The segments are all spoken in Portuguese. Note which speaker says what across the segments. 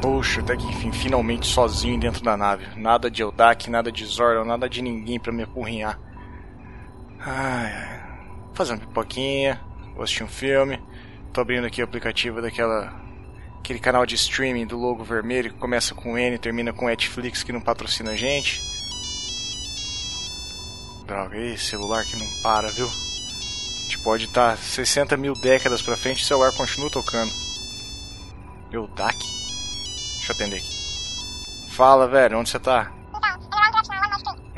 Speaker 1: Poxa, até que enfim, finalmente sozinho dentro da nave. Nada de Eldak, nada de Zordon, nada de ninguém para me apurrinhar. Ai, ai. Vou fazer uma pipoquinha, vou assistir um filme. Tô abrindo aqui o aplicativo daquela. aquele canal de streaming do logo vermelho que começa com N e termina com Netflix que não patrocina a gente. Droga, esse celular que não para, viu? A gente pode estar 60 mil décadas pra frente e o celular continua tocando. Eldak? Deixa eu atender aqui. Fala, velho, onde você tá?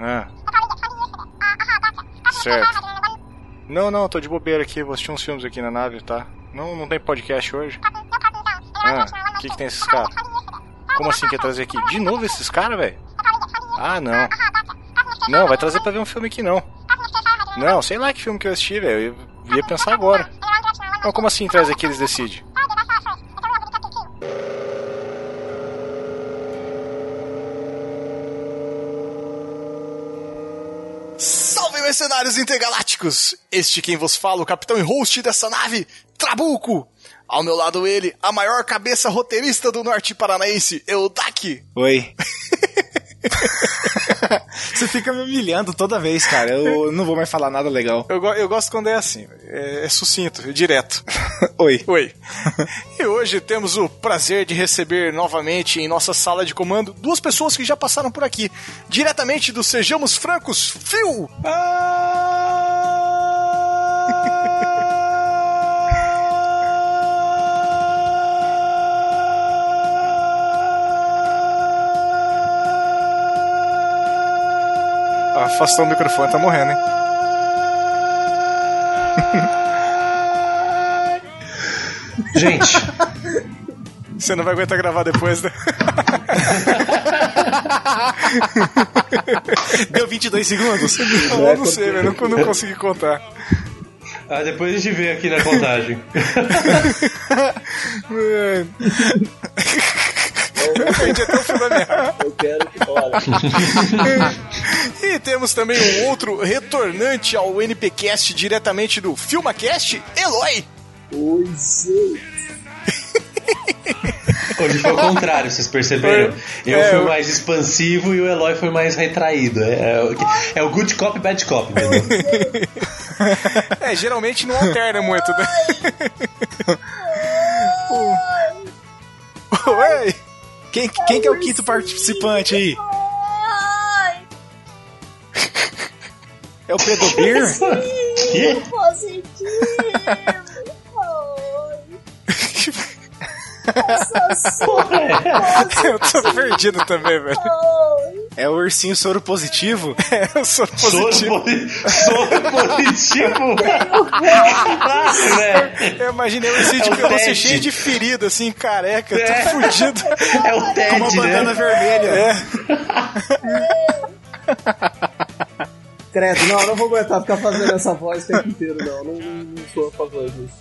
Speaker 1: Ah, certo. Não, não, tô de bobeira aqui, vou assistir uns filmes aqui na nave, tá? Não, não tem podcast hoje? Ah, o que, que tem esses caras? Como assim quer trazer aqui? De novo esses caras, velho? Ah, não. Não, vai trazer pra ver um filme aqui não. Não, sei lá que filme que eu assisti, velho. Eu ia pensar agora. Não, como assim traz aqui eles decidem? Salve, mercenários intergalácticos! Este quem vos fala, o capitão e host dessa nave, Trabuco! Ao meu lado ele, a maior cabeça roteirista do norte paranaense, Eudak!
Speaker 2: Oi. Você fica me humilhando toda vez, cara. Eu não vou mais falar nada legal.
Speaker 1: Eu, go- eu gosto quando é assim, é, é sucinto, é direto.
Speaker 2: Oi.
Speaker 1: Oi. e hoje temos o prazer de receber novamente em nossa sala de comando duas pessoas que já passaram por aqui, diretamente do Sejamos Francos, Phil! Afastou o microfone, tá morrendo, hein?
Speaker 3: Gente,
Speaker 1: Você não vai aguentar gravar depois, né?
Speaker 2: Deu 22 segundos?
Speaker 1: Não, eu não sei, velho. Não, não consegui contar.
Speaker 3: ah, depois a gente vê aqui na contagem.
Speaker 1: É. Eu perdi até o fio da meada.
Speaker 4: Eu quero que bora.
Speaker 1: E temos também um outro retornante ao NPcast diretamente do FilmaCast, Eloy.
Speaker 4: Pois é.
Speaker 3: Hoje foi o contrário, vocês perceberam? Eu
Speaker 1: É,
Speaker 3: fui
Speaker 1: eu-
Speaker 3: mais expansivo e o Eloy foi mais retraído. É, é o que- é o good cop, bad cop, entendeu?
Speaker 1: É, geralmente não alterna muito, né? Oi!
Speaker 2: Quem, quem que é o quinto participante aí?
Speaker 5: Ai,
Speaker 2: É o Pedro Beer?
Speaker 3: Quê?
Speaker 5: positivo! Ai. Eu sou
Speaker 3: é?
Speaker 1: Eu tô perdido também, velho.
Speaker 5: sou.
Speaker 2: É o ursinho soro positivo?
Speaker 1: Eu sou
Speaker 3: Sou
Speaker 1: positivo.
Speaker 3: poli- sou positivo. Ah, velho.
Speaker 1: Eu imaginei o Cid
Speaker 3: É o
Speaker 1: com você
Speaker 3: Ted.
Speaker 1: cheio de ferida, assim, careca,
Speaker 3: É.
Speaker 1: tudo fudido. É.
Speaker 3: É o
Speaker 2: Com uma
Speaker 3: Ted,
Speaker 2: bandana
Speaker 3: né?
Speaker 2: vermelha.
Speaker 4: Credo, não, eu não vou aguentar ficar fazendo essa voz o tempo inteiro, não. Eu Não, não sou a favor disso.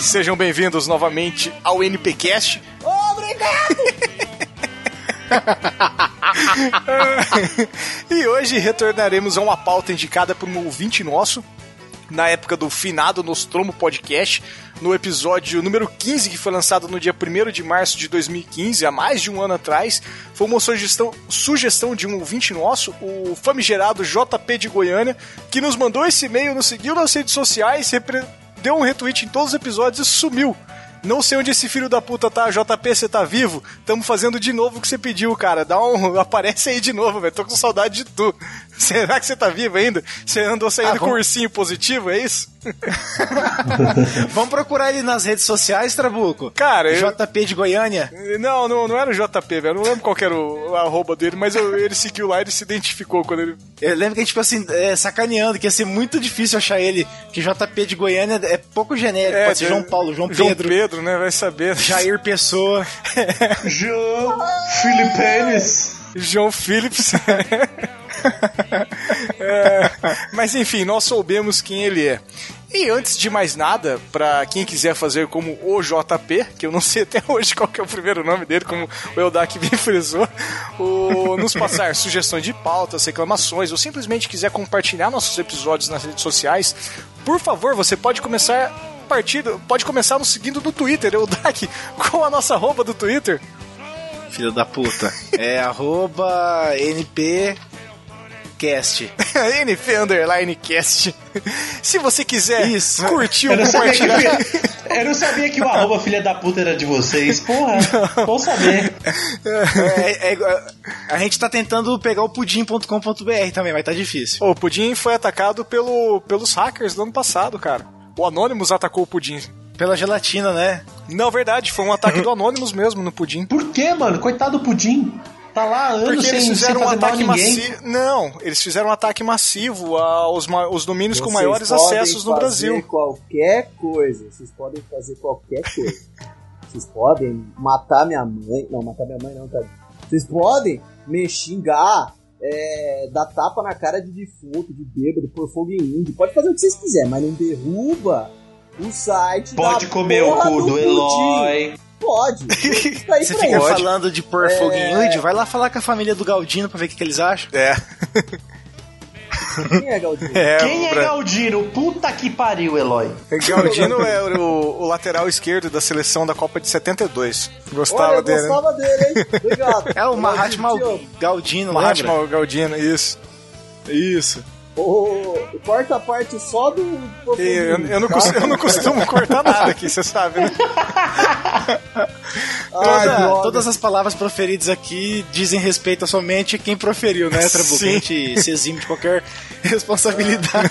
Speaker 1: Sejam bem-vindos novamente ao NPcast. E hoje retornaremos a uma pauta indicada por um ouvinte nosso, na época do finado Nostromo Podcast, no episódio número 15, que foi lançado no dia 1 de março de 2015, há mais de um ano atrás. Foi uma sugestão, sugestão de um ouvinte nosso, o famigerado JP de Goiânia, que nos mandou esse e-mail, nos seguiu nas redes sociais, repre- deu um retweet em todos os episódios e sumiu. Não sei onde esse filho da puta tá, JP, você tá vivo? Tamo fazendo de novo o que você pediu, cara. Dá um. Aparece aí de novo, velho. Tô com saudade de tu. Será que você tá vivo ainda? Você andou saindo com
Speaker 2: vamos-
Speaker 1: ursinho positivo, é isso?
Speaker 2: Vamos procurar ele nas redes sociais, Trabuco?
Speaker 1: Cara, eu-
Speaker 2: JP de Goiânia?
Speaker 1: Não, não, não era o JP, velho. Eu não lembro qual que era o, o arroba dele, mas eu- ele seguiu lá e ele se identificou quando ele.
Speaker 2: Eu lembro que a gente ficou assim, é, sacaneando, que ia ser muito difícil achar ele, que JP de Goiânia é pouco genérico, pode ser João Paulo, João Pedro,
Speaker 1: João Pedro, né? Vai saber.
Speaker 2: Jair Pessoa.
Speaker 3: João Filipenes.
Speaker 1: João Phillips. É, mas enfim, nós soubemos quem ele é. E antes de mais nada, pra quem quiser fazer como o JP, que eu não sei até hoje qual que é o primeiro nome dele, como o Eldak bem frisou, o- nos passar sugestões de pautas, reclamações, ou simplesmente quiser compartilhar nossos episódios nas redes sociais, por favor, você pode começar partir, pode começar nos seguindo no Twitter, eu, Dak, com a nossa roupa do Twitter.
Speaker 2: Filho da puta. É arroba NPcast.
Speaker 1: NF Underline Cast. Se você quiser
Speaker 2: Isso.
Speaker 1: curtir
Speaker 3: Eu
Speaker 1: ou
Speaker 3: não, sabia que,
Speaker 1: compartilhar.
Speaker 3: eu não sabia que o arroba filha da puta era de vocês. Porra, bom saber.
Speaker 2: É, é igual- a gente tá tentando pegar o pudim.com.br também, mas tá difícil.
Speaker 1: Ô, O Pudim foi atacado pelo, pelos hackers do ano passado, cara. O Anonymous atacou o Pudim.
Speaker 2: Pela gelatina, né?
Speaker 1: Não, verdade, foi um ataque do Anonymous mesmo no Pudim.
Speaker 3: Por que, mano? Coitado do pudim. Tá lá há anos
Speaker 1: Porque
Speaker 3: sem,
Speaker 1: eles
Speaker 3: sem
Speaker 1: fizeram um
Speaker 3: fazer mal a
Speaker 1: ataque
Speaker 3: ninguém.
Speaker 1: massivo. Não, eles fizeram um ataque massivo aos ma- os domínios com
Speaker 5: Vocês
Speaker 1: maiores
Speaker 5: podem
Speaker 1: acessos no
Speaker 5: fazer
Speaker 1: Brasil.
Speaker 5: qualquer coisa. Vocês podem fazer qualquer coisa. Vocês podem matar minha mãe. Não, matar minha mãe não, tá? Vocês podem me xingar, é, dar tapa na cara de defunto, de bêbado, pôr fogo em índio. Pode fazer o que vocês quiserem, mas não derruba o site
Speaker 3: Pode
Speaker 5: da
Speaker 3: comer o
Speaker 5: porra
Speaker 3: cu do
Speaker 5: Pudim.
Speaker 3: Eloy.
Speaker 5: Pode. Tá aí
Speaker 2: Você
Speaker 5: pra
Speaker 2: fica
Speaker 5: isso.
Speaker 2: falando de pôr fogo em nude, vai lá falar com a família do Galdino pra ver o que, que eles acham.
Speaker 1: É,
Speaker 5: Quem é Galdino?
Speaker 1: é.
Speaker 3: Quem é
Speaker 1: Bra-
Speaker 3: Galdino? Puta que pariu, Eloy.
Speaker 1: Galdino é o, o lateral esquerdo da seleção da Copa de 72. Gostava
Speaker 5: Olha, eu
Speaker 1: dele. né?
Speaker 5: gostava dele, hein? Obrigado.
Speaker 2: É o
Speaker 5: Eu
Speaker 2: Mahatma
Speaker 5: assisti, ó.
Speaker 2: Galdino,
Speaker 1: Mahatma
Speaker 2: lembra?
Speaker 1: Galdino, isso. Isso.
Speaker 5: O, corta a parte só do.
Speaker 1: E eu, eu não costumo, eu não costumo cortar nada aqui, você sabe, né?
Speaker 5: Ah,
Speaker 2: Toda-
Speaker 5: droga.
Speaker 2: todas as palavras proferidas aqui dizem respeito a somente quem proferiu, né, Trabuco?
Speaker 1: Sim.
Speaker 2: A gente se exime de qualquer responsabilidade.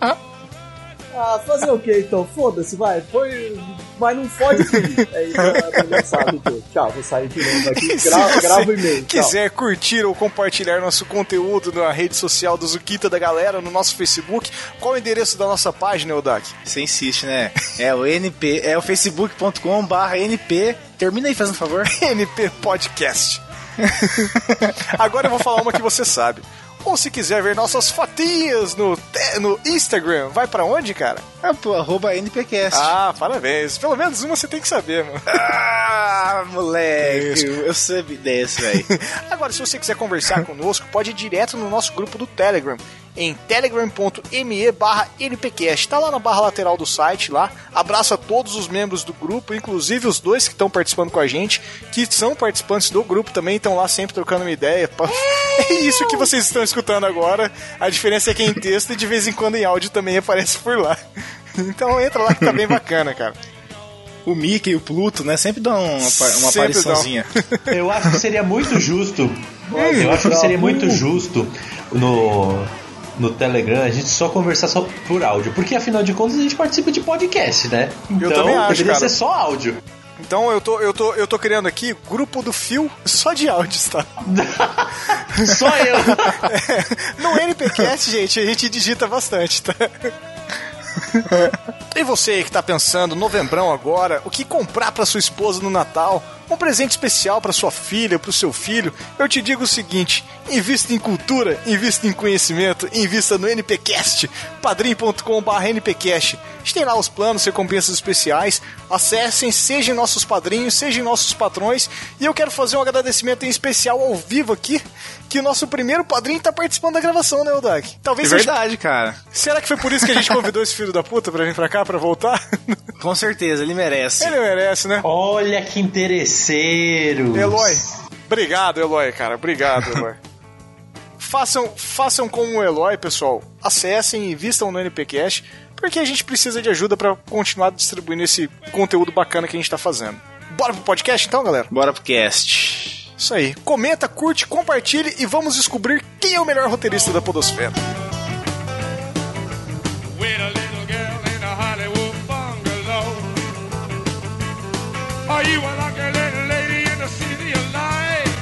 Speaker 5: Ah, fazer o que então? Foda-se, vai. Foi. Mas não fode filho. É isso, é engraçado. então. Tchau, vou sair de novo aqui.
Speaker 1: Se
Speaker 5: Gra
Speaker 1: você
Speaker 5: gravo o e-mail. Tchau.
Speaker 1: quiser curtir ou compartilhar nosso conteúdo na rede social do Zuquita da Galera, no nosso Facebook, qual é o endereço da nossa página, Eudak?
Speaker 2: Você insiste, né? É o NP, é o facebook.com barra NP. Termina aí, fazendo um favor.
Speaker 1: NP Podcast. Agora eu vou falar uma que você sabe. Ou se quiser ver nossas fotinhas no, te- no Instagram, vai pra onde, cara?
Speaker 2: Ah, pô, arroba NPcast.
Speaker 1: Ah, parabéns. Pelo menos uma você tem que saber, mano.
Speaker 2: Ah, moleque, eu soube desse, velho.
Speaker 1: Agora, se você quiser conversar conosco, pode ir direto no nosso grupo do Telegram, em telegram.me barra npcast. Tá lá na barra lateral do site, lá. Abraço a todos os membros do grupo, inclusive os dois que estão participando com a gente, que são participantes do grupo também, estão lá sempre trocando uma ideia. Pa- É isso que vocês estão escutando agora. A diferença é que é em texto e de vez em quando em áudio também aparece por lá. Então entra lá que tá bem bacana, cara.
Speaker 2: O Mickey e o Pluto, né? Sempre dão uma,
Speaker 6: um-
Speaker 2: apa- uma
Speaker 1: Sempre
Speaker 2: apariçãozinha.
Speaker 3: Eu acho que seria muito justo. Eu acho que
Speaker 5: bravo.
Speaker 3: seria muito justo no, no Telegram a gente só conversar só por áudio. Porque afinal de contas a gente participa de podcast, né? Então
Speaker 1: também acho,
Speaker 3: deveria
Speaker 1: cara.
Speaker 3: ser só áudio.
Speaker 1: Então eu tô, eu tô, eu tô criando aqui grupo do fio só de áudios, tá?
Speaker 3: Só eu.
Speaker 1: No NPcast, gente, a gente digita bastante, tá? E você que tá pensando, novembrão agora, o que comprar pra sua esposa no Natal? Um presente especial pra sua filha, pro seu filho? Eu te digo o seguinte, invista em cultura, invista em conhecimento, invista no NPcast, padrim.com.br NPcast. A gente tem lá os planos, recompensas especiais, acessem, sejam nossos padrinhos, sejam nossos patrões, e eu quero fazer um agradecimento em especial ao vivo aqui, que o nosso primeiro padrinho tá participando da gravação, né, Odak?
Speaker 2: É
Speaker 1: Talvez seja
Speaker 2: verdade, cara.
Speaker 1: Será que foi por isso que a gente convidou esse filho da puta pra vir pra cá, pra voltar?
Speaker 2: Com certeza, ele merece.
Speaker 1: Ele merece, né?
Speaker 3: Olha que interesseiro.
Speaker 1: Eloy, obrigado, Eloy, cara. Obrigado, Eloy. façam, façam como o Eloy, pessoal. Acessem e invistam no NPcast, porque a gente precisa de ajuda pra continuar distribuindo esse conteúdo bacana que a gente tá fazendo. Bora pro podcast então, galera?
Speaker 2: Bora pro cast.
Speaker 1: Isso aí. Comenta, curte, compartilhe e vamos descobrir quem é o melhor roteirista da Podosfera.
Speaker 7: with a little girl in a Hollywood bungalow. Are you a lucky little lady in the city of light?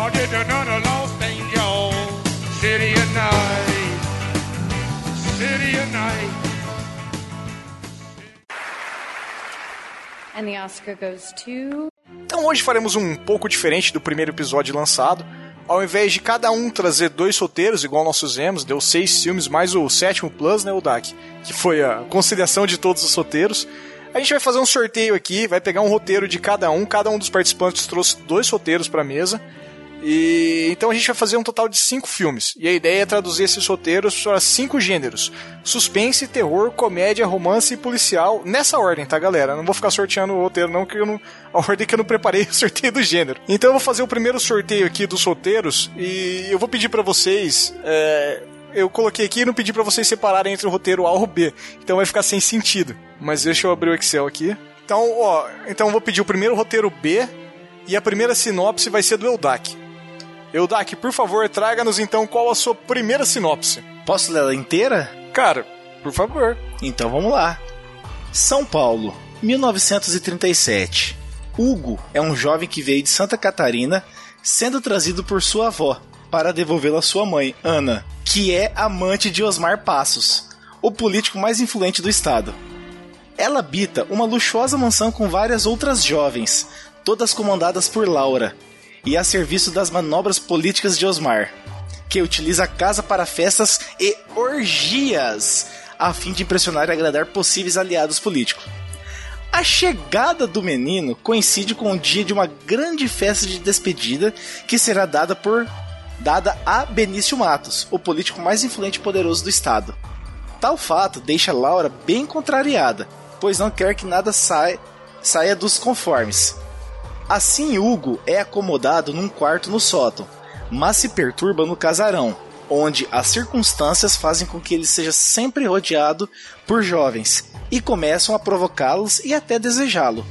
Speaker 7: Or did you know the lost angel? City of night, city of night.
Speaker 8: And the Oscar goes to.
Speaker 1: Então hoje faremos um pouco diferente do primeiro episódio lançado. Ao invés de cada um trazer dois solteiros, igual nós fizemos, deu seis filmes, mais o sétimo plus, né, o DAC, que foi a conciliação de todos os solteiros. A gente vai fazer um sorteio aqui, vai pegar um roteiro de cada um, cada um dos participantes trouxe dois roteiros pra mesa.
Speaker 6: E então a gente vai fazer um total de cinco filmes. E a ideia é traduzir esses roteiros para cinco gêneros: suspense, terror, comédia, romance e policial. Nessa ordem, tá, galera? Não vou ficar sorteando o roteiro, não, que eu não. A ordem que eu não preparei é o sorteio do gênero. Então eu vou fazer o primeiro sorteio aqui dos roteiros e eu vou pedir para vocês. é, Eu coloquei aqui e não pedi para vocês separarem entre o roteiro A ou B. Então vai ficar sem sentido. Mas deixa eu abrir o Excel aqui. Então, ó, então eu vou pedir o primeiro roteiro B e a primeira sinopse vai ser do Eldak. Eldak, por favor, traga-nos então qual a sua primeira sinopse.
Speaker 2: Posso ler ela inteira?
Speaker 6: Cara, por favor.
Speaker 2: Então vamos lá. São Paulo, 1937. Hugo é um jovem que veio de Santa Catarina, sendo trazido por sua avó para devolvê-lo à sua mãe, Ana, que é amante de Osmar Passos, o político mais influente do estado. Ela habita uma luxuosa mansão com várias outras jovens, todas comandadas por Laura, e a serviço das manobras políticas de Osmar, que utiliza a casa para festas e orgias, a fim de impressionar e agradar possíveis aliados políticos. A chegada do menino coincide com o dia de uma grande festa de despedida que será dada por dada a Benício Matos, o político mais influente e poderoso do estado. Tal fato deixa Laura bem contrariada, pois não quer que nada sai- saia dos conformes. Assim, Hugo é acomodado num quarto no sótão, mas se perturba no casarão, onde as circunstâncias fazem com que ele seja sempre rodeado por jovens e começam a provocá-los e até desejá-lo.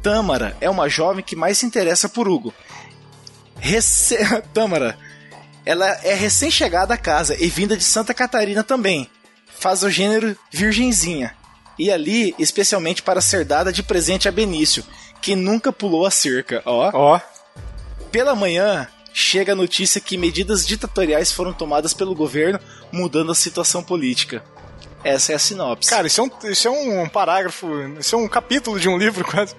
Speaker 2: Tâmara é uma jovem que mais se interessa por Hugo. Rece... Tâmara, ela é recém-chegada à casa e vinda de Santa Catarina também. Faz o gênero virgenzinha. E ali, especialmente para ser dada de presente a Benício, que nunca pulou a cerca. Ó.
Speaker 6: Ó.
Speaker 2: Pela manhã, chega a notícia que medidas ditatoriais foram tomadas pelo governo, mudando a situação política. Essa é a sinopse.
Speaker 6: Cara, isso é, um, isso é um parágrafo, isso é um capítulo de um livro quase.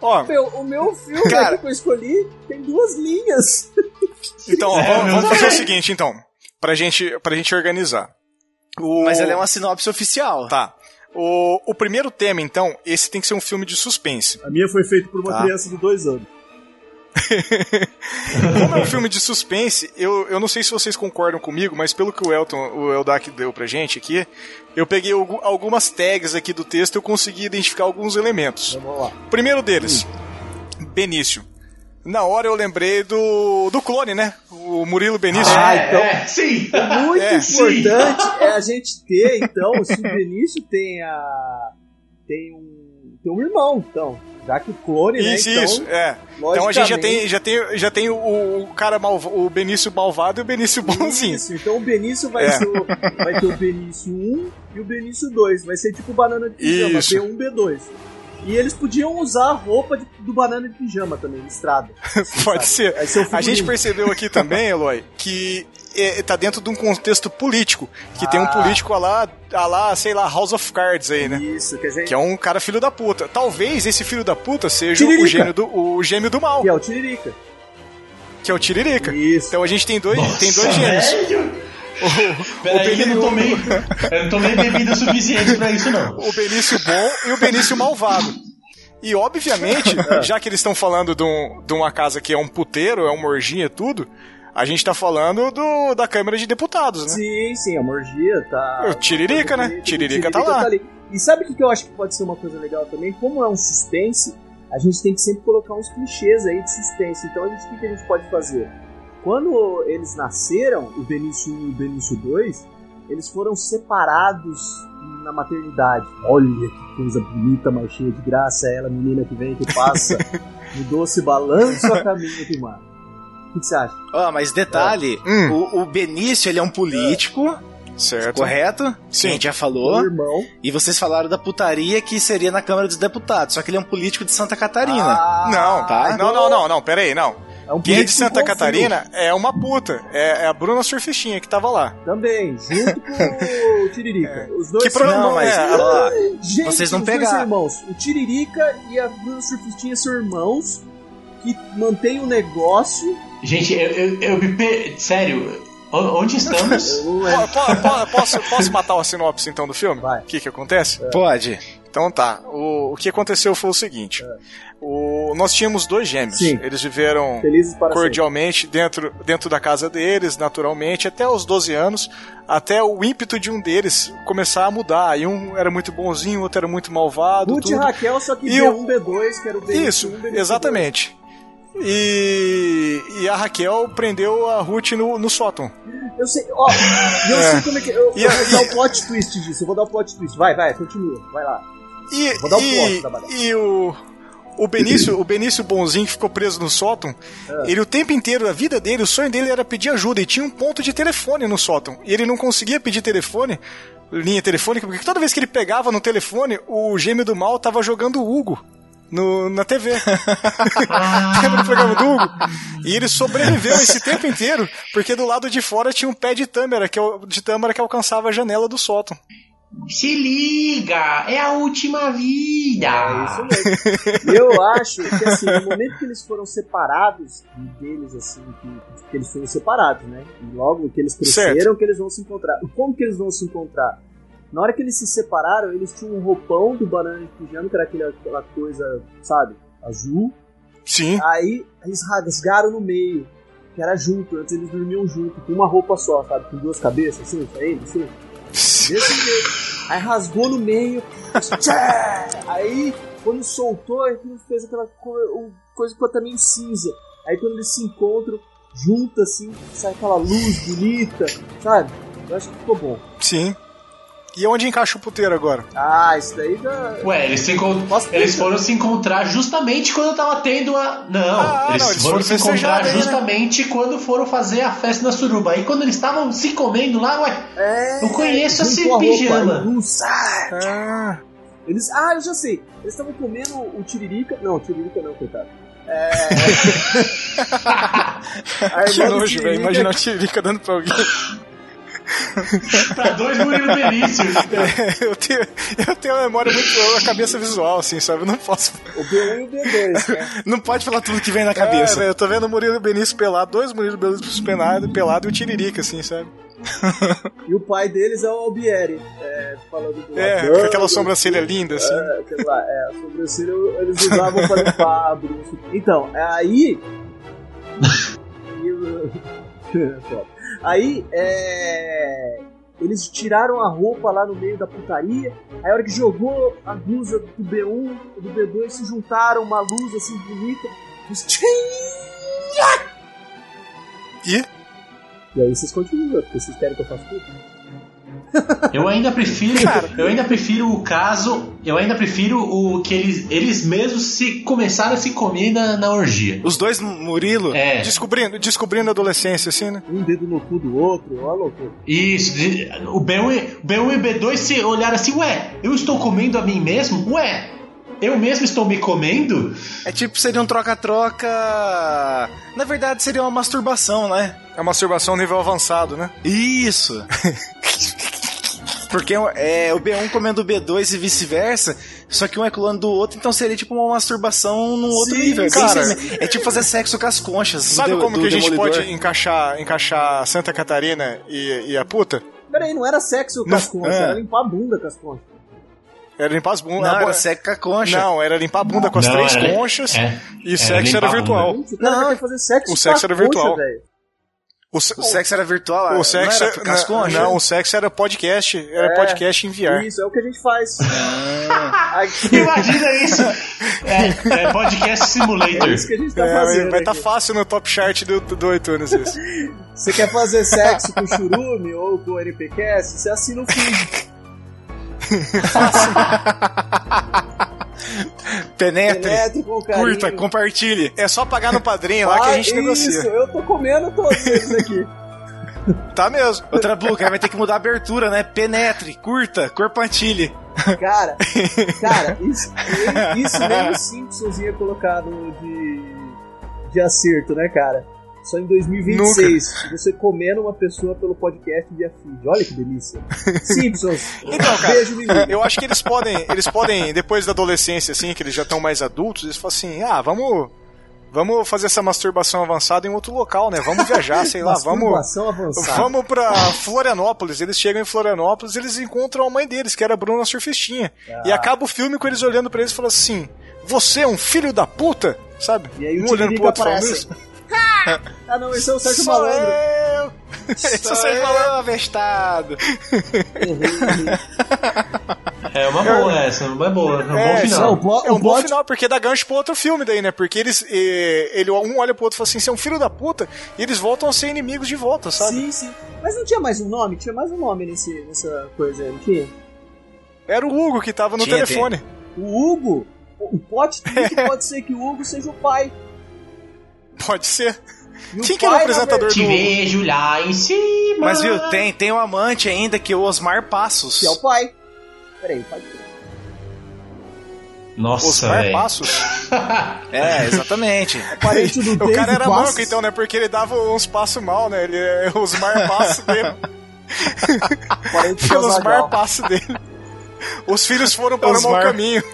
Speaker 6: Ó,
Speaker 5: Meu, o meu filme
Speaker 2: Cara.
Speaker 5: aqui que eu escolhi tem duas linhas.
Speaker 6: então, ó, vamos, vamos fazer o seguinte, então. Pra gente, pra gente organizar. O-
Speaker 2: Mas ela é uma sinopse oficial.
Speaker 6: Tá. O, o primeiro tema, então, esse tem que ser um filme de suspense.
Speaker 3: A minha foi feita por uma
Speaker 2: Tá.
Speaker 3: criança de dois anos.
Speaker 6: Como é um filme de suspense, eu, eu não sei se vocês concordam comigo, mas pelo que o Elton, o Eldak deu pra gente aqui, eu peguei algu- algumas tags aqui do texto e eu consegui identificar alguns elementos.
Speaker 5: Vamos lá.
Speaker 6: Primeiro deles, Benício. Na hora eu lembrei do, do clone, né? O Murilo Benício.
Speaker 1: Ah, então. É, sim!
Speaker 5: Muito
Speaker 6: É,
Speaker 1: sim.
Speaker 5: importante é a gente ter, então, se o Benício tem a. tem um. tem um irmão, então. Já que clone, né?
Speaker 6: isso,
Speaker 5: então,
Speaker 6: isso, é. Então a gente já
Speaker 5: logicamente,
Speaker 6: tem, já tem, já tem o, o cara malva, o Benício malvado e o Benício bonzinho.
Speaker 5: Isso, então o Benício vai,
Speaker 6: É.
Speaker 5: ser o- vai ter o Benício 1 e o Benício 2. Vai ser tipo banana de pijama,
Speaker 6: Isso.
Speaker 5: B1, B2. E eles podiam usar a roupa de- do banana de pijama também, listrada.
Speaker 6: Pode ser.
Speaker 5: Vai ser o
Speaker 6: A gente
Speaker 5: figurino.
Speaker 6: percebeu aqui também, Eloy, que é, tá dentro de um contexto político. Que tem um
Speaker 5: Ah.
Speaker 6: político a lá, a lá, sei lá, House of Cards aí, né?
Speaker 5: Isso, que a gente.
Speaker 6: Que é um cara filho da puta. Talvez esse filho da puta seja o,
Speaker 5: Tiririca.
Speaker 6: gênio do, o gêmeo do mal,
Speaker 5: Que é o Tiririca.
Speaker 6: que é o Tiririca.
Speaker 5: Isso.
Speaker 6: Então a gente tem dois, tem
Speaker 1: Nossa,
Speaker 6: dois gêmeos.
Speaker 1: velho. Oh, Peraí, que eu
Speaker 6: Benício-
Speaker 1: não tomei. Eu não tomei bebida suficiente pra isso, não.
Speaker 6: o Benício bom e o Benício malvado. E, obviamente, já que eles estão falando de, um- de uma casa que é um puteiro, é uma orgia e tudo, a gente tá falando do, da Câmara de Deputados, né?
Speaker 5: Sim, sim, a morgia tá.
Speaker 6: O Tiririca, né? Tiririca tá lá.
Speaker 5: ali. E sabe o que que eu acho que pode ser uma coisa legal também? Como é um suspense, a gente tem que sempre colocar uns clichês aí de suspense. Então a gente, o que, que a gente pode fazer? Quando eles nasceram, o Benício 1 e o Benício 2, eles foram separados na maternidade. Olha que coisa bonita, mais cheia de graça, ela, menina que vem, que passa, no doce balanço a caminho do mar. O que, que você acha?
Speaker 2: Ó, Ah, mas detalhe,
Speaker 6: Hum. É,
Speaker 2: o, o Benício ele é um político,
Speaker 6: Certo.
Speaker 2: correto?
Speaker 6: Sim. Hum.
Speaker 2: Que a gente já
Speaker 5: O
Speaker 2: falou.
Speaker 5: irmão.
Speaker 2: E vocês falaram da putaria que seria na Câmara dos Deputados, só que ele é um político de Santa Catarina.
Speaker 5: Ah,
Speaker 6: Não,
Speaker 2: tá.
Speaker 6: não, não, não, não, peraí, não.
Speaker 5: é um
Speaker 6: Quem é de
Speaker 5: político
Speaker 6: Santa
Speaker 5: confuso.
Speaker 6: Catarina é uma puta. É, é a Bruna Surfistinha que tava lá.
Speaker 5: Também, junto com o Tiririca. Os dois
Speaker 6: É. Que problema,
Speaker 5: são irmãos.
Speaker 6: mas,
Speaker 2: ó,
Speaker 5: Gente,
Speaker 2: vocês não
Speaker 5: os dois
Speaker 2: pegar.
Speaker 5: são irmãos. O Tiririca e a Bruna Surfistinha são irmãos que mantêm o negócio.
Speaker 1: Gente, eu, eu, eu me. pe- Sério, o- onde estamos?
Speaker 5: Eu-
Speaker 6: Po- po- po- posso, posso matar uma sinopse então do filme?
Speaker 5: É. Vai.
Speaker 6: O que que acontece?
Speaker 2: Pode.
Speaker 6: Então tá. O, o que aconteceu foi o seguinte: o, nós tínhamos dois gêmeos.
Speaker 5: Sim. assim.
Speaker 6: Eles viveram
Speaker 5: Felizes para
Speaker 6: cordialmente dentro, dentro da casa deles, naturalmente, até os 12 anos, até o ímpeto de um deles começar a mudar. E um era muito bonzinho, o outro era muito malvado.
Speaker 5: Ruth e
Speaker 6: tudo.
Speaker 5: Raquel, só que
Speaker 6: E
Speaker 5: B1,
Speaker 6: o-
Speaker 5: B2, que era o B1.
Speaker 6: Isso, exatamente. E, e a Raquel prendeu a Ruth no, no sótão.
Speaker 5: Eu sei, ó, e eu sei como é que. Eu,
Speaker 6: E
Speaker 5: eu
Speaker 6: a-
Speaker 5: vou dar
Speaker 6: e-
Speaker 5: o plot twist disso, eu vou dar o plot twist. Vai, vai, continua, vai lá.
Speaker 6: E,
Speaker 5: Vou dar o tá,
Speaker 6: e,
Speaker 5: plot da bagagem.
Speaker 6: e o, o Benício, o Benício bonzinho que ficou preso no sótão,
Speaker 5: É.
Speaker 6: ele o tempo inteiro, a vida dele, o sonho dele era pedir ajuda e tinha um ponto de telefone no sótão. E ele não conseguia pedir telefone, linha telefônica, porque toda vez que ele pegava no telefone, o gêmeo do mal tava jogando o Hugo. No, na TV. Lembra do programa do Hugo? E ele sobreviveu esse tempo inteiro, porque do lado de fora tinha um pé de tâmara que, al- de tâmara que alcançava a janela do sótão.
Speaker 1: Se liga, é a última vida.
Speaker 5: É E eu acho que assim, no momento que eles foram separados e deles, assim, que, que eles foram separados, né? E logo que eles cresceram,
Speaker 6: Certo.
Speaker 5: que eles vão se encontrar. E como que eles vão se encontrar? Na hora que eles se separaram, eles tinham um roupão do banana de pijama, que era aquele- aquela coisa, sabe, azul.
Speaker 6: Sim.
Speaker 5: Aí eles rasgaram no meio, que era junto, antes eles dormiam junto, com uma roupa só, sabe? Com duas cabeças, assim, pra ele, assim. Desse jeito. Aí rasgou no meio, tchá! aí quando soltou, aquilo fez aquela co- um- coisa ficou até meio cinza. Aí quando eles se encontram, junta assim, sai aquela luz bonita, sabe? Eu acho que ficou bom.
Speaker 6: Sim. E onde encaixa o puteiro agora?
Speaker 5: Ah, isso daí dá.
Speaker 1: Ué, eles, se encont-
Speaker 5: Nossa,
Speaker 1: eles
Speaker 5: isso-
Speaker 1: foram se encontrar justamente quando tava tendo a. Não,
Speaker 6: Ah,
Speaker 1: eles,
Speaker 6: não, eles
Speaker 1: foram
Speaker 6: foram
Speaker 1: se encontrar
Speaker 6: festejar daí, né?
Speaker 1: justamente quando foram fazer a festa na suruba. Aí quando eles estavam se comendo lá, ué,
Speaker 5: É,
Speaker 1: eu conheço esse
Speaker 5: juntou a roupa,
Speaker 1: pijama.
Speaker 5: aí luz, ah,
Speaker 6: Ah,
Speaker 5: Eles. Ah, eu já sei. Eles estavam comendo o tiririca. Não, o tiririca não, coitado. É. A irmã
Speaker 6: que
Speaker 5: do
Speaker 6: nojo, velho.
Speaker 5: Tiririca-
Speaker 6: Imagina a Tirica dando pra alguém.
Speaker 1: pra dois Murilo Benício.
Speaker 6: eu, tenho, eu tenho a memória muito. A cabeça visual, assim, sabe? Eu não posso.
Speaker 5: O B1 e o B2, né?
Speaker 2: Não pode falar tudo que vem na
Speaker 6: É,
Speaker 2: cabeça.
Speaker 6: velho, eu tô vendo o Murilo Benício pelado, dois Murilo Benício pelado, pelado e o Tiririca, assim, sabe?
Speaker 5: E o pai deles é o Albieri. É, falando do.
Speaker 6: É, com aquela sobrancelha linda, assim.
Speaker 5: É, sei lá, é, a sobrancelha eles usavam para limpar a bruxa. Então, aí. Eu- Foda. aí, é. Eles tiraram a roupa lá no meio da putaria. Aí, a hora que jogou a blusa do B1 e do B2, se juntaram uma luz assim bonita. Eles, "Tchim!"
Speaker 6: E?
Speaker 5: E aí vocês continuam, porque vocês querem que eu faça tudo.
Speaker 1: Eu ainda prefiro,
Speaker 6: Cara.
Speaker 1: eu ainda prefiro o caso, eu ainda prefiro o que eles, eles mesmos se começaram a se comer na, na orgia.
Speaker 2: Os dois Murilo.
Speaker 1: É,
Speaker 6: Descobrindo, descobrindo a adolescência, assim, né?
Speaker 5: Um dedo no cu do outro, ó, loucura.
Speaker 1: isso. de- O B1, e- B1 e B2 se olharam assim, ué, eu estou comendo a mim mesmo? Ué, eu mesmo estou me comendo?
Speaker 2: É tipo, seria um troca-troca. Na verdade, seria uma masturbação, né?
Speaker 6: É uma masturbação nível avançado, né?
Speaker 2: Isso! Porque é, o B1 comendo o B2 e vice-versa, só que um é clone do outro, então seria tipo uma masturbação num outro
Speaker 6: Sim,
Speaker 2: nível. É bem
Speaker 6: cara.
Speaker 2: sem- É tipo fazer sexo com as conchas. do
Speaker 6: Sabe
Speaker 2: de-
Speaker 6: como
Speaker 2: do
Speaker 6: que a gente
Speaker 2: Demolidor.
Speaker 6: pode encaixar, encaixar Santa Catarina e, e a puta?
Speaker 5: Peraí, não era sexo com
Speaker 6: Não,
Speaker 5: as conchas,
Speaker 2: é.
Speaker 5: era limpar a bunda com as conchas.
Speaker 6: Era limpar as bundas.
Speaker 2: Não,
Speaker 6: a bu-
Speaker 2: era sexo com a concha.
Speaker 6: Não, era limpar a bunda com as
Speaker 1: Não,
Speaker 6: três
Speaker 1: era-
Speaker 6: conchas
Speaker 1: é,
Speaker 6: e o sexo
Speaker 1: limpar
Speaker 6: era
Speaker 1: a bunda.
Speaker 6: virtual.
Speaker 5: Gente, o cara
Speaker 2: Não,
Speaker 5: vai ter que fazer sexo
Speaker 6: o sexo
Speaker 5: com a
Speaker 6: era virtual.
Speaker 5: concha, velho.
Speaker 6: O, se-
Speaker 2: O sexo era virtual?
Speaker 6: o sexo é-
Speaker 2: não era com as
Speaker 6: não,
Speaker 2: conchas?
Speaker 6: não, o sexo era podcast, era
Speaker 5: É.
Speaker 6: podcast enviar.
Speaker 5: Isso, é o que a gente faz.
Speaker 6: Ah.
Speaker 5: Aqui,
Speaker 1: Imagina isso! É, é podcast
Speaker 5: é
Speaker 1: simulator.
Speaker 5: isso que a gente tá
Speaker 6: É,
Speaker 5: fazendo.
Speaker 6: vai estar
Speaker 5: aqui.
Speaker 6: fácil no top chart do, do iTunes isso.
Speaker 5: Você quer fazer sexo com churume ou com NPCast? Você assina o feed.
Speaker 2: Penetre,
Speaker 5: Penetre com carinho.
Speaker 2: curta, compartilhe.
Speaker 6: É só pagar no padrinho lá que a gente
Speaker 5: Ah, Isso,
Speaker 6: negocia.
Speaker 5: eu tô comendo todos eles aqui.
Speaker 6: Tá mesmo.
Speaker 2: Ô, Trabuca, vai ter que mudar a abertura, né? Penetre, curta, corpantilhe.
Speaker 5: Cara, cara, isso, nem- isso nem os Simpsons ia colocar no é de, de acerto, né, cara? Só em 2026, você comendo uma pessoa pelo podcast via feed. Olha que delícia. Simpsons,
Speaker 6: Então, cara,
Speaker 5: beijo, menino.
Speaker 6: Eu acho que eles podem, eles podem, depois da adolescência, assim, que eles já estão mais adultos, eles falam assim, ah, vamos. Vamos fazer essa masturbação avançada em outro local, né? Vamos viajar, sei lá, vamos.
Speaker 5: Masturbação avançada.
Speaker 6: Vamos pra Florianópolis. Eles chegam em Florianópolis, eles encontram a mãe deles, que era a Bruna Surfistinha. E
Speaker 5: Ah.
Speaker 6: acaba o filme com eles olhando pra eles e falando assim: Você é um filho da puta? Sabe?
Speaker 5: E aí o
Speaker 6: um olhando pro
Speaker 5: Tiririca
Speaker 6: outro falando
Speaker 5: aparece.
Speaker 6: isso.
Speaker 5: Ah, não, esse é o Sérgio
Speaker 6: Sou
Speaker 5: Malandro.
Speaker 6: eu! Esse é o Sérgio Malandro.
Speaker 2: avestado.
Speaker 3: É uma boa essa, uma boa, é um
Speaker 6: É,
Speaker 3: bom final.
Speaker 6: são-
Speaker 5: O plot-
Speaker 6: é um
Speaker 5: o
Speaker 6: bom
Speaker 5: plot-
Speaker 6: final, porque dá gancho pro outro filme daí, né? Porque eles. eh, Ele, um olha pro outro e fala assim: Você é um filho da puta. E eles voltam a ser inimigos de volta, sabe?
Speaker 5: Sim, sim. Mas não tinha mais um nome? Tinha mais um nome nesse, nessa coisa aí, não tinha?
Speaker 6: Era o Hugo que tava no
Speaker 2: Tinha,
Speaker 6: telefone.
Speaker 5: O Hugo, o plot twist pode ser que o Hugo seja o pai.
Speaker 6: Pode ser.
Speaker 5: E o
Speaker 6: Quem que era o
Speaker 5: pai, na
Speaker 6: apresentador
Speaker 3: Te
Speaker 6: do Hugo?
Speaker 3: vejo lá em cima.
Speaker 2: Mas viu, tem, tem um amante ainda que é o Osmar Passos.
Speaker 5: Que é o pai. Peraí, o pai de quem?
Speaker 3: Nossa,
Speaker 6: Osmar
Speaker 3: velho.
Speaker 6: Passos?
Speaker 2: É, exatamente.
Speaker 5: Parente do
Speaker 6: O
Speaker 5: Dave
Speaker 6: cara era
Speaker 5: Bastos.
Speaker 6: manco, então, né? Porque ele dava uns passos mal, né? Ele, os mar passos dele.
Speaker 5: Parente do
Speaker 6: pelos mar
Speaker 5: Azaghal.
Speaker 6: passos dele. Os filhos foram para o
Speaker 2: Osmar.
Speaker 6: mau caminho.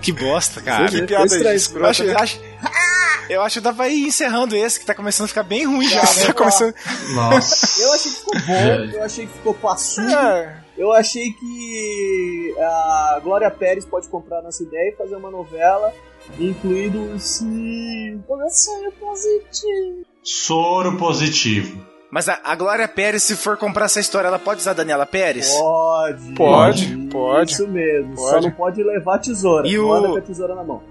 Speaker 2: Que bosta, cara.
Speaker 6: Que piada
Speaker 5: estranho.
Speaker 2: Eu
Speaker 6: escrota.
Speaker 2: acho, eu
Speaker 6: né?
Speaker 2: acho, ah! eu acho que dá pra ir encerrando esse, que tá começando a ficar bem ruim já.
Speaker 6: Tá
Speaker 2: né?
Speaker 6: começando-
Speaker 3: Nossa.
Speaker 5: Eu achei que ficou bom, eu achei que ficou passudo,
Speaker 6: É,
Speaker 5: eu achei que a Glória Pérez pode comprar nossa ideia e fazer uma novela, incluindo um sim, um sonho positivo.
Speaker 3: Soro positivo.
Speaker 2: Mas a, a Glória Pérez, se for comprar essa história, ela pode usar a Daniela Pérez?
Speaker 5: Pode.
Speaker 6: Pode, pode.
Speaker 5: Isso mesmo, só
Speaker 6: Pode.
Speaker 5: não pode levar tesoura,
Speaker 2: E
Speaker 5: não
Speaker 2: o-
Speaker 5: anda com a tesoura na mão.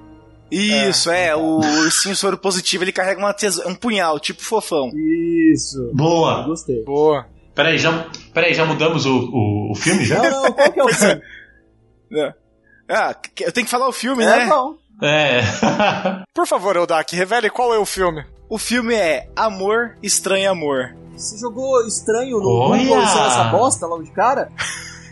Speaker 2: Isso, é. O ursinho soro positivo, ele carrega uma teso- um punhal, tipo fofão.
Speaker 5: Isso,
Speaker 3: Boa.
Speaker 5: gostei.
Speaker 6: boa.
Speaker 3: Peraí, já, peraí, já mudamos o, o, o filme já?
Speaker 5: Não, não, qual que é o filme?
Speaker 2: Ah, que- eu tenho que falar o filme, né?
Speaker 5: É bom.
Speaker 3: É.
Speaker 6: Por favor, Eldak, revele qual é o filme.
Speaker 2: O filme é Amor, Estranho Amor.
Speaker 5: Você jogou estranho no
Speaker 3: Olha!
Speaker 5: Google usando essa bosta logo de cara?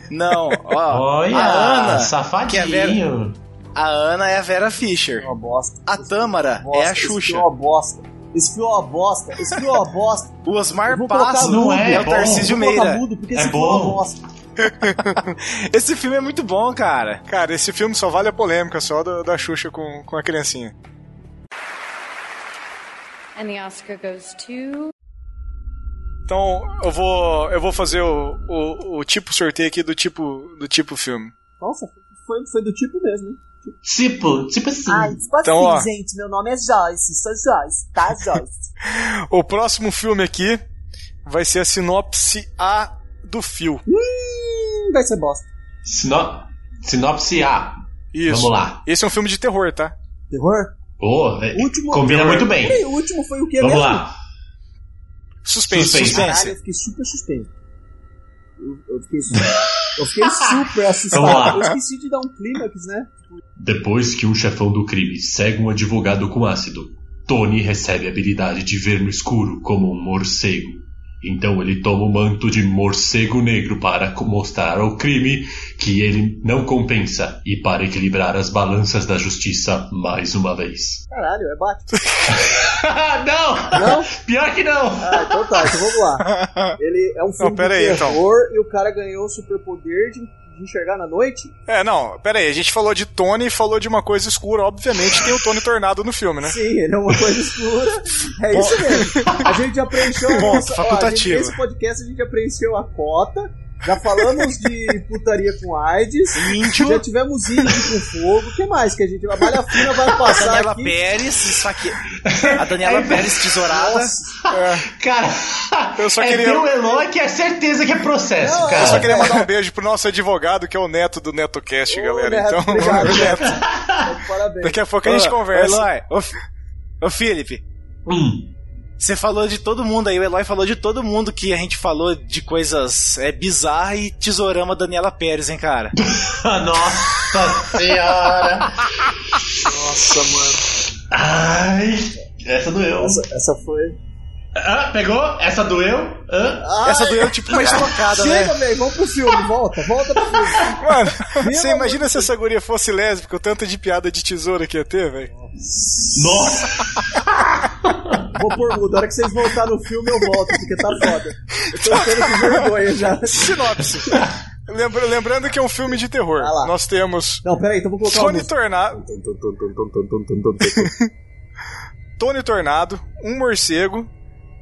Speaker 2: Não, ó.
Speaker 3: Olha,
Speaker 2: a Ana, que é a Vera,
Speaker 3: safadinho.
Speaker 2: a Ana é a Vera
Speaker 5: É
Speaker 2: Fischer.
Speaker 5: uma bosta.
Speaker 2: A Tâmara
Speaker 5: bosta,
Speaker 2: é a
Speaker 5: esse
Speaker 2: Xuxa.
Speaker 5: filme é uma bosta. Esse filme é uma bosta, esse filme é uma bosta.
Speaker 2: O
Speaker 5: Eu
Speaker 2: Osmar
Speaker 5: vou colocar
Speaker 2: Passos
Speaker 3: Não
Speaker 2: é,
Speaker 3: é,
Speaker 2: o
Speaker 3: bom.
Speaker 2: Tarcísio
Speaker 5: Vou colocar
Speaker 2: Meira.
Speaker 5: mudo, porque
Speaker 3: É
Speaker 5: esse filme é uma
Speaker 3: bom.
Speaker 5: bosta.
Speaker 2: Esse filme é muito bom, cara.
Speaker 6: Cara, esse filme só vale a polêmica, só da, da Xuxa com, com a criancinha.
Speaker 8: And the Oscar goes to.
Speaker 6: Então, eu vou, eu vou fazer o, o, o tipo sorteio aqui do tipo, do tipo filme.
Speaker 5: Nossa, foi, foi do tipo mesmo, hein?
Speaker 3: Tipo, tipo assim.
Speaker 9: Ai, tipo
Speaker 6: Então, ó.
Speaker 9: assim, gente, meu nome é Joyce, sou Joyce, tá, Joyce?
Speaker 6: O próximo filme aqui vai ser a sinopse A do fio.
Speaker 5: Hum, vai ser bosta.
Speaker 3: Sino- Sinopse A.
Speaker 6: Isso.
Speaker 3: Vamos lá.
Speaker 6: Esse é um filme de terror, tá?
Speaker 5: Terror?
Speaker 3: Oh, é-
Speaker 5: Último-
Speaker 3: combina muito bem.
Speaker 5: Peraí, o último foi o que
Speaker 3: Vamos
Speaker 5: mesmo?
Speaker 3: lá.
Speaker 6: Suspense,
Speaker 3: Suspense.
Speaker 6: suspense.
Speaker 5: Caralho, eu fiquei super suspenso. Eu, eu fiquei, su- eu fiquei super
Speaker 3: Vamos lá.
Speaker 5: assustado. Eu esqueci de dar um clímax, né?
Speaker 3: Depois que um chefão do crime segue um advogado com ácido, Tony recebe a habilidade de ver no escuro como um morcego. Então ele toma o manto de morcego negro para co- mostrar ao crime que ele não compensa e para equilibrar as balanças da justiça mais uma vez.
Speaker 5: Caralho, é Batman.
Speaker 3: não!
Speaker 5: Não?
Speaker 3: Pior que não!
Speaker 5: Ah, então tá, então vamos lá. Ele é um filme
Speaker 6: Não, pera
Speaker 5: de
Speaker 6: aí, então.
Speaker 5: terror e o cara ganhou o superpoder de, de enxergar na noite?
Speaker 6: É, não, pera aí, a gente falou de Tony e falou de uma coisa escura, obviamente tem o Tony Tornado no filme, né?
Speaker 5: Sim, ele é uma coisa escura. É isso mesmo. A gente já preencheu a
Speaker 6: Ponto,
Speaker 5: nossa... ó, a gente-
Speaker 6: facultativo.
Speaker 5: Nesse podcast a gente já preencheu a cota, já falamos de putaria com AIDS,
Speaker 6: Um
Speaker 2: Índio.
Speaker 5: já tivemos índio com fogo, o que mais que a gente... A Malha Fina vai
Speaker 2: A
Speaker 5: passar
Speaker 2: Daniela
Speaker 5: aqui...
Speaker 2: Pérez, esfaque... A Daniela Pérez tesourada.
Speaker 3: Cara,
Speaker 6: Eu só
Speaker 3: é
Speaker 6: queria-
Speaker 3: tão Eloy que é certeza que é processo,
Speaker 5: Não, eu
Speaker 3: cara.
Speaker 6: Eu só queria mandar um beijo pro nosso advogado, que é o neto do NetoCast,
Speaker 5: Ô,
Speaker 6: galera.
Speaker 5: Neto,
Speaker 6: então,
Speaker 5: obrigado, Neto. Tá de Parabéns.
Speaker 6: daqui a pouco a gente
Speaker 2: Ô,
Speaker 6: conversa.
Speaker 2: Ô, Eloy, ô, Fi- ô, Felipe,
Speaker 3: Hum,
Speaker 2: você falou de todo mundo aí, o Eloy falou de todo mundo que a gente falou de coisas é, bizarras e tesourama Daniela Pérez, hein, cara?
Speaker 3: Nossa senhora!
Speaker 5: Nossa, mano.
Speaker 3: Ai, essa doeu.
Speaker 5: Essa, essa foi.
Speaker 3: Ah, pegou? Essa doeu? Hã?
Speaker 2: Essa doeu tipo uma estocada, né?
Speaker 5: Chega, velho, vamos pro filme, volta, volta pro filme.
Speaker 6: Mano,
Speaker 5: Meu
Speaker 6: você
Speaker 5: amor.
Speaker 6: imagina se essa guria fosse lésbica, o tanto de piada de tesoura que ia ter, velho?
Speaker 3: Nossa!
Speaker 5: Vou pôr mudo, a hora que vocês voltarem no filme eu volto, porque tá foda. Eu tô ficando com vergonha já.
Speaker 6: Sinopse. Lembra- lembrando que é um filme de terror.
Speaker 5: Ah lá.
Speaker 6: Nós temos
Speaker 5: Não, peraí, então vou colocar
Speaker 6: Tony
Speaker 5: uma
Speaker 6: Tornado,
Speaker 5: música.
Speaker 6: Tony Tornado, um morcego,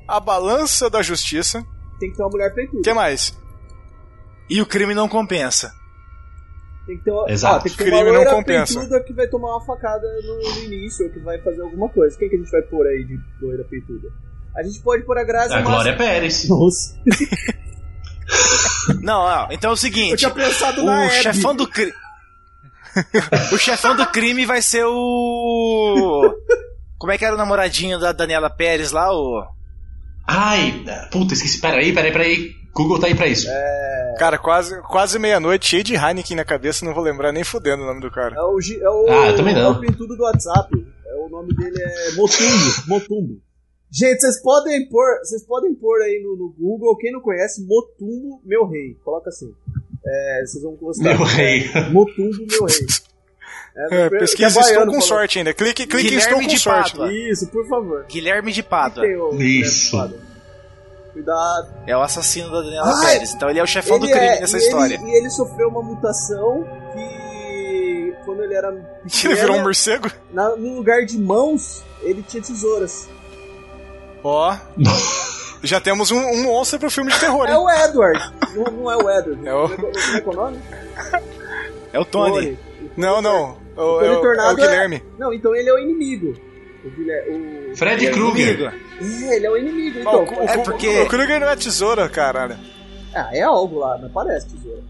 Speaker 6: a balança da justiça.
Speaker 5: Tem que ter uma mulher peituda.
Speaker 6: O que mais?
Speaker 2: E o crime não compensa.
Speaker 5: Tem que ter uma,
Speaker 1: Exato.
Speaker 5: Ah, tem que ter
Speaker 6: Crime
Speaker 5: uma
Speaker 6: não
Speaker 5: loira
Speaker 6: compensa.
Speaker 5: peituda que vai tomar uma facada no, no início, ou que vai fazer alguma coisa. Quem que a gente vai pôr aí de loira peituda? A gente pode pôr a Grazi
Speaker 1: A
Speaker 5: Mas-
Speaker 1: Glória Pérez.
Speaker 5: Nossa,
Speaker 2: Não, ó, então é o
Speaker 5: eu
Speaker 2: seguinte:
Speaker 5: tinha pensado na
Speaker 2: o
Speaker 5: Abby.
Speaker 2: chefão do crime. o chefão do crime vai ser o. Como é que era o namoradinho da Daniela Pérez lá? O.
Speaker 1: Ai, puta, esqueci. Peraí, peraí, peraí. Google tá aí pra isso.
Speaker 5: É,
Speaker 6: Cara, quase, quase meia-noite, cheio de Heineken na cabeça, não vou lembrar nem fudendo o nome do cara.
Speaker 5: É o, Gi- é o,
Speaker 1: Ah, eu também não.
Speaker 5: é o pintudo do WhatsApp. É, o nome dele é Motumbo. Motumbo. Gente, vocês podem pôr, vocês podem pôr aí no, no Google, quem não conhece, Motumbo, meu rei. Coloca assim. É, vocês vão gostar.
Speaker 1: Meu rei.
Speaker 5: Motumbo, meu rei. É,
Speaker 6: É,
Speaker 5: que é
Speaker 6: pesquisa
Speaker 5: baiano,
Speaker 6: Estou com
Speaker 5: falou.
Speaker 6: sorte ainda. Clique, clique em
Speaker 2: Guilherme
Speaker 6: Estou com
Speaker 2: de
Speaker 6: sorte.
Speaker 2: Pádua.
Speaker 5: Isso, por favor.
Speaker 2: Guilherme de
Speaker 5: O que
Speaker 2: Pádua.
Speaker 5: tem o Guilherme
Speaker 1: Isso.
Speaker 5: Fado? Cuidado.
Speaker 2: É o assassino da Daniela
Speaker 5: Ah,
Speaker 2: Pérez. Então ele é o chefão do crime
Speaker 5: é-
Speaker 2: nessa
Speaker 5: e
Speaker 2: história.
Speaker 5: Ele, e ele sofreu uma mutação que quando ele era
Speaker 6: Ele virou um
Speaker 5: Guilherme-
Speaker 6: morcego?
Speaker 5: na- no lugar de mãos, ele tinha tesouras.
Speaker 6: Ó. Já temos um, um monstro pro filme de terror,
Speaker 5: É
Speaker 6: hein?
Speaker 5: o Edward. não, não é o Edward.
Speaker 6: É o-
Speaker 5: Como é que é o nome?
Speaker 2: É o Tony.
Speaker 6: Não, não. É o, é
Speaker 5: Tony
Speaker 6: o- é o
Speaker 5: Tornado é-
Speaker 6: Guilherme.
Speaker 5: Não, então ele é o inimigo. O Guilherme. O...
Speaker 1: Fred Krueger.
Speaker 5: É, ele é o inimigo,
Speaker 6: Ó,
Speaker 5: então.
Speaker 6: o,
Speaker 2: é
Speaker 6: o-
Speaker 2: porque-
Speaker 6: o Kruger não é tesoura, caralho.
Speaker 5: Ah, é algo lá, mas parece tesoura.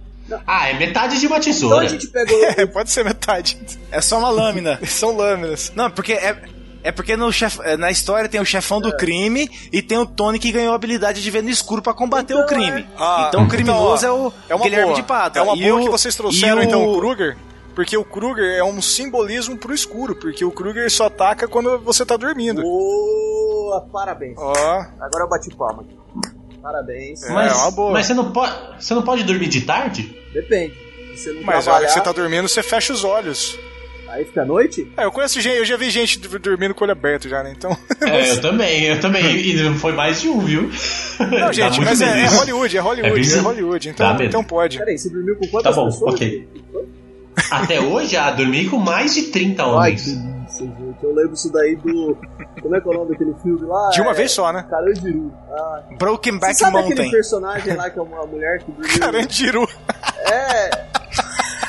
Speaker 1: Ah, é metade de uma
Speaker 5: Então a
Speaker 1: tesoura.
Speaker 5: gente pegou.
Speaker 6: É, pode ser metade.
Speaker 2: É só uma lâmina.
Speaker 6: São lâminas.
Speaker 2: Não, porque é. É porque no chef, é, na história tem o chefão
Speaker 6: É.
Speaker 2: do crime e tem o Tony que ganhou a habilidade de ver no escuro pra combater
Speaker 5: Então,
Speaker 2: o crime.
Speaker 6: Ah,
Speaker 2: então o
Speaker 6: então,
Speaker 2: criminoso
Speaker 6: ó,
Speaker 2: é o
Speaker 6: É uma
Speaker 2: Guilherme
Speaker 6: boa.
Speaker 2: de Pádua.
Speaker 6: É uma
Speaker 2: E
Speaker 6: boa
Speaker 2: o-
Speaker 6: que vocês trouxeram,
Speaker 2: e
Speaker 6: então, o Kruger. Porque o Kruger é um simbolismo pro escuro. Porque o Kruger só ataca quando você tá dormindo.
Speaker 5: Boa, parabéns.
Speaker 6: Ó,
Speaker 5: Agora eu bati palma. aqui. Parabéns.
Speaker 6: É,
Speaker 1: Mas,
Speaker 6: uma boa.
Speaker 1: mas você, não pode, você não pode dormir de tarde?
Speaker 5: Depende. Se você não
Speaker 6: mas a hora
Speaker 5: trabalhar,
Speaker 6: que você tá dormindo, você fecha os olhos.
Speaker 5: aí fica à noite?
Speaker 6: É, eu conheço gente, eu já vi gente d- dormindo com o olho aberto já, né? Então.
Speaker 1: É, eu também, eu também. E foi mais de um, viu? Tá
Speaker 6: Não, gente, mas é, é Hollywood, é Hollywood, é,
Speaker 1: bizarro.
Speaker 6: Hollywood.
Speaker 1: Dá
Speaker 6: Então,
Speaker 1: medo.
Speaker 6: então pode.
Speaker 5: Peraí, você dormiu com
Speaker 1: Tá
Speaker 5: quantas
Speaker 1: bom,
Speaker 5: pessoas?
Speaker 1: ok. Até hoje, ah, dormi com mais de 30
Speaker 5: Ai,
Speaker 1: homens.
Speaker 5: que delícia, gente. Eu lembro isso daí do. Como é que é o nome daquele filme lá?
Speaker 6: De uma
Speaker 5: É-
Speaker 6: vez só, né?
Speaker 5: Carandiru. Ah, você
Speaker 2: Brokenback
Speaker 5: sabe aquele
Speaker 2: Mountain.
Speaker 5: personagem lá que é uma mulher que dormiu?
Speaker 6: Carandiru.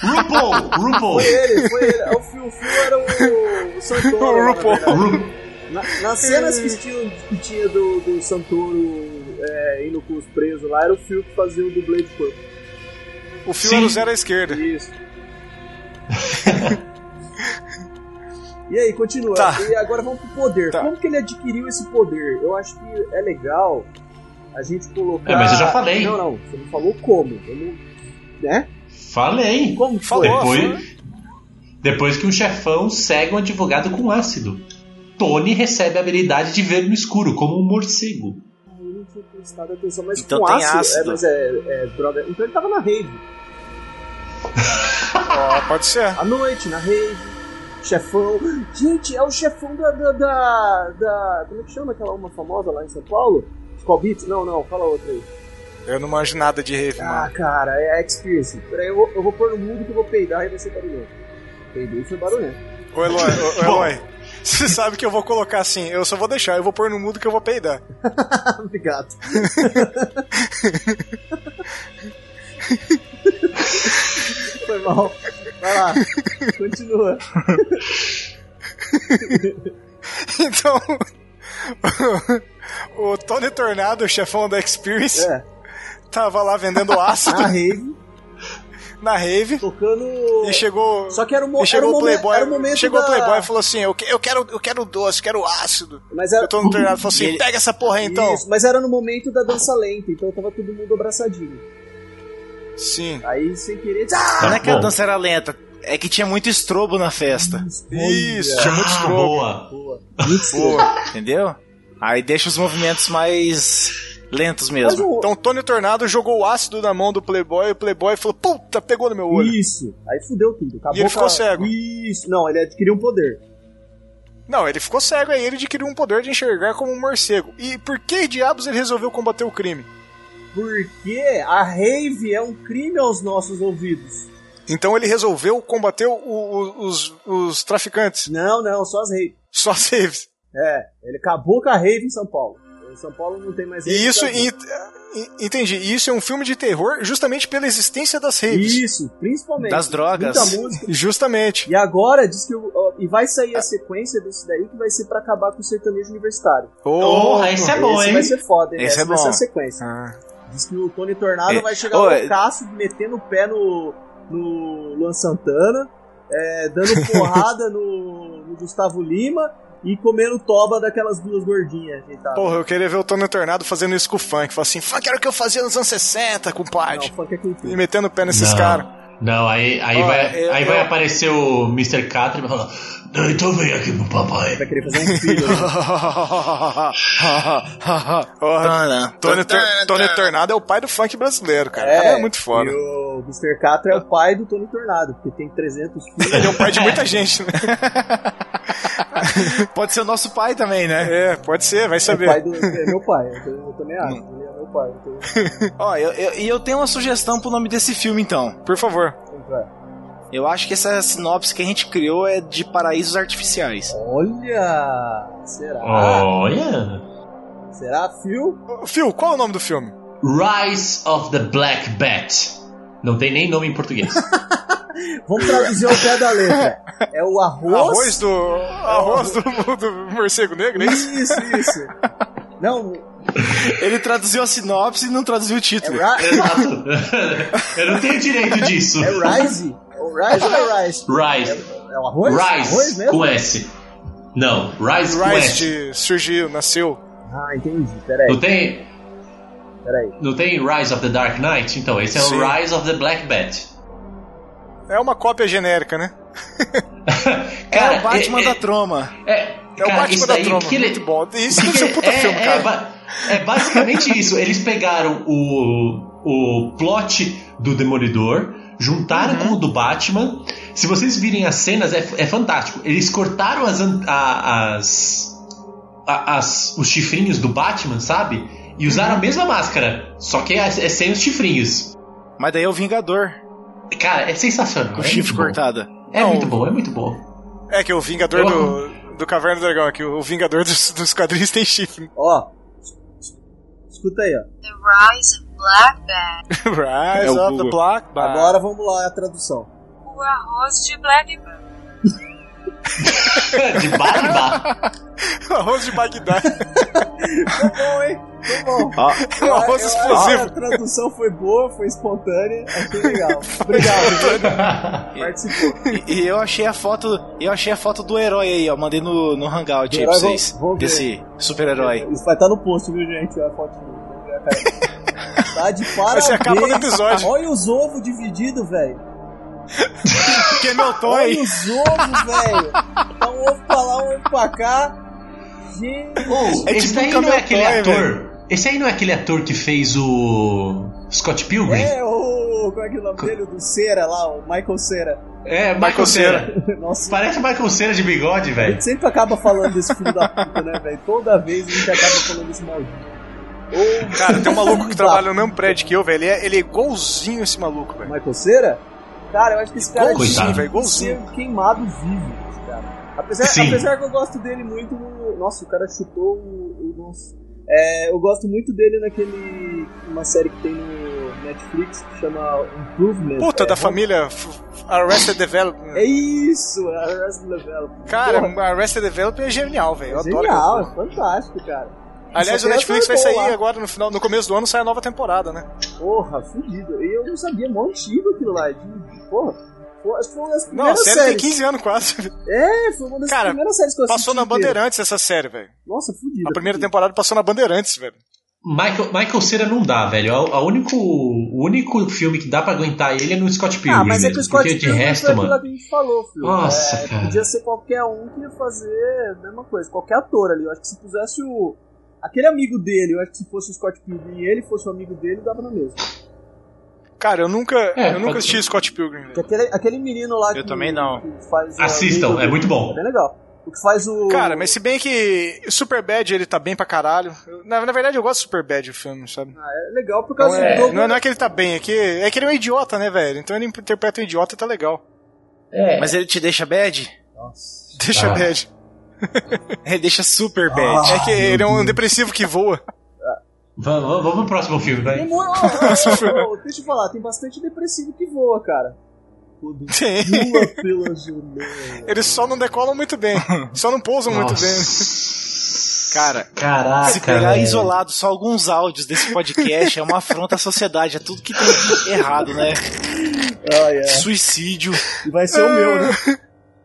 Speaker 1: RuPaul! RuPaul!
Speaker 5: Foi ele, foi ele. É O Phil, o Phil era o, o Santoro.
Speaker 6: O
Speaker 5: lá, na
Speaker 6: RuPaul.
Speaker 5: verdade.
Speaker 1: Ru-
Speaker 5: Na- nas cenas que tinha, que tinha do, do Santoro é, indo com os presos lá, era o Phil que fazia o dublê de corpo.
Speaker 6: O filme
Speaker 1: Sim.
Speaker 6: era o zero à esquerda.
Speaker 5: Isso. e aí, continua.
Speaker 6: Tá.
Speaker 5: E agora vamos pro poder.
Speaker 6: Tá.
Speaker 5: Como que ele adquiriu esse poder? Eu acho que é legal a gente colocar.
Speaker 1: É, mas eu já falei.
Speaker 5: Não, não. Você não falou como. Eu não- Né?
Speaker 1: Falei!
Speaker 5: Como que
Speaker 6: Falou.
Speaker 5: foi?
Speaker 1: Depois, depois que um chefão segue um advogado com ácido. Tony recebe a habilidade de ver no escuro, como um morcego.
Speaker 5: Eu não tinha prestado atenção, mas
Speaker 2: Então
Speaker 5: com
Speaker 2: tem
Speaker 5: ácido.
Speaker 2: ácido.
Speaker 5: É, mas é, é droga. Então ele tava na rave.
Speaker 6: Ó, Ah, pode ser.
Speaker 5: À noite, na rave. Chefão. Gente, é o chefão da. da, da, da- como é que chama aquela uma famosa lá em São Paulo? Scobit? Não, não, fala outra aí.
Speaker 6: Eu não manjo nada de rave,
Speaker 5: Ah,
Speaker 6: mano.
Speaker 5: cara, é a Experience. Peraí, eu vou, eu vou pôr no mudo que eu vou peidar e vai ser barulhento. Peidei e foi barulhento.
Speaker 6: Ô, Eloy, ô, ô, Eloy. Você sabe que eu vou colocar assim, eu só vou deixar, eu vou pôr no mudo que eu vou peidar.
Speaker 5: Obrigado. foi mal. Vai lá, continua.
Speaker 6: Então, o Tony Tornado, o chefão da Experience,
Speaker 5: É,
Speaker 6: tava lá vendendo ácido
Speaker 5: na rave,
Speaker 6: na rave
Speaker 5: tocando.
Speaker 6: e chegou.
Speaker 5: Só que era o, mo
Speaker 6: E chegou
Speaker 5: era
Speaker 6: o
Speaker 5: o, momen-
Speaker 6: Playboy,
Speaker 5: era o momento
Speaker 6: chegou
Speaker 5: da...
Speaker 6: o Playboy e falou assim: eu, que- eu quero, eu quero doce, quero ácido.
Speaker 5: Mas era...
Speaker 6: O Tony Tornado falou assim:
Speaker 2: Ele-
Speaker 6: pega essa porra aí então.
Speaker 5: Isso, mas era no momento da dança lenta, então tava todo mundo abraçadinho.
Speaker 6: Sim.
Speaker 5: Aí, sem querer... Ah!
Speaker 2: Não é que a
Speaker 1: Tá Bom.
Speaker 2: dança era lenta, é que tinha muito estrobo na festa.
Speaker 6: Isso, tinha muito
Speaker 1: Ah,
Speaker 6: estrogo.
Speaker 1: boa!
Speaker 5: Boa. Muito boa.
Speaker 6: Boa.
Speaker 2: Entendeu? Aí deixa os movimentos mais lentos mesmo.
Speaker 5: um-
Speaker 6: Então o Tony Tornado jogou o ácido na mão do Playboy e o Playboy falou: puta, pegou no meu olho.
Speaker 5: Isso. Aí fudeu tudo. Acabou
Speaker 6: E ele ficou
Speaker 5: com a-
Speaker 6: cego.
Speaker 5: Isso. Não, ele adquiriu um poder.
Speaker 6: Não, ele ficou cego aí, ele adquiriu um poder de enxergar como um morcego. E por que diabos ele resolveu combater o crime?
Speaker 5: Porque a rave é um crime aos nossos ouvidos.
Speaker 6: Então ele resolveu combater o- o- os, os traficantes.
Speaker 5: Não, não, só as raves.
Speaker 6: Só saves.
Speaker 5: É, ele acabou com a rave em São Paulo. Em São Paulo não tem mais rave. tá?
Speaker 6: E isso.
Speaker 5: acabou.
Speaker 6: em- em- entendi. E isso é um filme de terror justamente pela existência das raves.
Speaker 5: Isso, principalmente.
Speaker 2: Das drogas.
Speaker 5: Muita música.
Speaker 6: Justamente.
Speaker 5: E agora diz que. o- ó, E vai sair a sequência desse daí que vai ser pra acabar com o sertanejo universitário.
Speaker 10: Porra, esse é bom,
Speaker 5: Esse
Speaker 10: hein?
Speaker 5: vai ser foda, hein?
Speaker 2: Esse
Speaker 5: Essa
Speaker 2: é
Speaker 5: vai
Speaker 2: bom.
Speaker 5: ser a sequência.
Speaker 6: Ah.
Speaker 5: Diz que o Tony Tornado
Speaker 2: É.
Speaker 5: vai chegar
Speaker 2: Ô,
Speaker 5: no
Speaker 2: é-
Speaker 5: loucaço, metendo o pé no, no Luan Santana, é, dando porrada no, no Gustavo Lima e comendo toba daquelas duas gordinhas. tá? ajeitadas.
Speaker 6: Porra, eu queria ver o Tony Tornado fazendo isso com o funk. Falar assim, funk era o que eu fazia nos anos 60,
Speaker 5: Não,
Speaker 6: compadre.
Speaker 5: funk é
Speaker 6: E
Speaker 5: cultura.
Speaker 6: metendo o pé nesses
Speaker 3: não,
Speaker 6: caras.
Speaker 3: Não, aí, aí,
Speaker 5: Ah,
Speaker 6: Ó,
Speaker 3: vai,
Speaker 5: é,
Speaker 6: eu-
Speaker 3: aí vai
Speaker 6: eu-
Speaker 3: aparecer o Mr. Catra e vai falar: "Não, Então vem aqui pro papai.
Speaker 5: Vai querer fazer um filho. né?
Speaker 6: Porra, Tony, Tor- Tony Tornado é o pai do funk brasileiro, cara. O cara é muito foda.
Speaker 5: E o Mr. Catra é o pai do Tony Tornado, porque tem 300 filhos.
Speaker 6: Ele é o pai de muita gente, né?
Speaker 2: Pode ser o nosso pai também, né?
Speaker 6: É, pode ser, vai
Speaker 5: É o pai
Speaker 6: saber. Hum.
Speaker 5: do, é meu pai, então eu também acho. Ele é meu pai, então eu
Speaker 2: Ó, eu- eu- e eu tenho uma sugestão pro nome desse filme, então.
Speaker 6: Por favor.
Speaker 5: vou comprar.
Speaker 2: Eu acho que essa sinopse que a gente criou é de paraísos artificiais.
Speaker 5: Olha! Será?
Speaker 3: Olha!
Speaker 5: Será, Phil?
Speaker 6: Ô, Phil, qual é o nome do filme?
Speaker 3: Rise of the Black Bat. Não tem nem nome em português.
Speaker 5: Vamos traduzir ao pé da letra. É o arroz.
Speaker 6: Arroz do. Arroz do, do morcego negro, é isso?
Speaker 5: Isso, isso. Não,
Speaker 2: Ele traduziu a sinopse e não traduziu o
Speaker 5: é,
Speaker 2: título.
Speaker 5: ri
Speaker 3: Exato. Eu não tenho direito disso.
Speaker 5: é Rise? É o Rise ou é Rice?
Speaker 3: Rise.
Speaker 5: É o arroz? Arroz
Speaker 3: Rise
Speaker 5: mesmo?
Speaker 3: com S. Não, Rise com
Speaker 6: Rise
Speaker 3: S.
Speaker 6: de surgiu, nasceu.
Speaker 5: Ah, entendi. Peraí,
Speaker 3: Não tem,
Speaker 5: peraí.
Speaker 3: não tem Rise of the Dark Knight? Então, esse é
Speaker 6: Sim.
Speaker 3: o Rise of the Black Bat.
Speaker 6: É uma cópia genérica, né?
Speaker 2: É,
Speaker 3: Cara,
Speaker 2: o Batman
Speaker 3: é-
Speaker 2: da Troma.
Speaker 3: É,
Speaker 6: É o
Speaker 3: cara,
Speaker 6: Batman
Speaker 3: isso
Speaker 6: da
Speaker 3: daí
Speaker 6: Troma.
Speaker 3: que ele-
Speaker 6: Muito bom. Isso deve ser um puta
Speaker 3: é,
Speaker 6: filme,
Speaker 3: é
Speaker 6: cara.
Speaker 3: ba- é basicamente isso. Eles pegaram o, o plot do Demolidor, juntaram
Speaker 6: Uhum.
Speaker 3: com o do Batman. Se vocês virem as cenas, é, é fantástico. Eles cortaram as, an- a- as, a- as- os chifrinhos do Batman, sabe? E usaram
Speaker 6: Uhum.
Speaker 3: a mesma máscara, só que é, é sem os chifrinhos.
Speaker 2: Mas daí é o Vingador,
Speaker 3: Cara, é sensacional.
Speaker 2: com
Speaker 3: é
Speaker 2: o chifre
Speaker 3: muito bom.
Speaker 2: cortado.
Speaker 3: É
Speaker 6: Não,
Speaker 3: muito bom, é muito bom.
Speaker 6: É que o Vingador
Speaker 3: Eu-
Speaker 6: do, do Caverna do Dragão aqui, o Vingador dos, dos quadrinhos tem chifre.
Speaker 5: Ó. Escuta aí, ó.
Speaker 8: The Rise of Black Bat.
Speaker 6: Rise
Speaker 2: É o
Speaker 6: of the
Speaker 2: Google.
Speaker 6: Black Bat.
Speaker 5: Agora vamos lá a tradução.
Speaker 8: O arroz de Black Bat.
Speaker 3: De barba.
Speaker 5: Ah.
Speaker 6: Arroz de Bagdá.
Speaker 5: Tá bom, hein? Tá bom.
Speaker 2: Ó,
Speaker 6: É um arroz
Speaker 5: Eu acho que
Speaker 6: explosivo.
Speaker 5: A tradução foi boa, foi espontânea, achei legal. Obrigado, Diego, que participou.
Speaker 2: e, e eu achei a foto. Eu achei a foto do herói aí, ó. Mandei no, no hangout
Speaker 5: Do
Speaker 2: aí pra Tipo,
Speaker 5: herói, vou-
Speaker 2: vocês.
Speaker 5: vou ver.
Speaker 2: desse super-herói.
Speaker 5: Isso vai estar no post, viu, gente? A foto dele. Tá de
Speaker 6: Vai
Speaker 5: parabéns.
Speaker 6: ser a capa do episódio.
Speaker 5: Olha os ovos divididos, velho.
Speaker 6: Que é meu tom
Speaker 5: Olha
Speaker 6: aí.
Speaker 5: os ovos, velho. Tá um ovo pra lá, um ovo pra cá. Gente,
Speaker 6: É
Speaker 3: esse
Speaker 6: tipo
Speaker 3: daí
Speaker 6: um
Speaker 3: não
Speaker 6: camel
Speaker 3: é aquele
Speaker 6: toy,
Speaker 3: ator. Esse aí não é aquele ator que fez o. Scott Pilgrim?
Speaker 5: é o. Como é que é o nome dele? O Do Cera lá, o Michael Cera.
Speaker 3: É,
Speaker 6: Michael
Speaker 3: Michael
Speaker 6: Cera.
Speaker 3: Cera.
Speaker 5: Nossa.
Speaker 3: Parece o Michael Cera de bigode,
Speaker 5: A
Speaker 3: velho.
Speaker 5: gente sempre acaba falando desse filho da puta, né, velho? Toda vez a gente acaba falando desse maldito. Ou-
Speaker 6: Cara, tem um maluco que trabalha no mesmo prédio que eu, velho. Ele é, ele é igualzinho esse maluco, velho.
Speaker 5: Michael Cera? Cara, eu acho que esse cara é
Speaker 6: Igualzinho,
Speaker 3: Coitado.
Speaker 6: velho.
Speaker 5: de ser
Speaker 6: Igualzinho.
Speaker 5: queimado vivo, esse cara. Apesar,
Speaker 3: Sim.
Speaker 5: apesar que eu gosto dele muito no. Nossa, o cara chutou o. o nosso- É, eu gosto muito dele naquele. Uma série que tem no Netflix que chama Improvement.
Speaker 6: Puta
Speaker 5: é,
Speaker 6: da
Speaker 5: Home-
Speaker 6: família F- F- Arrested Development.
Speaker 5: É isso, é Arrested Development.
Speaker 6: Cara,
Speaker 5: Porra,
Speaker 6: Arrested Development é genial, velho. Eu
Speaker 5: é
Speaker 6: adoro.
Speaker 5: genial,
Speaker 6: aquela
Speaker 5: é
Speaker 6: porra.
Speaker 5: fantástico, cara.
Speaker 6: Aliás,
Speaker 5: Só
Speaker 6: o
Speaker 5: tem
Speaker 6: Netflix
Speaker 5: ator
Speaker 6: vai
Speaker 5: bom
Speaker 6: sair
Speaker 5: lá.
Speaker 6: agora no final, no começo do ano sai a nova temporada, né?
Speaker 5: Porra, fudido. E eu não sabia, mó antigo aquilo lá. de- Porra. Pô, Acho que foi uma das
Speaker 6: Não, a
Speaker 5: primeiras
Speaker 6: série tem
Speaker 5: séries.
Speaker 6: 15 anos quase.
Speaker 5: É, foi uma das
Speaker 6: Cara,
Speaker 5: primeiras séries que eu assisti.
Speaker 6: Passou na
Speaker 5: inteira.
Speaker 6: Bandeirantes essa série, velho.
Speaker 5: Nossa, fudido.
Speaker 6: A primeira temporada passou na Bandeirantes, velho.
Speaker 3: Michael, Michael Cera não dá, velho. É A, a único, o único filme que dá pra aguentar ele é no Scott Pilgrim.
Speaker 5: Ah, mas é que
Speaker 3: mesmo,
Speaker 5: o Scott
Speaker 3: porque de
Speaker 5: Pilgrim foi
Speaker 3: resto,
Speaker 5: aquilo
Speaker 3: mano.
Speaker 5: que a gente falou, filho.
Speaker 3: Nossa,
Speaker 5: É,
Speaker 3: cara.
Speaker 5: Podia ser qualquer um que ia fazer a mesma coisa. Qualquer ator ali. Eu acho que se pusesse o... Aquele amigo dele, eu acho que se fosse o Scott Pilgrim e ele fosse o amigo dele, dava na mesma.
Speaker 6: Cara, eu nunca,
Speaker 3: É,
Speaker 6: eu nunca
Speaker 3: pode
Speaker 6: assisti Scott Pilgrim,
Speaker 5: Porque
Speaker 6: velho.
Speaker 5: aquele, aquele menino lá
Speaker 2: Eu
Speaker 5: que,
Speaker 2: também não.
Speaker 5: que faz... o amigo
Speaker 3: Assistam, é
Speaker 5: dele,
Speaker 3: muito bom.
Speaker 5: É bem legal. O que faz o.
Speaker 6: Cara, mas se bem que Superbad ele tá bem pra caralho. Eu- Na, na verdade eu gosto de Superbad o filme, sabe?
Speaker 5: Ah, é legal por
Speaker 6: Não
Speaker 5: causa
Speaker 6: é,
Speaker 5: do Douglas.
Speaker 6: não, é, não é que ele tá bem, é que, é que ele é um idiota, né, velho? Então ele interpreta um idiota e tá legal.
Speaker 11: É,
Speaker 2: Mas ele te deixa bad?
Speaker 5: Nossa.
Speaker 6: Deixa
Speaker 3: Ah.
Speaker 6: bad.
Speaker 2: Ele deixa super bad.
Speaker 6: é que ele é um depressivo que voa.
Speaker 3: Vamos, vamos- vamos pro próximo filme,
Speaker 5: Tem
Speaker 3: vai.
Speaker 5: mu- ó, ó, ó, ó, deixa eu falar, tem bastante depressivo que voa, cara. Quando
Speaker 6: Tem.
Speaker 5: pula pela janela.
Speaker 6: Eles só não decolam muito bem. Só não pousam muito bem.
Speaker 3: Nossa.
Speaker 2: Cara,
Speaker 3: Caraca,
Speaker 5: Ah,
Speaker 2: se pegar
Speaker 5: é.
Speaker 3: velho.
Speaker 2: isolado só alguns áudios desse podcast é uma afronta à sociedade, é tudo que tem de errado, né?
Speaker 5: Ai, ai.
Speaker 2: Suicídio.
Speaker 5: E Vai ser o meu, né?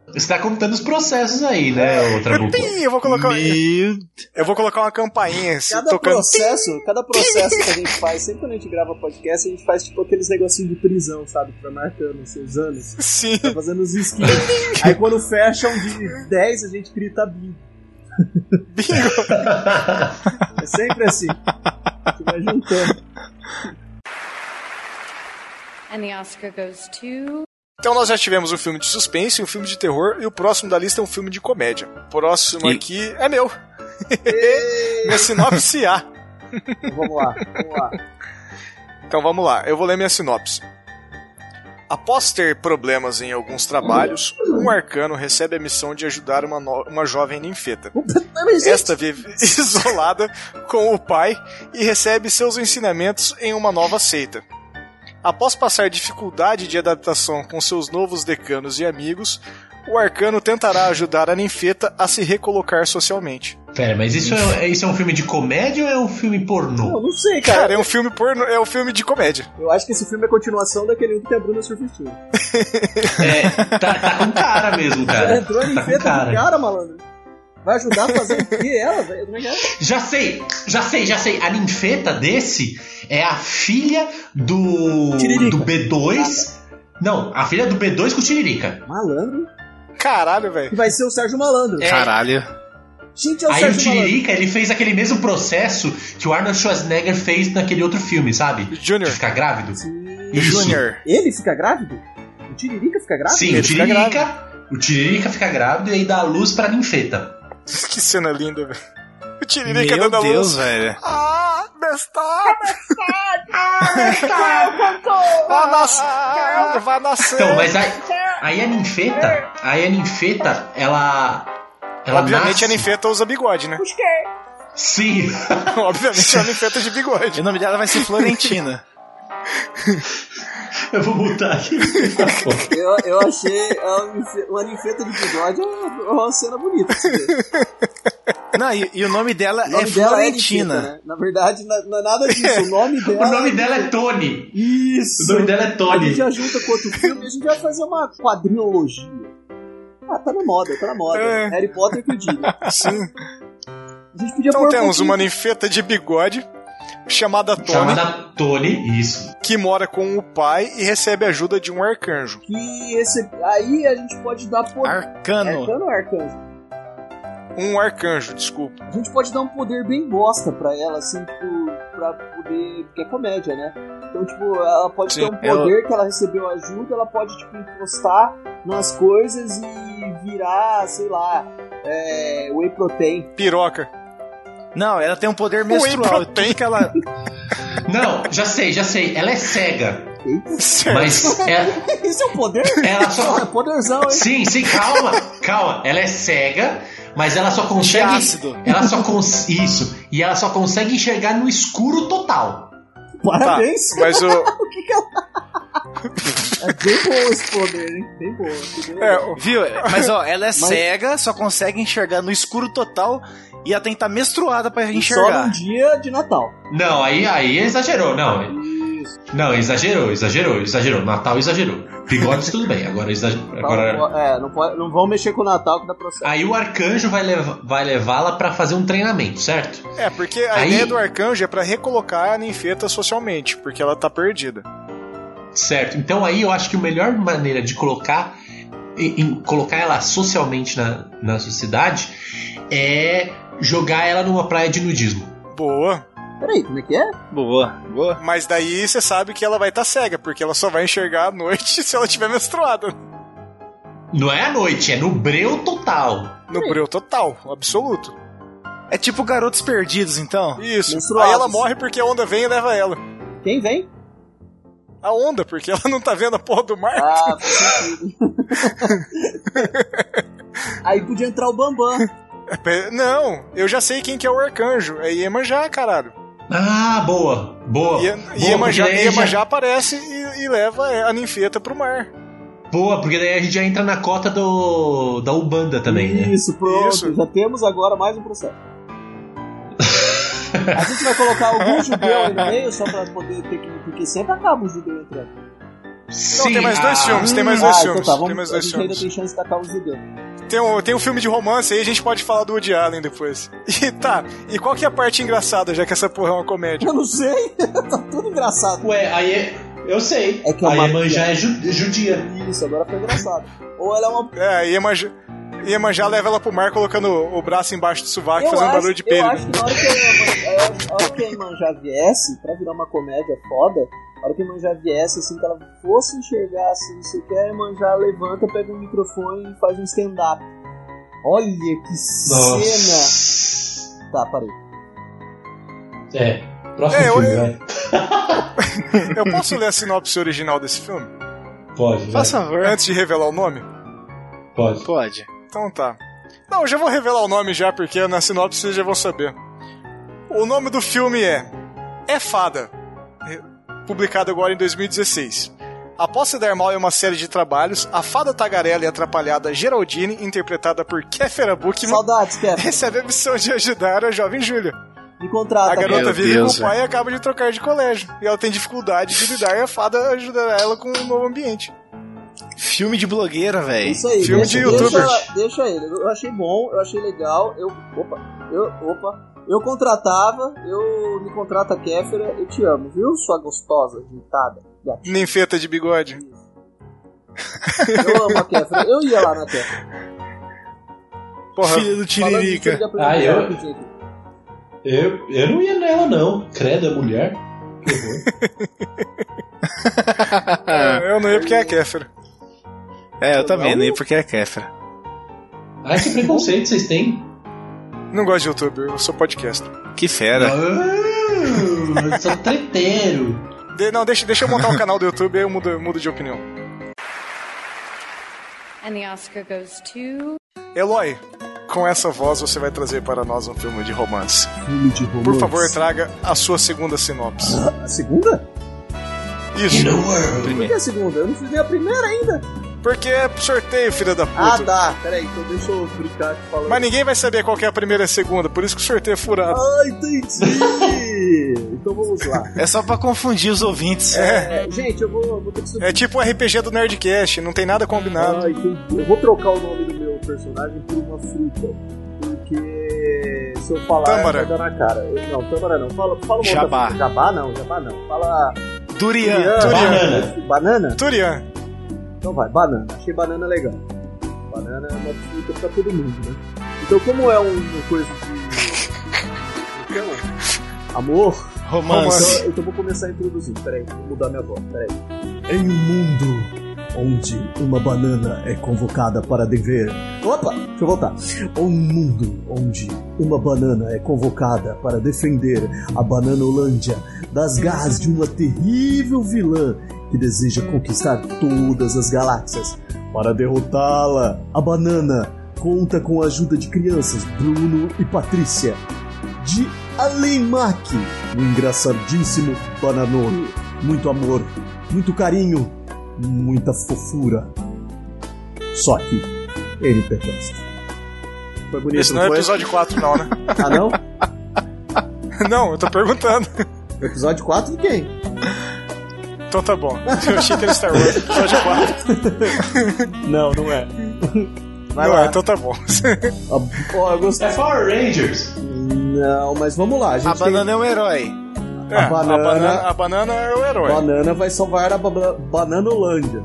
Speaker 3: Você tá contando os processos aí, né, outra
Speaker 6: Eu, pim, eu vou colocar.
Speaker 2: Meu-
Speaker 6: Eu vou colocar uma campainha se
Speaker 5: Cada
Speaker 6: tocando.
Speaker 5: processo, cada processo que a gente faz, sempre quando a gente grava podcast, a gente faz tipo aqueles negocinhos de prisão, sabe? Pra marcando os seus anos.
Speaker 6: Sim.
Speaker 5: Tá fazendo os skins. Aí quando fecha um de 10, a gente grita bingo. É sempre assim. Tu vai juntando.
Speaker 8: And the Oscar goes to.
Speaker 6: Então nós já tivemos um filme de suspense, um filme de terror e o próximo da lista é um filme de comédia. O próximo
Speaker 2: E-
Speaker 6: aqui é meu. minha sinopse A.
Speaker 5: Vamos lá, vamos lá.
Speaker 6: Então vamos lá, eu vou ler minha sinopse. Após ter problemas em alguns trabalhos, um arcano recebe a missão de ajudar uma, no- uma jovem ninfeta. Esta vive isolada com o pai e recebe seus ensinamentos em uma nova seita. Após passar dificuldade de adaptação com seus novos decanos e amigos, o arcano tentará ajudar a ninfeta a se recolocar socialmente.
Speaker 3: Pera, mas isso é, é- isso é um filme de comédia ou é um filme
Speaker 5: Não,
Speaker 3: pornô?
Speaker 5: não sei, cara.
Speaker 6: Cara, é um filme porno, é um filme de comédia.
Speaker 5: Eu acho que esse filme é continuação daquele um que tem a Bruna Surfistinha.
Speaker 3: É, tá, tá com cara mesmo, cara.
Speaker 5: Entrou a
Speaker 3: Tá com
Speaker 5: ninfeta do
Speaker 3: cara.
Speaker 5: cara, malandro. Vai ajudar a fazer o quê ela, velho? Como é que é?
Speaker 3: Já sei, já sei, já sei. A ninfeta desse é a filha do,
Speaker 5: Tiririca.
Speaker 3: do B2. Não, a filha do B2 com o Tiririca.
Speaker 5: Malandro?
Speaker 6: Caralho, velho.
Speaker 5: Que vai ser o Sérgio Malandro.
Speaker 3: É.
Speaker 2: Caralho.
Speaker 5: Gente, é o
Speaker 3: Aí o
Speaker 5: Sérgio Malandro.
Speaker 3: Tiririca, ele fez aquele mesmo processo que o Arnold Schwarzenegger fez naquele outro filme, sabe? De
Speaker 6: Junior.
Speaker 3: ficar grávido.
Speaker 5: Sim.
Speaker 3: Isso.
Speaker 2: Junior.
Speaker 5: Ele fica grávido? O Tiririca fica grávido?
Speaker 3: Sim,
Speaker 6: é Ele
Speaker 3: o
Speaker 6: fica
Speaker 3: Tiririca, o Tiririca fica grávido e aí dá a luz pra ninfeta.
Speaker 6: Que cena linda, velho. O Tiririca
Speaker 2: Meu
Speaker 6: dando a luz.
Speaker 2: Deus, velho.
Speaker 6: um Ah, bestado! Ah,
Speaker 5: Ah.
Speaker 6: bestado! Vai nascer!
Speaker 3: Então, mas aí, aí a ninfeta, aí a ninfeta, ela. Ela
Speaker 6: Obviamente
Speaker 3: nasce...
Speaker 6: a ninfeta usa bigode, né?
Speaker 3: Sim.
Speaker 6: Obviamente a ninfeta de bigode.
Speaker 2: E o nome dela vai ser Florentina.
Speaker 3: Eu vou botar aqui. Tá
Speaker 5: Eu, eu achei é um a ninfe- uma ninfeta de bigode é uma cena bonita. assim.
Speaker 3: É
Speaker 2: Não, e, e o nome dela
Speaker 5: O nome
Speaker 2: é
Speaker 5: dela
Speaker 2: Florentina.
Speaker 5: é ninfeta, né? Na verdade, na- não é nada disso. O nome dela...
Speaker 3: O nome dela é Tony.
Speaker 5: Isso.
Speaker 3: O nome dela é
Speaker 5: A
Speaker 3: Tony.
Speaker 5: gente já junta com outro filme e a gente vai fazer uma quadrinologia. Ah, tá na moda, tá na moda.
Speaker 6: É.
Speaker 5: Harry Potter que eu digo.
Speaker 6: Sim.
Speaker 5: A gente podia
Speaker 6: Então
Speaker 5: pôr um
Speaker 6: temos
Speaker 5: pouquinho-
Speaker 6: uma ninfeta de bigode chamada Tony,
Speaker 3: Chamada Tony, isso.
Speaker 6: que mora com o pai e recebe a ajuda de um arcanjo.
Speaker 5: que esse... Aí a gente pode dar poder. É,
Speaker 2: Arcano.
Speaker 5: Arcano ou arcanjo?
Speaker 6: Um arcanjo, desculpa.
Speaker 5: A gente pode dar um poder bem bosta pra ela, assim, tipo, pra poder. Porque é comédia, né? Então, tipo, ela pode
Speaker 6: Sim,
Speaker 5: ter um poder que ela recebeu ajuda, ela pode, tipo, encostar nas coisas e virar, sei lá, é, whey protein.
Speaker 6: Piroca.
Speaker 2: Não, ela tem um poder menstrual.
Speaker 6: protein.
Speaker 2: Tudo que ela,
Speaker 3: Não, já sei, já sei. Ela é cega.
Speaker 5: Eita,
Speaker 6: Certo.
Speaker 3: Mas ela,
Speaker 5: Isso é um poder?
Speaker 3: ela
Speaker 5: Não, é
Speaker 3: só.
Speaker 5: poderzão, hein?
Speaker 3: Sim, sim, calma, calma. Ela é cega, mas ela só
Speaker 2: de
Speaker 3: consegue.
Speaker 2: ácido.
Speaker 3: Ela só cons... Isso. E ela só consegue enxergar no escuro
Speaker 6: Tá,
Speaker 3: total.
Speaker 5: Parabéns!
Speaker 6: mas o,
Speaker 5: É bem bom esse poder, hein? Bem bom. entendeu?
Speaker 6: é, o-
Speaker 2: Viu? Mas ó, ela é cega, só consegue enxergar no escuro total e ela tem que estar menstruada pra
Speaker 5: Só num
Speaker 2: enxergar.
Speaker 5: dia de Natal.
Speaker 3: Não, aí, aí exagerou, não.
Speaker 5: Isso. tá
Speaker 3: Não, exagerou, exagerou, exagerou. Natal exagerou. Bigodes tudo bem, agora exagerou. Agora...
Speaker 5: Não, é, não, pode, não vão mexer com o Natal que dá processo.
Speaker 3: Aí o arcanjo vai, leva- vai levá-la pra fazer um treinamento, certo?
Speaker 6: é, porque a
Speaker 3: Aí-
Speaker 6: ideia do arcanjo é pra recolocar a ninfeta socialmente, porque ela tá perdida.
Speaker 3: Certo. Então aí eu acho que a melhor maneira de colocar em- em colocar ela socialmente na, na sociedade é jogar ela numa praia de nudismo.
Speaker 6: Boa.
Speaker 5: Peraí, como é que é?
Speaker 2: Boa, boa.
Speaker 6: Mas daí tá você sabe que ela vai estar cega, porque ela só vai enxergar à noite se ela tiver menstruada.
Speaker 3: Não é à noite, é no breu total.
Speaker 6: No breu total, absoluto.
Speaker 2: É tipo Garotos Perdidos, então.
Speaker 6: Isso.
Speaker 5: Menstruados.
Speaker 6: Aí ela morre porque a onda vem e leva ela.
Speaker 5: Quem vem?
Speaker 6: A onda, porque ela não tá vendo a porra do mar.
Speaker 5: Ah, faz sentido. Aí podia entrar o Bambam.
Speaker 6: Pe- Não, eu já sei quem que é o arcanjo. É Iemanjá, caralho.
Speaker 3: Ah, boa, boa.
Speaker 6: Ie-
Speaker 3: boa,
Speaker 6: Iemanjá,
Speaker 3: porque daí já-
Speaker 6: Iemanjá aparece e, e leva a ninfeta pro mar.
Speaker 3: Boa, porque daí a gente já entra na cota do da Umbanda também, né?
Speaker 5: Isso, pronto.
Speaker 6: Isso.
Speaker 5: Já temos agora mais um processo. A gente vai colocar algum judeu aí no meio só pra poder ter que. Porque sempre acaba o judeu entrando.
Speaker 6: Não, tem mais dois
Speaker 3: ah,
Speaker 6: filmes, tem mais dois
Speaker 5: ah,
Speaker 6: filmes.
Speaker 5: Então tá, vamos,
Speaker 6: tem mais
Speaker 5: a
Speaker 6: dois
Speaker 5: gente ainda
Speaker 6: filmes.
Speaker 5: tem chance de tacar o judeu.
Speaker 6: Tem um, tem um filme de romance aí, a gente pode falar do Woody Allen depois. E tá, e qual que é a parte engraçada, já que essa porra é uma comédia?
Speaker 5: Eu não sei, tá tudo engraçado.
Speaker 3: Ué, aí é- eu sei.
Speaker 5: É que é
Speaker 3: a
Speaker 5: uma
Speaker 3: Iemanjá é ju- judia.
Speaker 5: Isso, agora foi engraçado. Ou ela é uma.
Speaker 6: É, a Iemanjá, Iemanjá leva ela pro mar colocando o braço embaixo do sovaco,
Speaker 5: Eu
Speaker 6: fazendo
Speaker 5: acho,
Speaker 6: um barulho de
Speaker 5: eu
Speaker 6: pele.
Speaker 5: acho que na hora que a Iman- a hora que a Imanjá viesse, pra virar uma comédia foda, na hora que a Imanjá viesse, assim, que ela fosse enxergar, assim, não sei o que, a Imanjá levanta, pega um microfone e faz um stand-up. Olha que cena! Tá, parei.
Speaker 3: É. Próximo
Speaker 6: É, eu-
Speaker 3: filme,
Speaker 6: eu-
Speaker 3: vai.
Speaker 6: Eu posso ler a sinopse original desse filme?
Speaker 3: Pode, vai.
Speaker 2: Faz favor.
Speaker 6: Antes de revelar o nome?
Speaker 3: Pode.
Speaker 2: é, Pode.
Speaker 6: Então tá. Não, eu já vou revelar o nome já, porque na sinopse vocês já vão saber. O nome do filme é É Fada, eh, publicado agora em 2016. Após se dar mal em uma série de trabalhos, a fada tagarela e atrapalhada Geraldine, interpretada por Kéfera Bookman,
Speaker 5: Saudades, Kef.
Speaker 6: recebe a missão de ajudar a jovem Júlia.
Speaker 5: Me
Speaker 6: A
Speaker 5: contrata, cara.
Speaker 6: garota
Speaker 2: Meu
Speaker 6: vive
Speaker 2: Deus,
Speaker 6: com o pai e acaba de trocar de colégio. E ela tem dificuldade de lidar e a fada ajudará ela com um novo ambiente.
Speaker 2: Filme de blogueira,
Speaker 5: É
Speaker 2: velho.
Speaker 5: Isso aí,
Speaker 6: Filme
Speaker 5: deixa,
Speaker 6: de
Speaker 5: deixa,
Speaker 6: youtuber.
Speaker 5: ela- deixa ele. Eu achei bom, eu achei legal. Eu. Opa, eu. Opa. Eu contratava, eu me contrata Kéfera, eu te amo, viu? Sua gostosa, irritada. gatinha.
Speaker 6: Ninfeta de bigode.
Speaker 5: Eu amo a Kéfera, eu ia lá na Kéfera.
Speaker 6: Porra,
Speaker 2: Filha do Tiririca.
Speaker 3: Ah, eu-
Speaker 5: eu...
Speaker 3: Eu, eu não ia nela, não. Credo, é mulher.
Speaker 6: eu não ia porque é a Kéfera.
Speaker 2: é, eu também, nem porque é Kefra.
Speaker 3: Ai, que Ah, preconceito vocês têm.
Speaker 6: Não gosto de youtuber, eu sou podcaster.
Speaker 2: Que
Speaker 3: É.
Speaker 2: fera.
Speaker 3: Ah, eu sou treteiro.
Speaker 6: De- não, deixa, deixa eu montar um canal do YouTube, aí eu mudo, eu mudo de opinião.
Speaker 8: And the Oscar goes to.
Speaker 6: Eloy, com essa voz você vai trazer para nós um filme de romance.
Speaker 5: Filme de romance.
Speaker 6: Por favor, traga a sua segunda sinopse.
Speaker 5: A segunda?
Speaker 6: Isso,
Speaker 5: Por que é a segunda? Eu não fiz nem a primeira ainda.
Speaker 6: porque é sorteio, filha da
Speaker 5: Ah,
Speaker 6: puta.
Speaker 5: tá. Peraí, então deixa eu brincar aqui falando.
Speaker 6: Mas ninguém vai saber qual que é a primeira e a segunda, por isso que o sorteio é furado.
Speaker 5: Ah, entendi. então vamos lá.
Speaker 2: É só pra confundir os ouvintes.
Speaker 5: É, gente, eu vou, vou ter que subir.
Speaker 6: É tipo o RPG do Nerdcast, não tem nada combinado.
Speaker 5: Ah, entendi. Eu vou trocar o nome do meu personagem por uma fruta. Porque se eu falar,
Speaker 6: Tâmara.
Speaker 5: vai dar na cara. Eu- não, Tâmara não. Fala, fala uma
Speaker 2: Jabá.
Speaker 5: outra fruta. Jabá não, jabá não. Fala.
Speaker 2: Durian.
Speaker 3: Banana.
Speaker 5: Banana?
Speaker 6: Turian,
Speaker 5: Então vai, banana. Achei banana legal. Banana é uma fruta pra todo mundo, né? Então, como é um- uma coisa de. Então, amor.
Speaker 2: Romance.
Speaker 5: Então, então vou começar a introduzir. Peraí, vou mudar minha voz. Peraí. Em um mundo onde uma banana é convocada para dever. Opa! Deixa eu voltar. Um mundo onde uma banana é convocada para defender a banana Holândia das garras de uma terrível vilã que deseja conquistar todas as galáxias. Para derrotá-la, a banana conta com a ajuda de crianças Bruno e Patrícia, de Aleimak, o engraçadíssimo Bananone. Muito amor, muito carinho, muita fofura. Só que ele pertence. Foi bonito,
Speaker 6: esse não é episódio 4 não, né?
Speaker 5: Ah, não?
Speaker 6: Não, eu tô perguntando.
Speaker 5: Episódio 4 de quem?
Speaker 6: Então tá bom. Eu achei que era Star Wars, episódio 4.
Speaker 5: Não, não é. Vai
Speaker 6: não,
Speaker 5: lá.
Speaker 6: então tá bom.
Speaker 5: Ah, ó, eu gostei.
Speaker 3: É Power Rangers.
Speaker 5: Não, mas vamos lá. A, gente
Speaker 2: A banana é um herói.
Speaker 6: É,
Speaker 5: A banana-
Speaker 6: a, banana, a banana é o herói.
Speaker 5: tem... banana vai salvar a ba- Bananolândia.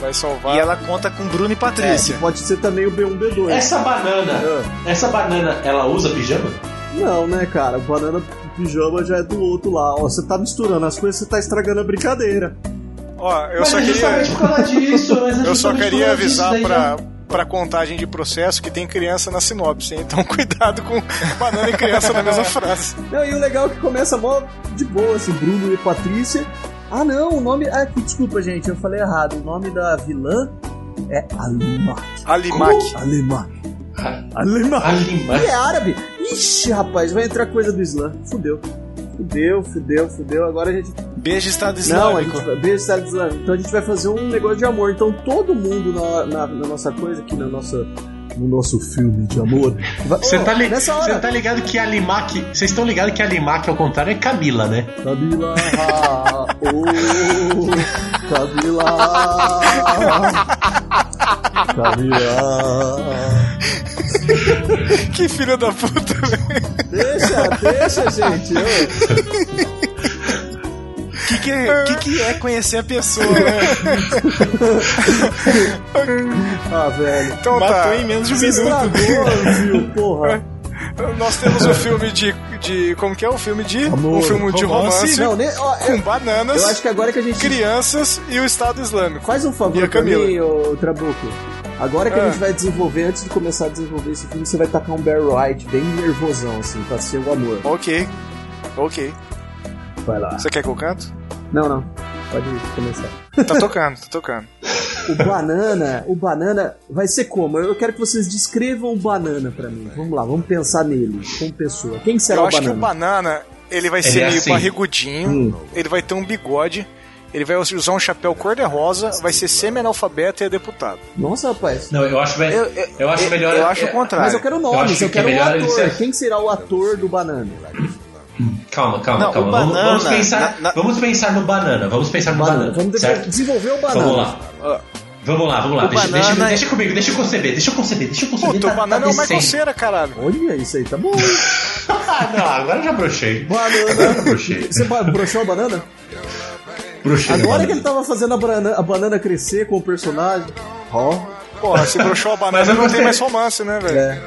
Speaker 6: Vai salvar. É.
Speaker 2: E ela conta com Bruno e Patrícia.
Speaker 5: Pode ser também o B1B2.
Speaker 3: Essa banana.
Speaker 5: Ah,
Speaker 3: Essa banana, ela usa pijama?
Speaker 5: Não, né, cara? Banana pijama já é do outro lá. Ó, você tá misturando as coisas, você tá estragando a brincadeira.
Speaker 6: Ó, Ó, eu
Speaker 3: Mas
Speaker 6: só
Speaker 3: é
Speaker 2: tá
Speaker 3: justamente
Speaker 6: queria,
Speaker 3: por causa disso. mas é
Speaker 6: eu só
Speaker 3: justamente por
Speaker 6: queria
Speaker 3: causa disso,
Speaker 6: avisar
Speaker 3: daí né? já-
Speaker 6: pra, pra contagem de processo que tem criança na sinopse, hein? então cuidado com banana e criança na mesma frase.
Speaker 5: Não, e o legal é que começa mó de boa, assim, Bruno e Patrícia. Ah, não, o nome. Ah, que- desculpa, gente, eu falei errado. O nome da vilã é Alimak.
Speaker 6: Alimac.
Speaker 5: Alimak.
Speaker 3: Ah,
Speaker 5: Alimak.
Speaker 3: Alima.
Speaker 5: E é árabe? Ixi, rapaz, vai entrar coisa do Islã. Fudeu. Fudeu, fudeu, fudeu. Agora a gente.
Speaker 2: Beijo, Estado
Speaker 5: Não, a
Speaker 2: Islâmico.
Speaker 5: gente vai. Beijo, Estado Islâmico. Então a gente vai fazer um negócio de amor. Então todo mundo na, na- na nossa coisa, aqui na nossa. No nosso filme de amor. vai-
Speaker 3: Você
Speaker 5: Ô,
Speaker 3: tá, li-
Speaker 5: Nessa
Speaker 3: você
Speaker 5: hora.
Speaker 3: tá ligado que a Limac. Vocês estão ligados que a Limac, ao contrário, é Camila, né?
Speaker 5: Camila, oh, Camila, Camila.
Speaker 6: Que filho da puta, velho.
Speaker 5: Deixa, deixa, gente. ô.
Speaker 2: O que, que, é- que que é conhecer a pessoa, né?
Speaker 5: Ah, velho.
Speaker 6: Então
Speaker 2: Matou
Speaker 6: tá.
Speaker 2: em menos de um
Speaker 5: Você
Speaker 2: minuto.
Speaker 5: estragou, Zil, porra.
Speaker 6: Nós temos um filme de, de. Como que é? Um filme de.
Speaker 5: Amor,
Speaker 6: um filme de romance,
Speaker 2: romance.
Speaker 5: Não, nem, ó,
Speaker 6: com
Speaker 5: eu,
Speaker 6: bananas,
Speaker 5: eu acho que agora é que a gente
Speaker 6: crianças e o Estado Islâmico.
Speaker 5: faz um
Speaker 6: E a
Speaker 5: favor pra
Speaker 6: Camila?
Speaker 5: mim, ô Trabuco. Agora que
Speaker 6: Ah.
Speaker 5: a gente vai desenvolver, antes de começar a desenvolver esse filme, você vai tacar um Bear Ride bem nervosão, assim, pra ser o amor.
Speaker 6: Ok. Ok.
Speaker 5: Vai lá.
Speaker 6: Você quer que eu canto?
Speaker 5: Não, não. Pode começar.
Speaker 6: Tá tocando, tá tocando.
Speaker 5: O banana, o banana vai ser como? Eu quero que vocês descrevam o banana pra mim. Vamos lá, vamos pensar nele, como pessoa. Quem será
Speaker 6: eu
Speaker 5: o
Speaker 6: acho
Speaker 5: banana? Hum.
Speaker 6: que o banana, ele vai ser
Speaker 3: é
Speaker 6: meio
Speaker 3: assim.
Speaker 6: barrigudinho, ele vai ter um bigode, ele vai usar um chapéu cor-de-rosa, vai ser semi-analfabeto e é deputado.
Speaker 5: Nossa, rapaz.
Speaker 3: Não, eu acho,
Speaker 6: Eu,
Speaker 3: eu,
Speaker 6: eu-
Speaker 3: eu acho melhor.
Speaker 6: eu acho
Speaker 3: é,
Speaker 6: o contrário.
Speaker 5: Mas eu quero
Speaker 3: Eu
Speaker 5: nomes,
Speaker 3: acho
Speaker 5: eu,
Speaker 3: que é
Speaker 5: quero um
Speaker 3: melhor ele
Speaker 5: ator.
Speaker 3: ser-
Speaker 5: Quem será o ator do banana?
Speaker 3: Calma, calma,
Speaker 2: Não,
Speaker 3: calma.
Speaker 2: o
Speaker 3: Vamos- vamos,
Speaker 2: banana,
Speaker 3: pensar,
Speaker 2: na- na-
Speaker 3: vamos pensar no banana. Vamos pensar no
Speaker 5: Banana.
Speaker 3: banana.
Speaker 5: Vamos de-
Speaker 3: certo?
Speaker 5: desenvolver o banana.
Speaker 3: Vamos lá. Vamos lá, vamos lá.
Speaker 2: O
Speaker 3: Deixa, deixa-
Speaker 2: banana-
Speaker 3: deixa comigo, deixa eu conceber, deixa eu conceber, deixa eu conceber.
Speaker 6: Puta,
Speaker 3: tá-
Speaker 6: o banana
Speaker 3: tá
Speaker 6: é o Michael
Speaker 3: descendo.
Speaker 6: Cera, caralho.
Speaker 5: Olha, isso aí tá bom.
Speaker 3: Ah, não, agora eu já brochei.
Speaker 5: Banana.
Speaker 3: Brochei.
Speaker 5: Você ba- broxou a banana?
Speaker 3: Brochei.
Speaker 5: Agora que ele tá- tava fazendo a banana, a banana crescer com o personagem. Ó.
Speaker 6: Porra, se broxou a
Speaker 3: Mas
Speaker 6: banana,
Speaker 3: eu
Speaker 6: não tem
Speaker 3: gostei.
Speaker 6: mais romance, né, velho? É.
Speaker 5: É.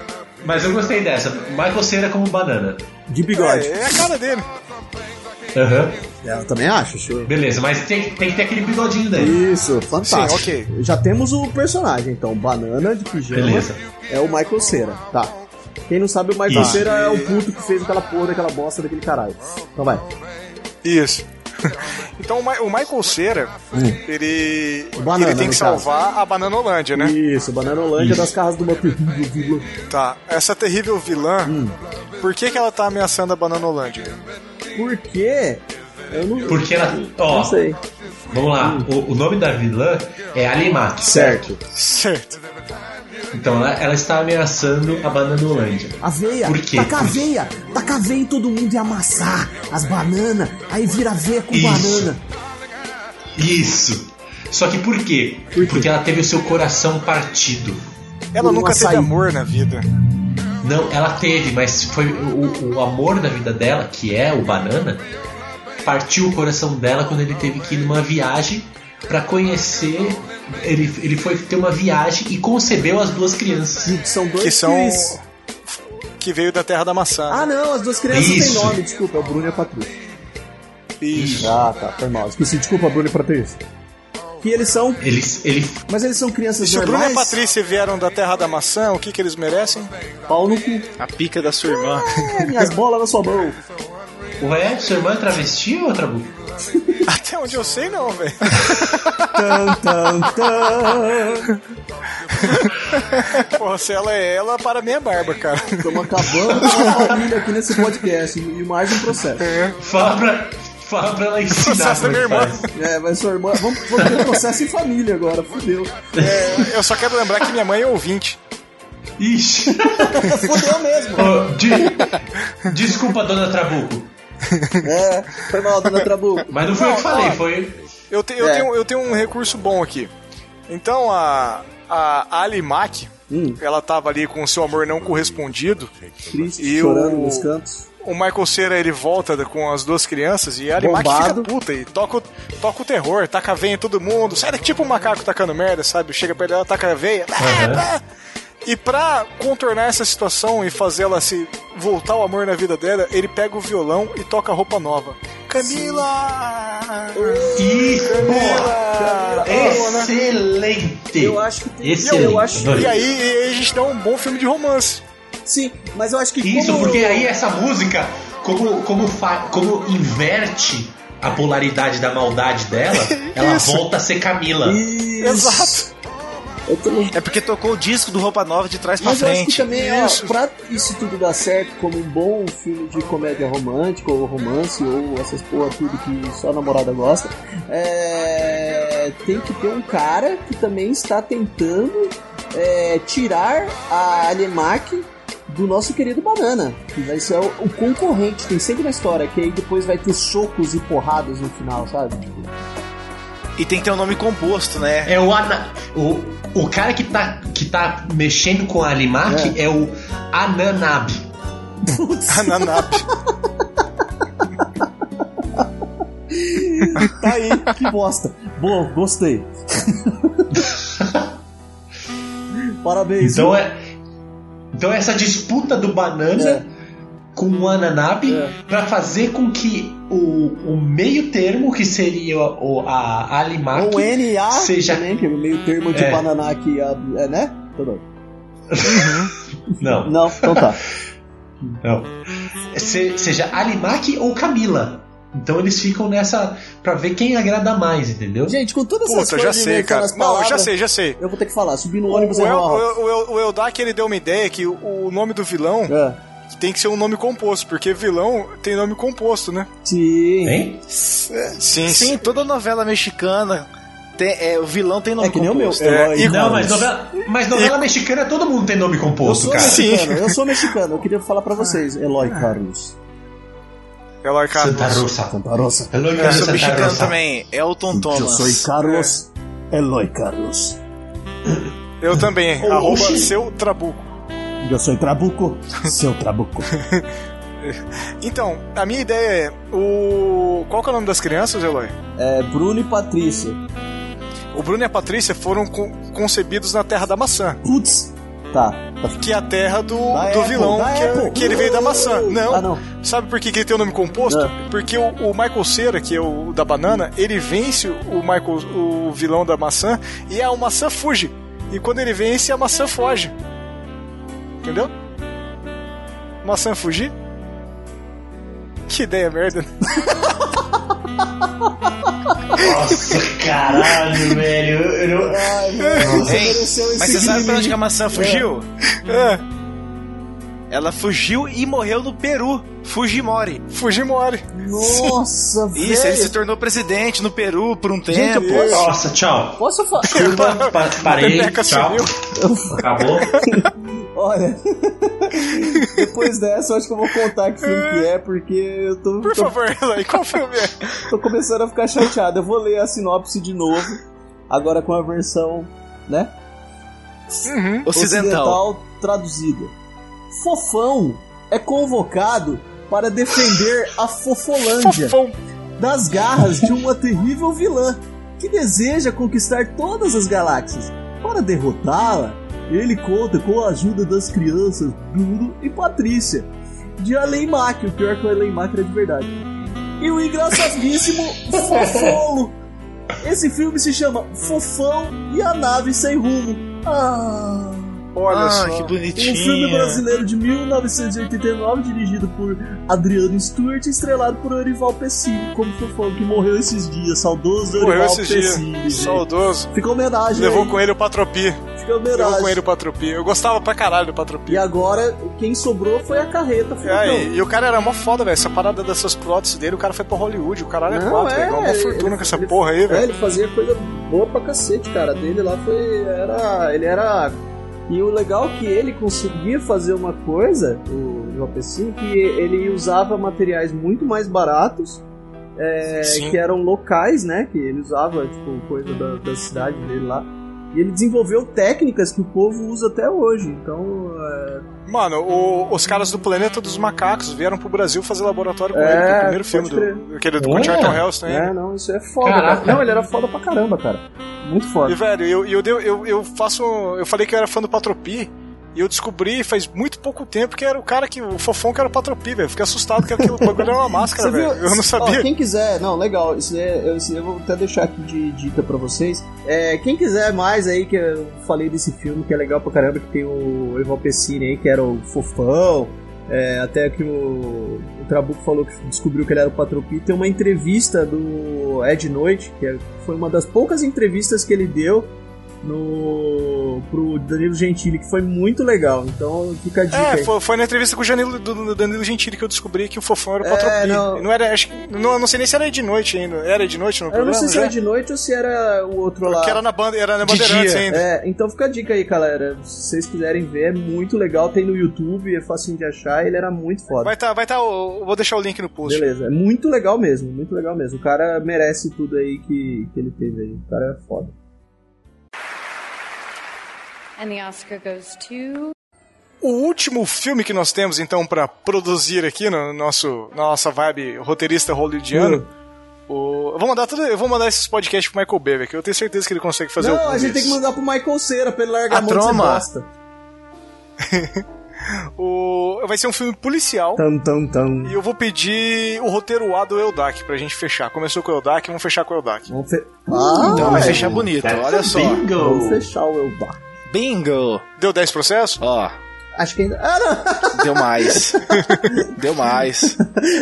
Speaker 3: Mas eu gostei dessa. Michael Cera como banana.
Speaker 5: De bigode.
Speaker 6: é a cara dele.
Speaker 3: Aham.
Speaker 5: É, eu também acho, show.
Speaker 3: Beleza, mas tem, tem que ter aquele bigodinho dele.
Speaker 5: Isso, fantástico.
Speaker 6: Sim, ok.
Speaker 5: Já temos o personagem, então. Banana de pijama
Speaker 3: Beleza.
Speaker 5: é o Michael Cera, tá. Quem não sabe, o Michael
Speaker 3: Isso.
Speaker 5: Cera é o puto que fez aquela porra daquela bosta daquele caralho. Então vai.
Speaker 6: Isso. Então o, Ma- o Michael Cera, ele,
Speaker 5: Hum. O banana,
Speaker 6: ele tem
Speaker 5: no
Speaker 6: que salvar a Bananolândia, né?
Speaker 5: Isso, Bananolândia das Carras do Muppet. Hum.
Speaker 6: Tá. Essa terrível vilã, por que, que ela tá ameaçando a Bananolândia?
Speaker 5: Por quê? Eu não,
Speaker 3: Porque ela. Ó,
Speaker 5: não sei.
Speaker 3: vamos lá. O, o nome da vilã é Alimac.
Speaker 5: Certo.
Speaker 6: Certo.
Speaker 3: Então ela, ela está ameaçando a Bananolândia.
Speaker 5: A veia.
Speaker 3: Por quê?
Speaker 5: Taca a veia. Taca a veia em todo mundo e amassar as bananas. Aí vira veia com
Speaker 3: Isso.
Speaker 5: banana.
Speaker 3: Isso. Só que por quê? Porque ela teve o seu coração partido.
Speaker 6: Ela
Speaker 5: Um
Speaker 6: nunca
Speaker 5: açaí.
Speaker 6: teve amor na vida.
Speaker 3: Não, ela teve, mas foi o, o amor da vida dela, que é o banana, partiu o coração dela quando ele teve que ir numa viagem pra conhecer. Ele, ele foi ter uma viagem e concebeu as duas crianças.
Speaker 5: Que são dois
Speaker 6: Que são.
Speaker 5: Chris.
Speaker 6: Que veio da terra da maçã.
Speaker 5: Ah, não, as duas crianças têm
Speaker 3: Isso.
Speaker 5: nome, desculpa, é o Bruno e a Patrícia.
Speaker 6: Isso.
Speaker 5: Ah, tá, foi mal. Esqueci, desculpa, Bruno e Patrícia. Que eles são,
Speaker 3: Ele, ele
Speaker 5: mas eles são crianças
Speaker 6: Se é o Bruno e
Speaker 5: normais.
Speaker 6: a Patrícia vieram da terra da maçã, o que, que eles merecem?
Speaker 5: Pau no cu.
Speaker 2: A pica da sua irmã.
Speaker 5: É, minhas bolas na sua mão.
Speaker 3: Ué, sua irmã é travesti ou trabuco?
Speaker 6: Até onde eu sei, não, velho.
Speaker 5: Tan, tan, tan.
Speaker 6: Porra, se ela é ela, para a minha barba, cara.
Speaker 5: Estamos acabando com a família aqui nesse podcast e mais um processo.
Speaker 3: Fala pra, fala pra ela ensinar
Speaker 6: Processo
Speaker 3: como é
Speaker 6: da
Speaker 3: que
Speaker 6: minha irmã.
Speaker 3: faz.
Speaker 5: É, mas sua irmã. Vamos, vamos ter processo em família agora, fudeu.
Speaker 6: É, eu só quero lembrar que minha mãe é ouvinte.
Speaker 3: Ixi.
Speaker 5: Fudeu mesmo.
Speaker 3: Ô, de- desculpa, dona Trabuco.
Speaker 5: É, foi mal, dona Trabuco.
Speaker 3: Mas não foi eu que
Speaker 6: Não,
Speaker 3: falei,
Speaker 6: ó.
Speaker 3: foi.
Speaker 6: Eu, te- eu
Speaker 5: É.
Speaker 6: tenho, eu tenho um recurso bom aqui. Então a, a Ali Mack,
Speaker 5: Hum.
Speaker 6: ela tava ali com o seu amor não correspondido.
Speaker 5: Triste,
Speaker 6: E
Speaker 5: chorando
Speaker 6: o-
Speaker 5: nos cantos.
Speaker 6: O Michael Cera ele volta da- com as duas crianças e a Ali Mack fica
Speaker 5: Bombado.
Speaker 6: puta e toca, o- toca o terror, taca a veia em todo mundo. Sai daqui tipo um macaco tacando merda, sabe? Chega perto dela, taca a veia.
Speaker 3: Aham.
Speaker 6: E pra contornar essa situação e fazê-la se voltar o amor na vida dela, ele pega o violão e toca roupa nova. Camila!
Speaker 3: Ih, porra.
Speaker 2: Barcelona.
Speaker 3: Excelente!
Speaker 5: Eu acho que tem-
Speaker 3: Excelente.
Speaker 5: eu acho-
Speaker 3: adorei.
Speaker 6: E aí, e aí a gente dá um bom filme de romance.
Speaker 5: Sim, mas eu acho que.
Speaker 3: Isso,
Speaker 5: como-
Speaker 3: porque aí essa música, como, como, fa- como inverte a polaridade da maldade dela, ela
Speaker 6: Isso.
Speaker 3: volta a ser Camila.
Speaker 5: Isso.
Speaker 6: Exato.
Speaker 5: Eu também.
Speaker 2: É porque tocou o disco do Roupa Nova de trás pra
Speaker 5: Mas eu acho que
Speaker 2: frente.
Speaker 5: também,
Speaker 6: Isso.
Speaker 5: ó, pra isso tudo dar certo, como um bom filme de comédia romântica, ou romance, ou essas porra tudo que só a namorada gosta, é, tem que ter um cara que também está tentando é, tirar a Alemac do nosso querido Banana. que vai ser o, o concorrente, tem sempre na história, que aí depois vai ter socos e porradas no final, sabe? Tipo,
Speaker 2: E tem que ter um nome composto, né?
Speaker 3: É o, ana, o o cara que tá, que tá mexendo com a Alimark é, o Ananab.
Speaker 6: Ananap.
Speaker 5: Tá aí, que bosta. Boa, gostei. Parabéns.
Speaker 3: Então é então é essa disputa do banana
Speaker 5: É.
Speaker 3: com o Ananab
Speaker 5: É.
Speaker 3: pra fazer com que o, o meio termo que seria o, a Alimark
Speaker 5: O NA,
Speaker 3: seja-
Speaker 5: né, que é o meio termo de
Speaker 3: É.
Speaker 5: bananá que a- é, né? Tá bom.
Speaker 3: não,
Speaker 5: Não, então tá.
Speaker 3: não. É Se- seja Alimark ou Camila. Então eles ficam nessa pra ver quem agrada mais, entendeu?
Speaker 5: Gente, com todas essas
Speaker 6: Puta, já
Speaker 5: coisas de
Speaker 6: sei, cara.
Speaker 5: inventando
Speaker 6: Não,
Speaker 5: as
Speaker 6: eu já
Speaker 5: palavras,
Speaker 6: sei, já sei.
Speaker 5: Eu vou ter que falar, subir no
Speaker 6: O,
Speaker 5: ônibus
Speaker 6: o,
Speaker 5: é
Speaker 6: El,
Speaker 5: uma roça.
Speaker 6: o, El- o Eldak, ele deu uma ideia que o, o nome do vilão
Speaker 5: É.
Speaker 6: tem que ser um nome composto, porque vilão tem nome composto, né?
Speaker 5: Sim.
Speaker 3: Hein?
Speaker 6: Sim,
Speaker 2: Sim, toda novela mexicana, tem, é, o vilão tem nome
Speaker 5: É que nem o meu.
Speaker 2: composto.
Speaker 6: É,
Speaker 5: Herói,
Speaker 6: e-
Speaker 3: Não, mas novela, mas novela mexicana todo mundo tem nome
Speaker 5: Eu
Speaker 3: composto,
Speaker 5: sou
Speaker 3: cara.
Speaker 2: assim,
Speaker 3: Ah.
Speaker 5: mexicano, eu sou mexicano. Eu queria falar pra vocês, Eloy Carlos.
Speaker 6: Eloy
Speaker 3: Santa
Speaker 6: Carlos.
Speaker 3: Rosa.
Speaker 5: Santa Rosa.
Speaker 3: Hello,
Speaker 2: Eu sou
Speaker 3: Santa
Speaker 2: mexicano
Speaker 3: Rosa.
Speaker 2: também, Elton
Speaker 5: Eu
Speaker 2: Thomas.
Speaker 5: sou Carlos. Eloy Carlos.
Speaker 6: Eu também.
Speaker 3: Ô,
Speaker 6: arroba
Speaker 3: oxi.
Speaker 6: seu trabuco.
Speaker 5: Eu sou Trabuco, seu Trabuco.
Speaker 6: Então, a minha ideia é. O. Qual que é o nome das crianças, Eloy?
Speaker 5: É Bruno e Patrícia.
Speaker 6: O Bruno e a Patrícia foram co- concebidos na Terra da Maçã,
Speaker 5: Putz. Tá.
Speaker 6: que é a terra do,
Speaker 5: Da
Speaker 6: do
Speaker 5: Apple,
Speaker 6: vilão,
Speaker 5: da
Speaker 6: que, é-
Speaker 5: Apple.
Speaker 6: que ele veio da maçã. Não,
Speaker 5: Ah, não.
Speaker 6: sabe por que, que ele tem o nome composto?
Speaker 5: Ah.
Speaker 6: Porque o, o Michael Cera, que é o da banana, ele vence o Michael, o vilão da maçã, e a maçã fuge. E quando ele vence, a maçã foge. Entendeu? Maçã fugir? Que ideia merda.
Speaker 3: Nossa, caralho, velho. Eu, eu,
Speaker 5: Ai, mano, você
Speaker 2: Ei,
Speaker 5: mereceu esse
Speaker 2: Mas você sabe pra
Speaker 5: crime.
Speaker 2: onde que a maçã fugiu?
Speaker 6: É,
Speaker 2: Ela fugiu e morreu no Peru. Fujimori.
Speaker 6: fugir more.
Speaker 5: Nossa, velho.
Speaker 2: Isso, ele se tornou presidente no Peru por um
Speaker 5: Gente, eu
Speaker 2: tempo.
Speaker 5: posso-
Speaker 3: Nossa, tchau.
Speaker 5: Posso falar?
Speaker 3: Turma, pa- parei,
Speaker 6: Pepeca
Speaker 3: tchau. Acabou.
Speaker 5: Olha, depois dessa eu acho que eu vou contar que filme que é, porque eu tô,
Speaker 6: Por
Speaker 5: tô,
Speaker 6: favor, Eloy, qual filme é?
Speaker 5: tô começando a ficar chateado. Eu vou ler a sinopse de novo, agora com a versão, né?
Speaker 6: Uhum.
Speaker 2: Ocidental.
Speaker 5: traduzida. Fofão é convocado para defender a Fofolândia
Speaker 6: Fofão.
Speaker 5: das garras de uma terrível vilã que deseja conquistar todas as galáxias. Para derrotá-la, ele conta com a ajuda das crianças Bruno e Patrícia, de Além Mac, o pior é que o Além Mac era de verdade, e o engraçadíssimo Fofolo. Esse filme se chama Fofão e a Nave Sem Rumo. Ah,
Speaker 6: Olha
Speaker 2: ah,
Speaker 6: só.
Speaker 2: que
Speaker 5: um
Speaker 2: bonitinho.
Speaker 5: filme brasileiro de 1989, dirigido por Adriano Stewart e estrelado por Orival Pessini, como Fofão, que morreu esses dias. Saudoso
Speaker 6: Morreu
Speaker 5: Orival
Speaker 6: esses dias.
Speaker 5: Pessini. gente.
Speaker 6: Saudoso.
Speaker 5: Fica homenagem.
Speaker 6: Levou
Speaker 5: aí.
Speaker 6: com ele o Patropi.
Speaker 5: Fica
Speaker 6: Levou com ele
Speaker 5: homenagem.
Speaker 6: o Patropi. Eu gostava pra caralho do Patropi.
Speaker 5: E agora, quem sobrou foi a carreta.
Speaker 6: E,
Speaker 5: Fofão.
Speaker 6: aí, e o cara era mó foda, velho. Essa parada dessas próteses dele, o cara foi pra Hollywood. O caralho é
Speaker 5: Não,
Speaker 6: quatro,
Speaker 5: é,
Speaker 6: velho. Ganhou uma
Speaker 5: ele-
Speaker 6: fortuna
Speaker 5: ele-
Speaker 6: com essa
Speaker 5: ele-
Speaker 6: porra aí,
Speaker 5: É,
Speaker 6: velho.
Speaker 5: ele fazia coisa boa pra cacete, cara. Dele lá foi. Era. Ele era. E o legal é que ele conseguia fazer uma coisa, o João Pessin, que ele usava materiais muito mais baratos, é,
Speaker 6: Sim.
Speaker 5: que eram locais, né? Que ele usava, tipo, coisa da, da cidade dele lá. E ele desenvolveu técnicas que o povo usa até hoje. Então,
Speaker 6: Mano, o- os caras do Planeta dos Macacos vieram pro Brasil fazer laboratório com
Speaker 5: É,
Speaker 6: ele. pro primeiro
Speaker 5: pode
Speaker 6: filme do,
Speaker 5: crer.
Speaker 6: aquele do
Speaker 3: Olha.
Speaker 6: Charlton Heston, né?
Speaker 5: é, não, isso é foda.
Speaker 3: Caraca.
Speaker 5: Cara. Não, ele era foda pra caramba, cara. Muito
Speaker 6: E,
Speaker 5: foda.
Speaker 6: velho, eu, eu, dei- eu, eu faço. Eu falei que eu era fã do Patropi. E eu descobri faz muito pouco tempo que era o cara que. O fofão que era o Patropi, velho. Fiquei assustado que aquele bagulho era uma máscara, velho. Eu não sabia.
Speaker 5: Ó, quem quiser, não, legal. Isso é, eu, isso eu vou até deixar aqui de dica pra vocês. É, quem quiser mais aí, que eu falei desse filme que é legal pra caramba, que tem o Evan Pessini aí, que era o fofão. é, até que o, o Trabuco falou que descobriu que ele era o Patropi. Tem uma entrevista do Ed Noite, que é- foi uma das poucas entrevistas que ele deu no pro Danilo Gentili, que foi muito legal. Então fica a dica
Speaker 6: É,
Speaker 5: aí.
Speaker 6: foi, foi na entrevista com o Janilo, do, do Danilo Gentili que eu descobri que o fofão era o
Speaker 5: É,
Speaker 6: Patropi. não...
Speaker 5: não.
Speaker 6: era, acho que- não, não sei nem se era de noite ainda. Era de noite no
Speaker 5: Eu não
Speaker 6: programa?
Speaker 5: sei se
Speaker 6: já?
Speaker 5: era de noite ou se era o outro lá.
Speaker 6: Porque era na banda, era na
Speaker 2: De
Speaker 6: Bandeirantes
Speaker 2: dia,
Speaker 6: ainda.
Speaker 5: É, então fica a dica aí, galera. Se vocês quiserem ver, é muito legal. Tem no YouTube, é facinho de achar. Ele era muito foda.
Speaker 6: Vai tá, vai tá, o- eu vou deixar o link no post.
Speaker 5: Beleza, é muito legal mesmo, muito legal mesmo. O cara merece tudo aí que, que ele teve aí. O cara é foda.
Speaker 8: And the Oscar goes to.
Speaker 6: O último filme que nós temos, então, pra produzir aqui no nosso, na nossa vibe roteirista
Speaker 5: Hum.
Speaker 6: hollywoodiano. o- eu, vou mandar tudo, eu vou mandar esses podcasts pro Michael Bay, velho, que eu tenho certeza que ele consegue fazer
Speaker 5: Não,
Speaker 6: algum
Speaker 5: a gente tem
Speaker 6: deles.
Speaker 5: que mandar pro Michael Cera pra ele largar
Speaker 2: A
Speaker 5: a mão de ser
Speaker 2: troma.
Speaker 5: bosta.
Speaker 6: O- Vai ser um filme policial.
Speaker 5: Tam, tam, tam.
Speaker 6: E eu vou pedir o roteiro A do Eldak pra gente fechar. Começou com o Eldak, vamos fechar com o Eldak.
Speaker 5: Vamos, fe-
Speaker 2: Então
Speaker 5: ah,
Speaker 2: vai
Speaker 5: é.
Speaker 2: fechar bonito, olha só.
Speaker 5: vamos
Speaker 3: Bingo!
Speaker 5: fechar o Elbar.
Speaker 2: Bingo!
Speaker 6: Deu 10 processo?
Speaker 2: Ó,
Speaker 5: Acho que ainda. Ah, não!
Speaker 2: deu mais. deu mais.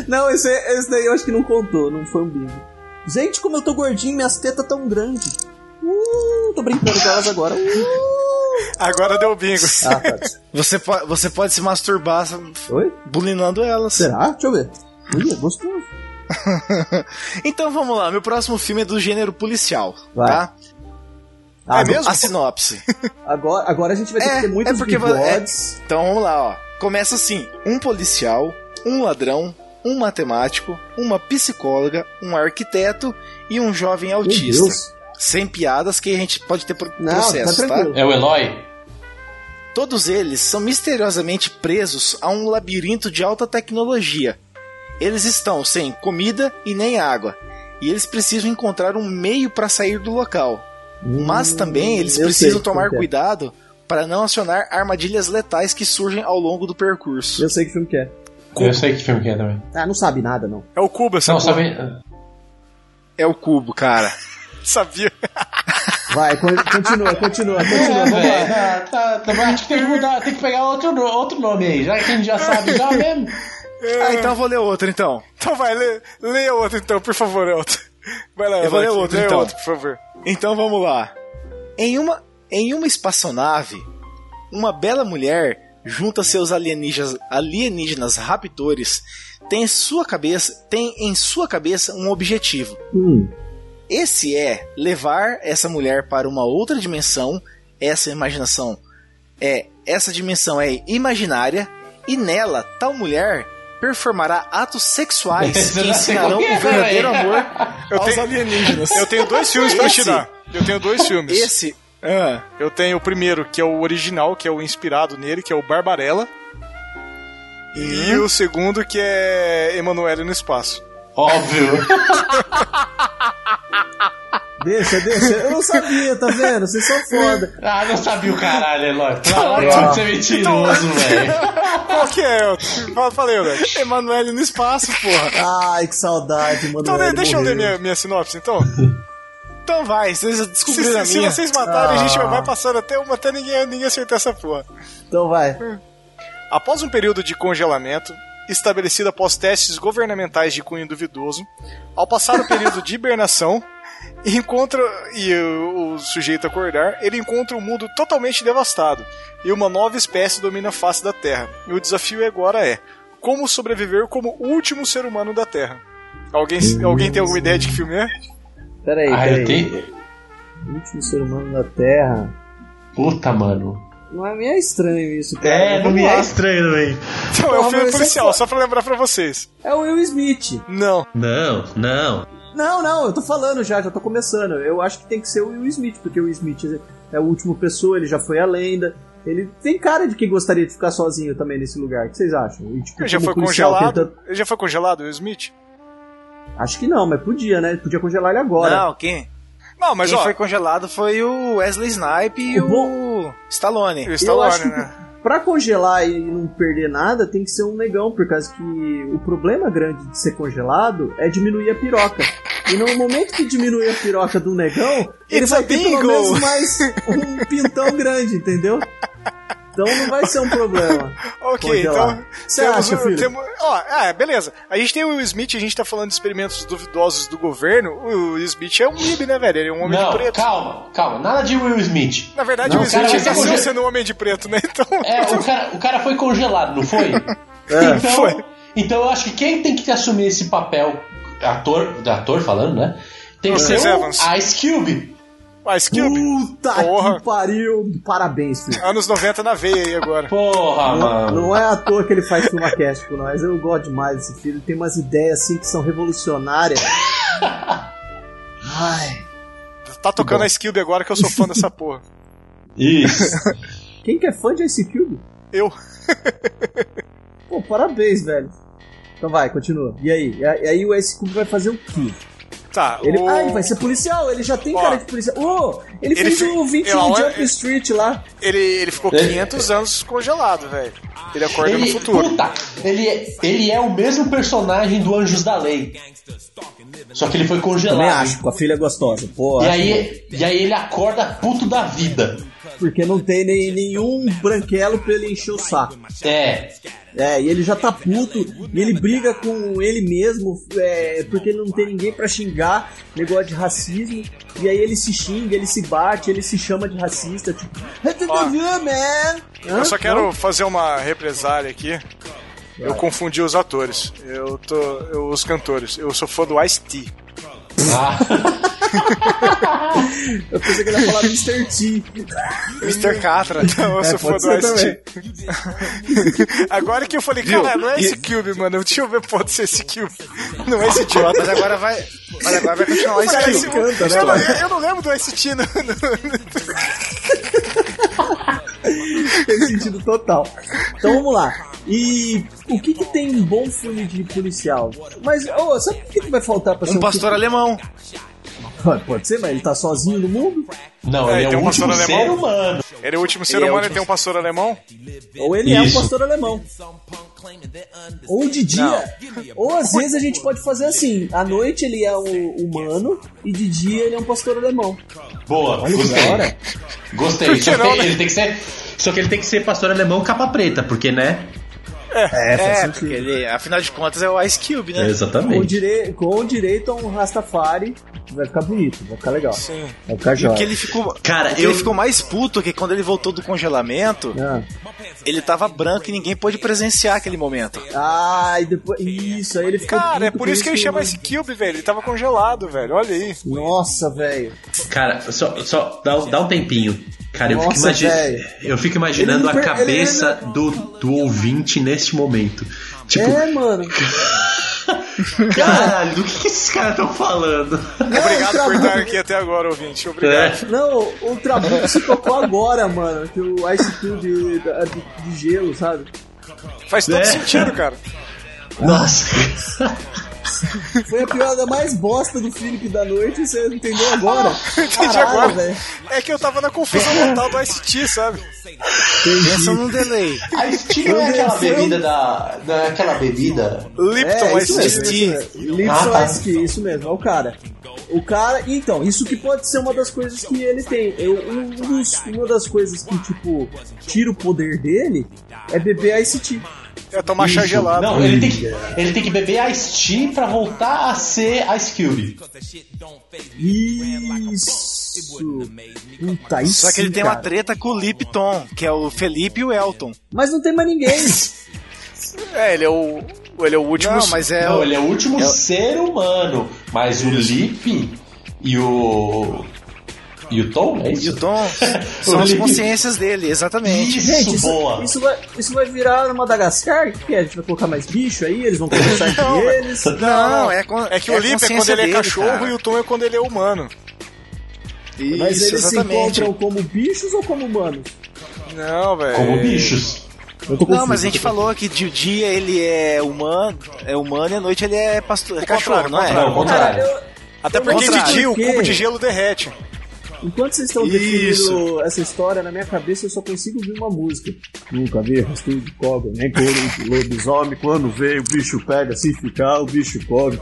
Speaker 5: Não, esse, esse daí eu acho que não contou, não foi um bingo. Gente, como eu tô gordinho, minhas tetas tão grandes. Uh, tô brincando com elas agora. Uh.
Speaker 6: Agora deu bingo.
Speaker 5: Ah, tá.
Speaker 2: Você, po- você pode se masturbar
Speaker 5: Oi? É.
Speaker 2: bulinando elas.
Speaker 5: Será? Deixa eu ver. Ih, gostoso.
Speaker 2: Então vamos lá, meu próximo filme é do gênero policial,
Speaker 5: Vai.
Speaker 2: tá?
Speaker 5: Ah,
Speaker 6: É mesmo?
Speaker 2: A sinopse.
Speaker 5: Agora, agora a gente vai ter
Speaker 2: É,
Speaker 5: que ter muitos
Speaker 2: é porque va-
Speaker 5: bigodes.
Speaker 2: Então vamos lá, ó. Começa assim: um policial, um ladrão, um matemático, uma psicóloga, um arquiteto e um jovem
Speaker 5: Meu
Speaker 2: autista.
Speaker 5: Deus.
Speaker 2: Sem piadas que a gente pode ter pro
Speaker 5: Não,
Speaker 2: processo,
Speaker 5: tá
Speaker 2: tá?
Speaker 5: tranquilo.
Speaker 3: É o Eloy?
Speaker 2: Todos eles são misteriosamente presos a um labirinto de alta tecnologia. Eles estão sem comida e nem água, e eles precisam encontrar um meio para sair do local. Mas
Speaker 5: Hum,
Speaker 2: também eles
Speaker 5: eu
Speaker 2: precisam
Speaker 5: sei
Speaker 2: tomar
Speaker 5: como que é.
Speaker 2: cuidado para não acionar armadilhas letais que surgem ao longo do percurso.
Speaker 5: Eu sei que filme que é.
Speaker 3: Eu sei que filme que é também.
Speaker 5: Ah, não sabe nada, não.
Speaker 6: É o Cuba,
Speaker 3: Não,
Speaker 6: sabe?
Speaker 3: sabe.
Speaker 2: É o cubo, cara.
Speaker 6: Sabia.
Speaker 5: Vai, con- continua, continua, continua.
Speaker 3: É,
Speaker 5: Vamos lá.
Speaker 3: velho, tá, tá, tá, acho que tem que mudar, tem que pegar outro, no- outro nome aí, já que a gente já sabe já mesmo.
Speaker 2: Ah, então eu vou ler outro então.
Speaker 6: Então vai, lê, leia outro então, por favor, Elton. Vai lá,
Speaker 2: Eu vou
Speaker 6: Eldak,
Speaker 2: ler outro,
Speaker 6: leia
Speaker 2: então.
Speaker 6: outro, por favor.
Speaker 2: Então vamos lá. Em uma, em uma espaçonave, uma bela mulher junta seus alienígenas, alienígenas raptores tem, sua cabeça, tem em sua cabeça um objetivo.
Speaker 5: Hum.
Speaker 2: Esse é levar essa mulher para uma outra dimensão. Essa imaginação é essa dimensão é imaginária e nela tal mulher performará atos sexuais
Speaker 3: Esse eu
Speaker 2: que
Speaker 3: já sei
Speaker 2: ensinarão
Speaker 3: qual que é,
Speaker 2: o verdadeiro
Speaker 3: velho.
Speaker 2: amor
Speaker 6: Eu
Speaker 2: aos
Speaker 6: tenho-
Speaker 2: alienígenas.
Speaker 6: Eu tenho dois filmes pra te
Speaker 2: Esse?
Speaker 6: dar. Eu tenho dois filmes.
Speaker 2: Esse ah,
Speaker 6: Eu tenho o primeiro, que é o original, que é o inspirado nele, que é o Barbarella.
Speaker 2: Uhum.
Speaker 6: E o segundo, que é Emanuele no Espaço.
Speaker 3: Óbvio.
Speaker 5: Deixa, deixa. Eu não sabia, tá vendo? Vocês são foda.
Speaker 3: Ah, não sabia o caralho, Eloy.
Speaker 5: Tá
Speaker 3: Claro, você é mentiroso, velho.
Speaker 6: Qual que é, Elton? Fala- Fala aí, Elton.
Speaker 2: Emanuele no espaço, porra.
Speaker 5: Ai, que saudade, mano.
Speaker 6: Então, de- deixa eu ler minha, minha sinopse, então. Se-
Speaker 2: Então vai, vocês já descobriram
Speaker 6: Se,
Speaker 2: a
Speaker 6: se
Speaker 2: minha.
Speaker 6: vocês matarem, a gente
Speaker 5: Ah.
Speaker 6: vai passando até uma, até ninguém, ninguém acertar essa porra.
Speaker 5: Então vai.
Speaker 6: Após um período de congelamento, estabelecido após testes governamentais de cunho duvidoso, ao passar o período de hibernação, encontra e o, o sujeito acordar, ele encontra um mundo totalmente devastado e uma nova espécie domina a face da Terra. E o desafio agora é como sobreviver como último ser humano da Terra. Alguém, alguém tem alguma ideia de que filme é?
Speaker 5: Pera aí,
Speaker 3: Ah,
Speaker 5: pera
Speaker 3: eu
Speaker 5: aí.
Speaker 3: tenho.
Speaker 5: Último ser humano da Terra.
Speaker 3: Puta, mano.
Speaker 5: Não é meio estranho isso, cara.
Speaker 3: É, não
Speaker 5: Vamos
Speaker 3: me
Speaker 5: lá.
Speaker 3: é estranho, velho.
Speaker 6: Então, é o
Speaker 5: Porra,
Speaker 6: filme
Speaker 5: mas você
Speaker 6: policial,
Speaker 5: foi-
Speaker 6: só pra lembrar pra vocês.
Speaker 5: É o Will Smith.
Speaker 6: Não.
Speaker 3: Não, não.
Speaker 5: Não, não, eu tô falando já, já tô começando. Eu acho que tem que ser o Will Smith, porque o Will Smith é o último pessoa, ele já foi a lenda. Ele tem cara de que gostaria de ficar sozinho também nesse lugar. O que vocês acham? E, tipo,
Speaker 6: Ele já
Speaker 5: como
Speaker 6: foi
Speaker 5: policial
Speaker 6: congelado.
Speaker 5: tentando-
Speaker 6: Ele já foi congelado, o Smith?
Speaker 5: Acho que não, mas podia, né? Podia congelar ele agora.
Speaker 2: Não, quem,
Speaker 6: Não, mas
Speaker 2: quem
Speaker 6: ó,
Speaker 2: foi congelado foi o Wesley Snipe e
Speaker 5: O
Speaker 2: o, Stallone.
Speaker 6: Stallone,
Speaker 5: acho que-
Speaker 6: né?
Speaker 5: Pra congelar e não perder nada, tem que ser um negão, por causa que o problema grande de ser congelado é diminuir a piroca. E no momento que diminuir a piroca do negão, ele
Speaker 6: It's
Speaker 5: vai
Speaker 6: a
Speaker 5: ter pelo
Speaker 6: bingo!
Speaker 5: menos mais um pintão grande, entendeu? Então não vai ser um problema.
Speaker 6: Ok,
Speaker 5: congelar.
Speaker 6: então.
Speaker 5: Você
Speaker 6: temos
Speaker 5: acha,
Speaker 6: o-
Speaker 5: filho?
Speaker 6: temos- ó, ah, beleza. A gente tem o Will Smith, a gente tá falando de experimentos duvidosos do governo. O Will Smith é um hib, né, velho? Ele é um homem
Speaker 3: Não,
Speaker 6: de preto.
Speaker 3: calma, calma. Nada de Will Smith.
Speaker 6: Na verdade,
Speaker 3: Não,
Speaker 6: o Will
Speaker 3: cara,
Speaker 6: Smith
Speaker 3: mas é assim.
Speaker 6: nasceu
Speaker 3: você-
Speaker 6: sendo um homem de preto, né? Então.
Speaker 3: É, o cara, o cara foi congelado, não foi? então,
Speaker 6: É, foi.
Speaker 3: então eu acho que quem tem que assumir esse papel, ator, ator falando, né? Tem que
Speaker 6: Chris
Speaker 3: ser
Speaker 6: Evans.
Speaker 3: o Ice Cube.
Speaker 6: Ice Cube.
Speaker 5: Puta
Speaker 6: um Porra.
Speaker 5: que pariu! Parabéns, filho.
Speaker 6: Anos 90 na veia aí agora.
Speaker 3: Porra,
Speaker 5: Não,
Speaker 3: mano.
Speaker 5: não é à toa que ele faz filmacast com nós. Eu gosto demais desse filho. Tem umas ideias assim que são revolucionárias. Ai.
Speaker 6: Tá tocando a Cube agora que eu sou fã dessa porra.
Speaker 3: Isso.
Speaker 5: Quem que é fã de Ice Cube?
Speaker 6: Eu.
Speaker 5: Pô, parabéns, velho. Então vai, continua. E aí? E aí o Ice Cube vai fazer o quê?
Speaker 6: Tá.
Speaker 5: Ele,
Speaker 6: o-
Speaker 5: Ah, ele vai ser policial. Ele já tem
Speaker 6: Ó.
Speaker 5: cara de policial. Ô, ele,
Speaker 6: Ele
Speaker 5: fez
Speaker 6: fe- é-
Speaker 5: o 21
Speaker 6: Eu- eu-
Speaker 5: Jump Street lá.
Speaker 6: ele, ele ficou
Speaker 5: É.
Speaker 6: 500 anos congelado, velho. Ele acorda
Speaker 3: Ele,
Speaker 6: no futuro.
Speaker 3: Puta, ele, é- ele é o mesmo personagem do Anjos da Lei. Só que ele foi congelado.
Speaker 5: Também acho, com a filha gostosa. Pô,
Speaker 3: E
Speaker 5: acho
Speaker 3: aí, e aí ele acorda puto da vida.
Speaker 5: porque não tem nem, nenhum branquelo pra ele encher o saco.
Speaker 3: É.
Speaker 5: É, e ele já tá puto, e ele briga com ele mesmo, é, porque ele não tem ninguém pra xingar, negócio de racismo, e aí ele se xinga, ele se bate, ele se chama de racista, tipo, "Hey, tu
Speaker 6: Ó.
Speaker 5: não viu, man? Hã?
Speaker 6: Eu só quero fazer uma represália aqui. Eu confundi os atores. Eu tô. eu- os cantores. Eu sou fã do Ice-T.
Speaker 3: Ah,
Speaker 5: Eu pensei que ele ia falar Mr. T.
Speaker 2: Tipo,
Speaker 6: Mr. Catra. Não, eu sou
Speaker 5: É,
Speaker 6: fã
Speaker 5: pode
Speaker 6: do
Speaker 5: ser
Speaker 6: Ice-T.
Speaker 5: também.
Speaker 6: Agora que eu falei,
Speaker 2: Viu?
Speaker 6: cara, não é
Speaker 2: E-
Speaker 6: esse Cube, mano. Deixa eu ver, pode ser esse Cube. Não é esse idiota.
Speaker 2: Mas agora vai. Mas agora vai continuar
Speaker 6: Mas
Speaker 2: isso
Speaker 6: é
Speaker 2: aí.
Speaker 6: esse- eu,
Speaker 5: canta, né,
Speaker 6: não-
Speaker 5: mano?
Speaker 6: eu não lembro do Ice-T no, no-
Speaker 5: Tem sentido total. Então vamos lá. E o que, que tem um bom filme de policial? Mas, ô, sabe o que, que vai faltar pra ser
Speaker 2: Um pastor
Speaker 5: filme-
Speaker 2: alemão.
Speaker 5: Pode ser, mas ele tá sozinho no mundo?
Speaker 3: não,
Speaker 6: É,
Speaker 3: ele é
Speaker 6: tem
Speaker 3: o
Speaker 6: um
Speaker 3: último
Speaker 6: pastor
Speaker 3: ser
Speaker 6: alemão.
Speaker 3: humano.
Speaker 6: Ele é o último ser
Speaker 2: Ele é o
Speaker 6: humano e
Speaker 2: último-
Speaker 6: tem um pastor alemão?
Speaker 5: Ou ele é um
Speaker 3: Isso.
Speaker 5: pastor alemão. Ou de dia. Ou às vezes a gente pode fazer assim: à noite ele é um humano e de dia ele é um pastor alemão.
Speaker 3: Boa,
Speaker 5: Olha que
Speaker 3: gostei.
Speaker 5: da hora.
Speaker 3: Gostei.
Speaker 6: Por que
Speaker 3: Só que
Speaker 6: não,
Speaker 3: tem-
Speaker 6: né?
Speaker 3: ele tem que ser. Só que ele tem que ser pastor alemão capa preta, porque, né?
Speaker 2: É, porque ele, afinal de contas é o Ice Cube, né?
Speaker 5: Com,
Speaker 3: Exatamente.
Speaker 5: direi com direito a um Rastafari. Vai ficar bonito, vai ficar legal.
Speaker 6: Sim.
Speaker 5: Vai ficar
Speaker 2: E o que
Speaker 5: jóia.
Speaker 2: ele ficou.
Speaker 3: Cara,
Speaker 2: o que
Speaker 3: eu-
Speaker 2: ele ficou mais puto que quando ele voltou do congelamento,
Speaker 5: Ah,
Speaker 2: ele tava branco e ninguém pôde presenciar aquele momento.
Speaker 5: Ah, e depois. Isso, aí ele fica.
Speaker 6: Cara, é
Speaker 5: puto,
Speaker 6: por isso que ele
Speaker 5: né?
Speaker 6: chama esse Cube, velho. Ele tava congelado, velho. Olha aí.
Speaker 5: Nossa, velho.
Speaker 3: Cara, só, só dá, dá um tempinho. Cara, eu fico,
Speaker 5: Nossa,
Speaker 3: imagi-
Speaker 5: velho.
Speaker 3: eu fico imaginando
Speaker 5: Ele não
Speaker 3: a
Speaker 5: per- ele-
Speaker 3: cabeça do, do ouvinte neste momento. Tipo,
Speaker 5: É, mano.
Speaker 3: caralho, do que, que esses caras estão falando?
Speaker 6: Obrigado
Speaker 5: Tá
Speaker 6: por estar aqui até agora, ouvinte. Obrigado.
Speaker 3: É.
Speaker 5: Não, o- o Trabuco se tocou agora, mano. Que o Ice Cube da- de, de gelo, sabe?
Speaker 6: Faz todo
Speaker 3: É.
Speaker 6: sentido, cara.
Speaker 3: Nossa.
Speaker 5: Foi a piada mais bosta do Felipe da noite e você entendeu agora.
Speaker 6: Entendi
Speaker 5: Caralho,
Speaker 6: agora.
Speaker 5: velho.
Speaker 6: É que eu tava na confusão mental do ICT, sabe?
Speaker 2: Pensa num delay.
Speaker 3: A Steam é aquela bebida da. da aquela bebida.
Speaker 6: Lipton,
Speaker 5: É, isso
Speaker 6: ICT.
Speaker 5: mesmo, isso mesmo. Lipson
Speaker 3: Ah, tá.
Speaker 5: Ice Cube, isso mesmo, é o cara. O cara, então, isso que pode ser uma das coisas que ele tem. Eu, um dos- uma das coisas que, tipo, tira o poder dele é beber Ice Tea.
Speaker 6: É tomar chá gelado.
Speaker 3: Não, ele tem, que, ele tem que beber Ice Tea pra voltar a ser Ice Cube.
Speaker 5: Isso. Puta, isso.
Speaker 2: Só que ele tem uma
Speaker 5: cara.
Speaker 2: treta com o Lipton, que é o Felipe e o Elton.
Speaker 5: Mas não tem mais ninguém.
Speaker 6: É, ele é o. Ele é o último.
Speaker 2: Não, mas é
Speaker 3: Não,
Speaker 2: o.
Speaker 3: ele é o último
Speaker 2: é o-
Speaker 3: ser humano. Mas o Lip e o. E o Tom, é
Speaker 2: E
Speaker 3: isso?
Speaker 2: o Tom são
Speaker 3: O
Speaker 2: as
Speaker 3: Lip-
Speaker 2: consciências dele, exatamente.
Speaker 3: Isso,
Speaker 5: Gente, isso,
Speaker 3: boa.
Speaker 5: isso vai, isso vai virar Madagascar? O que que é? A gente vai colocar mais bicho aí? Eles vão conversar entre eles?
Speaker 2: Não, é, con-
Speaker 6: É que o Lip é quando
Speaker 2: consciência
Speaker 6: ele é
Speaker 2: dele,
Speaker 6: cachorro
Speaker 2: cara.
Speaker 6: e o Tom é quando ele é humano.
Speaker 2: Isso,
Speaker 5: Mas eles
Speaker 2: exatamente.
Speaker 5: se encontram como bichos ou como humanos?
Speaker 6: Não,
Speaker 1: é
Speaker 6: velho.
Speaker 3: Como bichos.
Speaker 5: Eu tô
Speaker 2: Não, mas a gente falou que de dia ele é humano, é humano e à noite ele é pastor, é cachorro,
Speaker 6: contrário,
Speaker 2: não é?
Speaker 6: contrário.
Speaker 3: Não, ao contrário.
Speaker 6: Até
Speaker 5: Eu
Speaker 6: porque
Speaker 5: não
Speaker 6: de
Speaker 5: sei
Speaker 6: dia o
Speaker 5: por quê.
Speaker 6: cubo de gelo derrete.
Speaker 5: Enquanto vocês estão
Speaker 1: Isso.
Speaker 5: definindo essa história, na minha cabeça eu só consigo ouvir uma música. Nunca vi rasteiro de cobra, nem couro de lobisomem. Quando vê, o bicho pega, se ficar, o bicho come.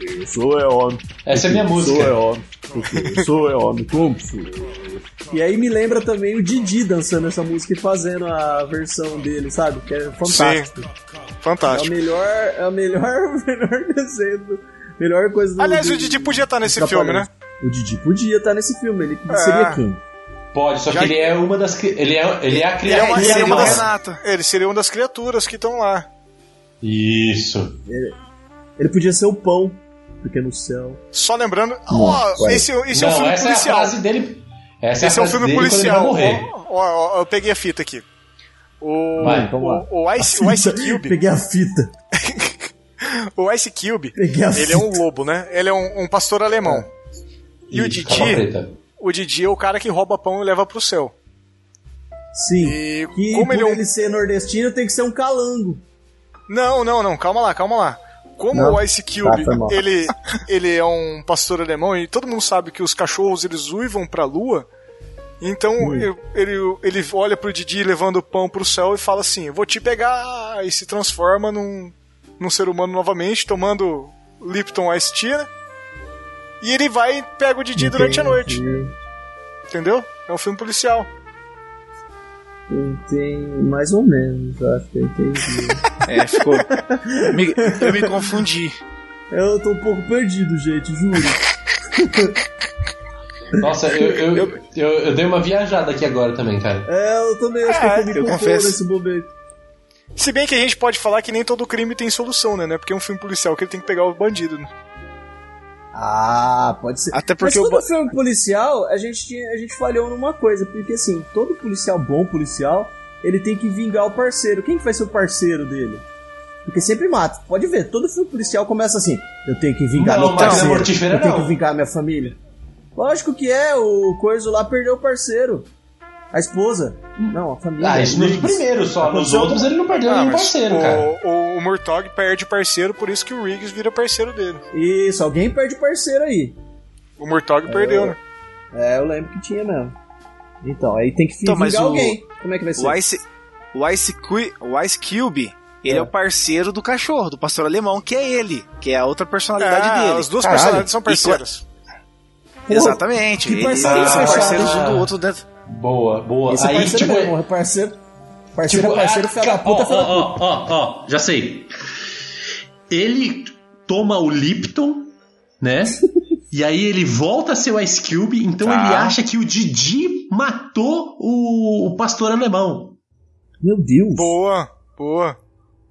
Speaker 5: Eu sou é homem.
Speaker 3: Essa é minha
Speaker 5: Sou é
Speaker 3: música.
Speaker 5: homem. Porque eu sou é homem. Como sou? E aí me lembra também o Didi dançando essa música e fazendo a versão dele, sabe? Que é fantástico. É o
Speaker 1: Fantástico.
Speaker 5: melhor, é o melhor, melhor desenho, do- melhor coisa do
Speaker 1: Aliás,
Speaker 5: do-
Speaker 1: o Didi podia estar nesse
Speaker 5: da
Speaker 1: filme, né?
Speaker 5: aparência. O Didi podia estar nesse filme, ele
Speaker 1: É.
Speaker 5: seria quem?
Speaker 3: Pode, só
Speaker 1: Já-
Speaker 3: que ele é uma das. cri- Ele é, ele
Speaker 1: Ele,
Speaker 3: é a
Speaker 1: é
Speaker 3: criança.
Speaker 1: uma,
Speaker 5: ele
Speaker 1: ele,
Speaker 5: é
Speaker 1: seria uma
Speaker 5: uma-
Speaker 1: das, ele seria uma das criaturas que estão lá.
Speaker 12: Isso.
Speaker 5: Ele podia ser o pão, porque no céu.
Speaker 1: Só lembrando,
Speaker 5: Nossa,
Speaker 1: ó, esse, esse é um
Speaker 3: Não,
Speaker 1: filme
Speaker 3: essa é a
Speaker 1: policial.
Speaker 3: frase dele. Essa
Speaker 1: esse
Speaker 3: é
Speaker 1: é um
Speaker 3: a frase
Speaker 1: filme
Speaker 3: dele quando ele vai
Speaker 1: policial.
Speaker 3: morrer.
Speaker 1: Ó, ó, ó, eu peguei a fita aqui. O,
Speaker 3: Vai,
Speaker 5: então Assim, lá.
Speaker 1: o, o Ice, o Ice Cube,
Speaker 5: Peguei a fita.
Speaker 1: o Ice Cube,
Speaker 5: Peguei a É.
Speaker 1: ele é um lobo, né? Ele é um, um pastor alemão. E o
Speaker 3: Isso, capa
Speaker 1: Didi,
Speaker 3: preta.
Speaker 1: o Didi é o cara que rouba pão e leva pro céu.
Speaker 5: Sim.
Speaker 1: E
Speaker 5: Que
Speaker 1: como
Speaker 5: por
Speaker 1: ele
Speaker 5: ele,
Speaker 1: é um-
Speaker 5: ser nordestino, tem que ser um calango.
Speaker 1: Não, não, não, calma lá, calma lá. Como
Speaker 5: Não?
Speaker 1: o Ice Cube,
Speaker 5: Ah, foi mal.
Speaker 1: ele, ele é um pastor alemão e todo mundo sabe que os cachorros eles uivam pra lua, então ele, ele, ele olha pro Didi levando o pão pro céu e fala assim: Vou te pegar, e se transforma num, num ser humano novamente, tomando Lipton Ice Tea, né? E ele vai e pega o Didi durante a noite, entendeu? É um filme policial.
Speaker 5: Entendi. Mais ou menos, acho que eu entendi.
Speaker 2: É, ficou. Me- eu me confundi.
Speaker 5: eu tô um pouco perdido, gente, juro.
Speaker 3: Nossa, eu, eu, eu, eu dei uma viajada aqui agora também, cara.
Speaker 5: É, eu também acho que eu tô me
Speaker 2: eu
Speaker 5: confundo
Speaker 2: confesso.
Speaker 5: nesse momento.
Speaker 1: Se bem que a gente pode falar que nem todo crime tem solução, né? né? Porque é um filme policial que ele tem que pegar o bandido, né?
Speaker 5: Ah, pode ser.
Speaker 2: Até porque
Speaker 5: Mas
Speaker 2: o.
Speaker 5: todo
Speaker 2: ba-
Speaker 5: filme policial, a gente, tinha- a gente falhou numa coisa, porque assim, todo policial bom policial, ele tem que vingar o parceiro. Quem que vai ser o parceiro dele? Porque sempre mata. Pode ver, todo filme policial começa assim: eu tenho que vingar
Speaker 3: Não,
Speaker 5: meu
Speaker 3: mas é
Speaker 5: parceiro.
Speaker 3: mortífera,
Speaker 5: eu tenho
Speaker 3: não.
Speaker 5: que vingar minha família. Lógico que é, o Coiso lá perdeu o parceiro. A esposa. Não, a família.
Speaker 3: Ah, isso nos primeiros só. Nos
Speaker 5: Aconteceu-
Speaker 3: outros ele não perdeu
Speaker 1: Ah,
Speaker 3: nenhum
Speaker 1: mas
Speaker 3: parceiro,
Speaker 1: o,
Speaker 3: cara.
Speaker 1: O, o Murtaugh perde parceiro, por isso que o Riggs vira parceiro dele.
Speaker 5: Isso, alguém perde o parceiro aí.
Speaker 1: O Murtaugh perdeu, né?
Speaker 5: É, eu lembro que tinha mesmo. Então, aí tem que
Speaker 2: Então,
Speaker 5: vingar
Speaker 2: mas o-
Speaker 5: alguém. Como é que vai ser?
Speaker 2: O Ice, o, Ice Cui- o Ice Cube, ele é.
Speaker 5: É.
Speaker 2: o parceiro do cachorro, do pastor alemão, que é ele, que é a outra personalidade
Speaker 1: Ah,
Speaker 2: dele.
Speaker 1: as duas
Speaker 2: Caralho.
Speaker 1: personalidades são parceiras.
Speaker 2: Pô, Exatamente.
Speaker 5: que
Speaker 2: Ele-
Speaker 5: parceiro
Speaker 2: eles são
Speaker 3: fechado.
Speaker 2: parceiros um do outro dentro.
Speaker 3: Boa, boa.
Speaker 5: Esse é
Speaker 3: Aí,
Speaker 5: parceiro
Speaker 3: tipo,
Speaker 5: mesmo, é parceiro.
Speaker 1: tipo,
Speaker 5: Parceiro é parceiro,
Speaker 3: ah,
Speaker 5: filha da
Speaker 3: ca- ó,
Speaker 5: puta, filha da puta.
Speaker 3: Ó, ó, ó, ó, já sei. Ele toma o Lipton, né? E aí ele volta a ser o Ice Cube, então
Speaker 2: Tá.
Speaker 3: ele acha que o Didi matou o, o pastor alemão.
Speaker 5: Meu Deus.
Speaker 1: Boa, boa.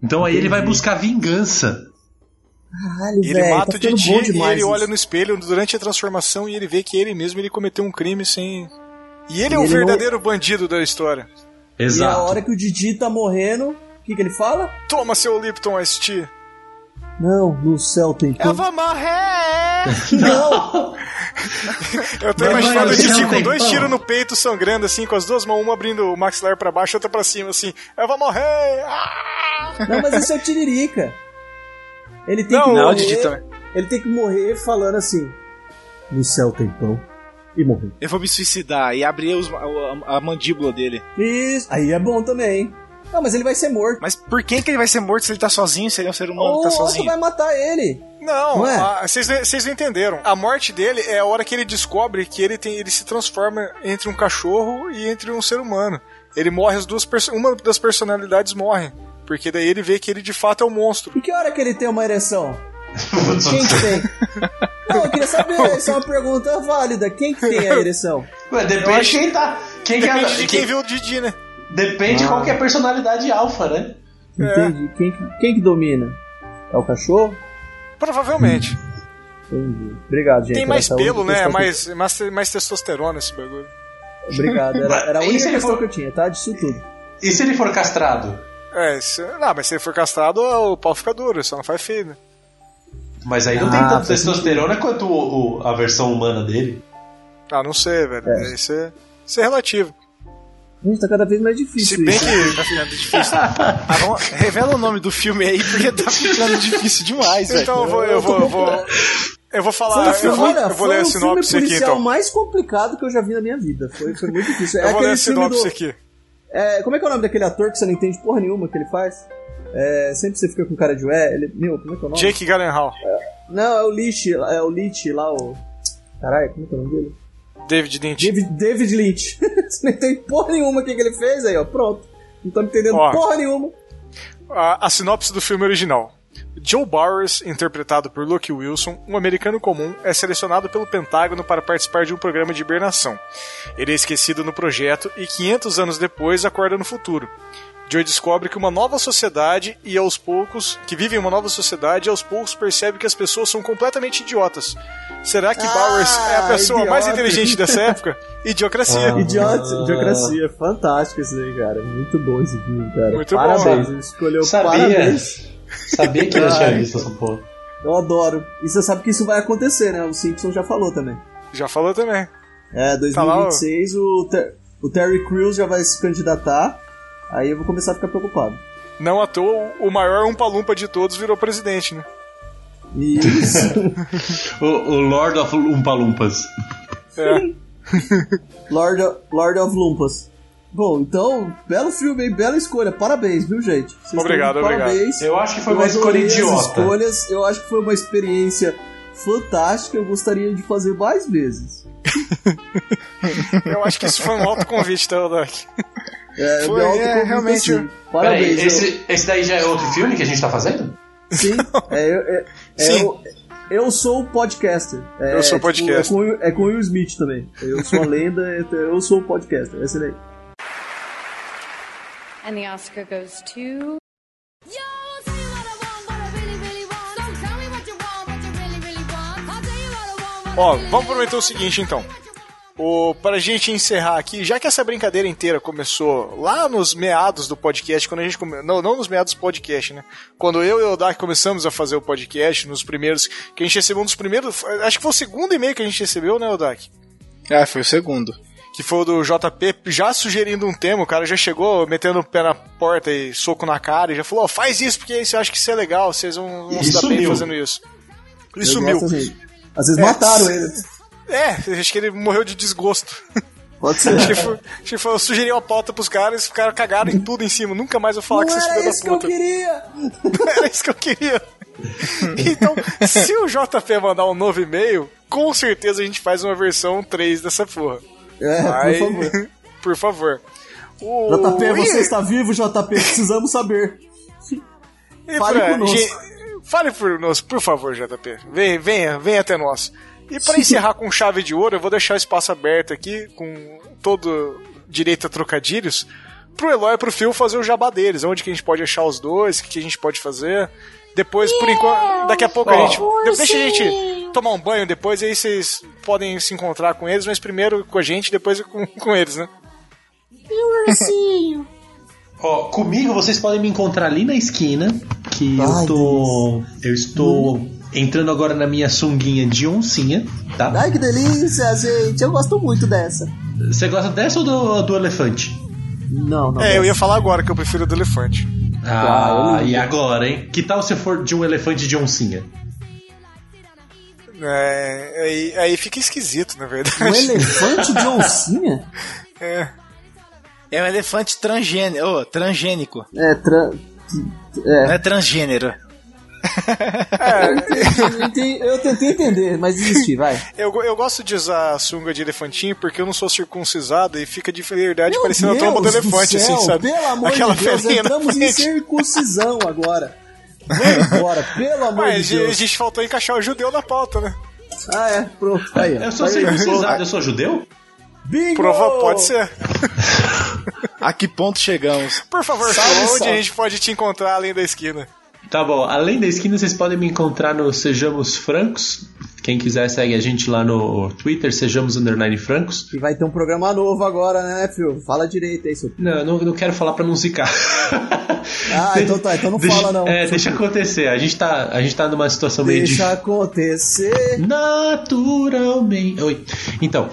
Speaker 3: Então aí ele vai buscar vingança.
Speaker 5: Caralho,
Speaker 1: E ele
Speaker 5: velho.
Speaker 1: mata
Speaker 5: tá
Speaker 1: o
Speaker 5: ficando
Speaker 1: Didi
Speaker 5: bom
Speaker 1: e
Speaker 5: demais
Speaker 1: ele
Speaker 5: isso.
Speaker 1: olha no espelho durante a transformação e ele vê que ele mesmo ele cometeu um crime sem. E ele é
Speaker 5: E
Speaker 1: o
Speaker 5: ele não-
Speaker 1: verdadeiro bandido da história.
Speaker 5: E a
Speaker 3: Exato.
Speaker 5: hora que o Didi tá morrendo, o que, que ele fala?
Speaker 1: Toma seu Lipton Ice Tea.
Speaker 5: Não, no céu tem
Speaker 1: Eu
Speaker 5: pão.
Speaker 1: vou morrer!
Speaker 5: Não!
Speaker 1: Eu tô
Speaker 3: Não,
Speaker 1: imaginando
Speaker 3: não,
Speaker 1: o Didi
Speaker 3: não
Speaker 1: com
Speaker 3: tem
Speaker 1: dois
Speaker 3: pão.
Speaker 1: tiros no peito, sangrando, assim, com as duas mãos, uma abrindo o maxilar pra baixo, outra pra cima, assim. Eu vou morrer! Ah!
Speaker 5: Não, mas esse é o Tiririca. Ele tem que
Speaker 1: Não,
Speaker 5: morrer.
Speaker 1: o Didi também.
Speaker 5: Ele tem que morrer falando assim. No céu tem pão. E morreu.
Speaker 2: Eu vou me suicidar e abrir os- a, a mandíbula dele.
Speaker 5: Isso. Aí é bom também, hein? Não, mas ele vai ser morto.
Speaker 2: Mas por quem que ele vai ser morto se ele tá sozinho? Se ele é um ser humano
Speaker 5: Ou
Speaker 2: que
Speaker 5: o
Speaker 2: tá
Speaker 5: outro
Speaker 2: sozinho?
Speaker 5: vai matar ele.
Speaker 1: Não,
Speaker 5: Não é?
Speaker 1: a- vocês não- vocês não entenderam. A morte dele é a hora que ele descobre que ele, tem, ele se transforma entre um cachorro e entre um ser humano. Ele morre, as duas perso- uma das personalidades morre. Porque daí ele vê que ele de fato é um monstro.
Speaker 5: E que hora que ele tem uma ereção? Quem que tem? Não, eu queria saber, essa é uma pergunta válida. Quem que tem
Speaker 6: É.
Speaker 5: a ereção?
Speaker 3: Ué, depende de quem tá. Quem que é-
Speaker 1: Depende de quem
Speaker 3: quem-
Speaker 1: viu o Didi, né?
Speaker 3: Depende de qual que é a personalidade alfa, né?
Speaker 5: Entendi. Quem, que- quem que domina? É o cachorro?
Speaker 1: Provavelmente.
Speaker 5: Entendi. Obrigado, gente.
Speaker 1: Hum. Tem mais
Speaker 5: Essa é a
Speaker 1: pelo, né?
Speaker 5: única questão que-
Speaker 1: Mais, mais, mais testosterona esse bagulho.
Speaker 5: Obrigado. Era, era a
Speaker 6: É
Speaker 3: Mas
Speaker 5: única
Speaker 3: se ele
Speaker 5: questão
Speaker 3: for-
Speaker 5: que eu tinha, tá? Disso tudo.
Speaker 3: E se ele for castrado?
Speaker 1: É, isso, não, mas se ele for castrado, o pau fica duro, só não faz feio, né?
Speaker 3: Mas aí não tem
Speaker 5: Ah,
Speaker 3: tanto
Speaker 5: faz
Speaker 3: testosterona quanto o- o- a versão humana dele.
Speaker 1: Ah, não sei, velho. Isso, é, isso é relativo.
Speaker 5: Gente, tá cada vez mais difícil
Speaker 1: Se bem
Speaker 5: isso.
Speaker 1: que.
Speaker 2: Tá ficando difícil. Ah, vamos- revela o nome do filme aí, porque tá ficando difícil demais, velho.
Speaker 1: Então eu vou. Eu vou, eu vou,
Speaker 6: Eu vou
Speaker 5: Foi
Speaker 6: falar,
Speaker 5: um filme-
Speaker 6: eu, vou,
Speaker 5: olha,
Speaker 6: eu vou
Speaker 5: foi
Speaker 6: ler a
Speaker 5: um filme
Speaker 6: sinopse aqui
Speaker 5: policial
Speaker 6: então.
Speaker 5: mais complicado que eu já vi na minha vida. Foi, foi muito difícil.
Speaker 6: Eu
Speaker 5: é
Speaker 6: vou ler
Speaker 5: aquele
Speaker 6: a
Speaker 5: filme
Speaker 6: sinopse
Speaker 5: do,
Speaker 6: aqui.
Speaker 5: é, Como é que é o nome daquele ator que você não entende porra nenhuma que ele faz? É, sempre você fica com cara de ué. Ele, meu, como é que é o nome?
Speaker 6: Jake Gyllenhaal,
Speaker 5: Não, é o Leach. É o Leach lá, o. Caralho, como é que é o nome dele?
Speaker 6: David Lynch.
Speaker 5: David, David Leach. você não entende porra nenhuma o que, que ele fez aí, ó. Pronto. Não tô entendendo
Speaker 6: Ó.
Speaker 5: porra nenhuma.
Speaker 6: A, a sinopse do filme original. Joe Bowers, interpretado por Luke Wilson, um americano comum, é selecionado pelo Pentágono para participar de um programa de hibernação. Ele é esquecido no projeto e 500 anos depois acorda no futuro. Joe descobre que uma nova sociedade e aos poucos, que vive em uma nova sociedade e aos poucos percebe que as pessoas são completamente idiotas. Será que
Speaker 5: Ah,
Speaker 6: Bowers é a pessoa mais
Speaker 5: idiota.
Speaker 6: inteligente dessa época? Idiocracia.
Speaker 3: Ah.
Speaker 5: Idiota, idiocracia. Fantástico isso aí, cara. Muito bom esse filme, cara.
Speaker 6: Muito
Speaker 5: parabéns,
Speaker 3: bom.
Speaker 5: ele escolheu
Speaker 3: Sabia.
Speaker 5: parabéns.
Speaker 3: Sabia que eu não tinha
Speaker 5: Ai.
Speaker 3: visto essa porra.
Speaker 5: Eu adoro. E você sabe que isso vai acontecer, né? O Simpson já falou também.
Speaker 6: Já falou também.
Speaker 5: É,
Speaker 6: Tá lá o-
Speaker 5: 2026 o, Ter- o Terry Crews já vai se candidatar. Aí eu vou começar a ficar preocupado.
Speaker 6: Não à toa, o maior umpa-lumpa de todos virou presidente, né?
Speaker 5: E isso.
Speaker 1: O, o Lord of Umpalumpas.
Speaker 6: É.
Speaker 5: Lord, of, Lord of Lumpas. Bom, então, belo filme, hein? Bela escolha. Parabéns, viu, gente? Vocês estão de
Speaker 6: Obrigado, obrigado.
Speaker 5: Parabéns.
Speaker 3: Eu acho que foi
Speaker 5: Eu
Speaker 3: uma escolha
Speaker 5: adorei as
Speaker 3: idiota.
Speaker 5: escolhas. Eu acho que foi uma experiência fantástica. Eu gostaria de fazer mais vezes.
Speaker 6: Eu acho que isso foi um autoconvite, tá, Doc?
Speaker 5: É, eu
Speaker 6: Foi,
Speaker 5: me autoconvido
Speaker 6: é, realmente,
Speaker 5: assim.
Speaker 3: Peraí,
Speaker 5: Parabéns. eu-
Speaker 3: esse, esse daí já é outro filme que a gente tá fazendo?
Speaker 5: Sim, é, eu- é- é
Speaker 6: Sim.
Speaker 5: eu- eu sou o podcaster. É,
Speaker 6: Eu sou o
Speaker 5: tipo,
Speaker 6: podcaster.
Speaker 5: é, com, é com o Will Smith também. Eu sou a lenda, então eu eu sou o podcaster. Essa daí.
Speaker 8: And the Oscar goes to
Speaker 6: Ó, vamos prometer o seguinte, então. O, pra gente encerrar aqui, já que essa brincadeira inteira começou lá nos meados do podcast, quando a gente come... não, não nos meados do podcast, né? Quando eu e o Dark começamos a fazer o podcast, nos primeiros, que a gente recebeu um dos primeiros, acho que foi o segundo e-mail que a gente recebeu, né, o Dark?
Speaker 2: Ah, foi o segundo.
Speaker 6: que foi o do JP, já sugerindo um tema, o cara já chegou metendo o pé na porta e soco na cara e já falou, ó, faz isso porque aí você acha que isso é legal, vocês vão, vão
Speaker 3: E
Speaker 6: se dar bem
Speaker 3: sumiu.
Speaker 6: fazendo isso. Ele
Speaker 5: Eu
Speaker 6: sumiu.
Speaker 5: gosto assim. Às vezes
Speaker 6: É.
Speaker 5: mataram ele.
Speaker 6: É, acho que ele morreu de desgosto.
Speaker 5: Pode ser.
Speaker 6: acho, que foi, acho que foi, eu sugeri uma pauta pros caras, os caras cagaram em tudo em cima, nunca mais vou falar que vocês filhos da puta.
Speaker 5: queria!
Speaker 6: Não era isso que eu queria. Então, se o JP mandar um novo e-mail, com certeza a gente faz uma versão 3 dessa porra.
Speaker 5: É,
Speaker 6: Aí-
Speaker 5: por favor.
Speaker 6: por favor. O-
Speaker 5: JP, você
Speaker 6: Ih,
Speaker 5: está vivo, JP, precisamos saber.
Speaker 6: E
Speaker 5: Fale
Speaker 6: pra-
Speaker 5: conosco.
Speaker 6: gen- Fale por nós, por favor, JP. Vem, venha, venha até nós. E para encerrar com chave de ouro, eu vou deixar o espaço aberto aqui, com todo direito a trocadilhos, pro Eloy e pro Phil fazer o jabá deles, onde que a gente pode achar os dois, o que que a gente pode fazer. Depois, por enquanto, daqui a pouco a
Speaker 3: Ó.
Speaker 6: gente. de- Deixa a gente tomar um banho depois, aí vocês podem se encontrar com eles, mas primeiro com a gente, depois com, com eles, né?
Speaker 3: Ó, comigo vocês podem me encontrar ali na esquina, que
Speaker 5: Ai,
Speaker 3: eu tô. Eu estou entrando agora na minha sunguinha de oncinha, tá?
Speaker 5: Ai, que delícia, gente. Eu gosto muito dessa.
Speaker 3: Você gosta dessa ou do, do elefante?
Speaker 5: Não, não.
Speaker 6: É, eu ia falar agora que eu prefiro o do elefante.
Speaker 3: Ah, e agora, hein? Que tal se for de um elefante de oncinha?
Speaker 6: É, aí, aí fica esquisito, na verdade.
Speaker 5: Um elefante de oncinha?
Speaker 6: É.
Speaker 2: É um elefante transgênero. ô, transgênico.
Speaker 5: É, tra...
Speaker 2: Não é transgênero.
Speaker 5: eu, entendi- eu tentei entender, mas desisti, vai.
Speaker 6: Eu, go- eu gosto de usar a sunga de elefantinho porque eu não sou circuncisado e fica de verdade
Speaker 5: Meu
Speaker 6: parecendo a tromba do
Speaker 5: Deus
Speaker 6: elefante,
Speaker 5: céu,
Speaker 6: assim, sabe?
Speaker 5: Pelo amor
Speaker 6: Aquela né?
Speaker 5: de Deus,
Speaker 6: ferinha na
Speaker 5: entramos em
Speaker 6: frente.
Speaker 5: circuncisão agora. Vamos embora, pelo amor
Speaker 6: Mas
Speaker 5: de
Speaker 6: a
Speaker 5: Deus.
Speaker 6: gente faltou encaixar o judeu na pauta, né?
Speaker 5: Ah, é, pronto. Aí, ó.
Speaker 3: Eu sou
Speaker 5: Aí,
Speaker 3: circuncisado, eu sou judeu?
Speaker 5: Bingo!
Speaker 6: Prova pode ser.
Speaker 2: A que ponto chegamos?
Speaker 6: Por favor,
Speaker 5: Salve,
Speaker 6: Phil, onde
Speaker 5: salve.
Speaker 6: a gente pode te encontrar além da esquina?
Speaker 3: Tá bom, além da esquina, vocês podem me encontrar no Sejamos Francos. Quem quiser segue a gente lá no Twitter, Sejamos Underline Francos.
Speaker 5: E vai ter um programa novo agora, né, filho? Fala direito aí, seu...
Speaker 3: Não, eu não, não quero falar pra não zicar.
Speaker 5: Ah,
Speaker 3: De-
Speaker 5: então tá, então não
Speaker 3: deixa,
Speaker 5: fala não.
Speaker 3: É, deixa acontecer. A gente tá, a gente tá numa situação meio
Speaker 5: Deixa
Speaker 3: difícil.
Speaker 5: acontecer.
Speaker 3: Naturalmente. Oi. Então,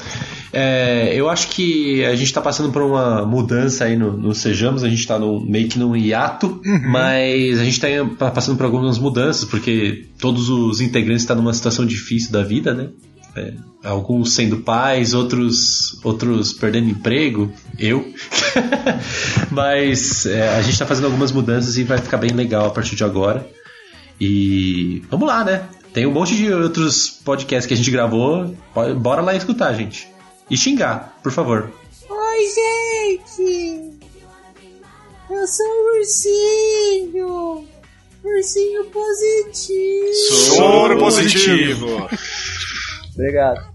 Speaker 3: É, eu acho que a gente está passando por uma mudança aí no, no Sejamos, a gente está meio que num hiato, mas a gente está passando por algumas mudanças, porque todos os integrantes estão numa situação difícil da vida, né? É, alguns sendo pais, outros outros perdendo emprego, eu. mas é, a gente está fazendo algumas mudanças e vai ficar bem legal a partir de agora. E vamos lá, né? Tem um monte de outros podcasts que a gente gravou. Bo- Bora lá escutar, gente. E xingar, por favor.
Speaker 13: Oi, gente! Eu sou o ursinho! Ursinho positivo!
Speaker 6: Soro
Speaker 5: Obrigado.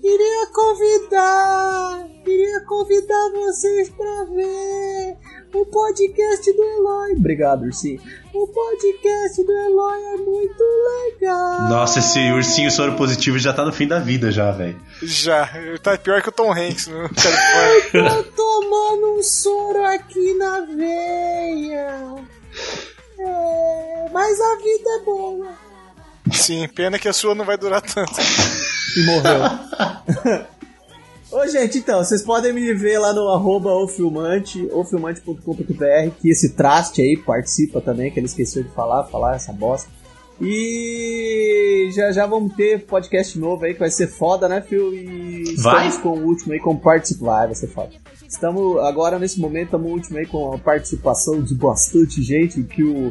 Speaker 13: Queria convidar! Queria convidar vocês pra ver o podcast do Eloy!
Speaker 5: Obrigado, ursinho.
Speaker 13: O podcast do Eloy é muito legal!
Speaker 3: Nossa, esse ursinho soro positivo já tá no fim da vida, já, velho.
Speaker 6: Já, tá pior que o Tom Hanks no
Speaker 13: Tô
Speaker 6: telefone.
Speaker 13: tomando um soro aqui na veia. É, mas a vida é boa.
Speaker 6: Sim, pena que a sua não vai durar tanto.
Speaker 5: E morreu. Ô, gente, então, vocês podem me ver lá no arroba ofilmante, ofilmante.com.br, que esse traste aí participa também, que ele esqueceu de falar, falar essa bosta. E já já vamos ter podcast novo aí, que vai ser foda, né, Phil? E
Speaker 3: Vai?
Speaker 5: estamos com o último aí com participação. Vai, vai ser foda. Estamos agora, nesse momento, estamos o último aí com a participação de bastante gente, que o,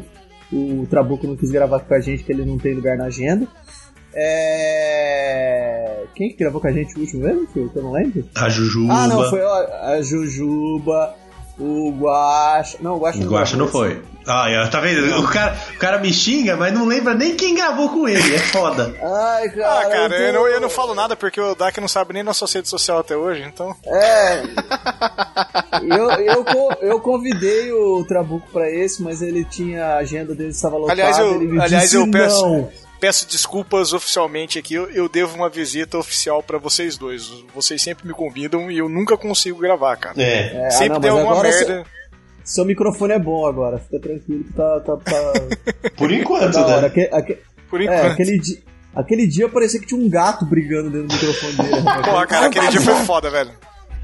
Speaker 5: o Trabuco não quis gravar com a gente, que ele não tem lugar na agenda. É... Quem que gravou com a gente o último mesmo, Phil? Que eu não lembro.
Speaker 3: A Jujuba.
Speaker 5: Ah, não, foi ó, a Jujuba, o Guacha. Não, o Guacha
Speaker 3: O
Speaker 5: não,
Speaker 3: Guacha não
Speaker 5: gravou.
Speaker 3: foi. Ah, é, tá vendo? O cara, o cara me xinga, mas não lembra nem quem gravou com ele. É foda.
Speaker 5: Ai,
Speaker 6: Ah,
Speaker 5: cara.
Speaker 6: cara,
Speaker 5: tô-
Speaker 6: eu não, eu não falo nada porque o Dak não sabe nem nossa rede social até hoje, então.
Speaker 5: É. eu, eu, co- eu convidei o Trabuco pra esse, mas ele tinha a agenda dele estava lotada.
Speaker 6: Aliás, eu-
Speaker 5: ele me
Speaker 6: aliás,
Speaker 5: disse
Speaker 6: eu peço-
Speaker 5: Não.
Speaker 6: Peço desculpas oficialmente aqui, eu, eu devo uma visita oficial pra vocês dois. Vocês sempre me convidam e eu nunca consigo gravar, cara.
Speaker 3: É.
Speaker 5: É, ah,
Speaker 6: sempre
Speaker 5: não,
Speaker 6: tem
Speaker 5: mas
Speaker 6: alguma
Speaker 5: agora se-
Speaker 6: merda.
Speaker 5: Seu microfone é bom agora, fica tranquilo que tá, tá, tá,
Speaker 3: Por enquanto,
Speaker 5: da hora.
Speaker 3: né?
Speaker 5: Aque- aque-
Speaker 6: Por
Speaker 5: é,
Speaker 6: enquanto.
Speaker 5: aquele, di- aquele dia parecia que tinha um gato brigando dentro do microfone dele. né? rapaz.
Speaker 6: Porra, cara, aquele dia foi foda, velho.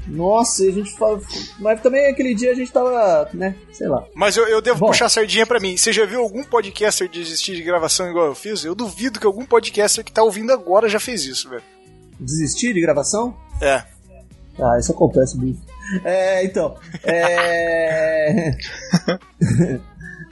Speaker 5: Nossa, e a gente fala. Mas também aquele dia a gente tava, né? Sei lá.
Speaker 6: Mas eu, eu devo
Speaker 5: Bom.
Speaker 6: puxar a sardinha pra mim. Você já viu algum podcaster desistir de gravação igual eu fiz? Eu duvido que algum podcaster que tá ouvindo agora já fez isso, velho.
Speaker 5: Desistir de gravação?
Speaker 6: É.
Speaker 5: Ah, isso acontece muito. É, então. É.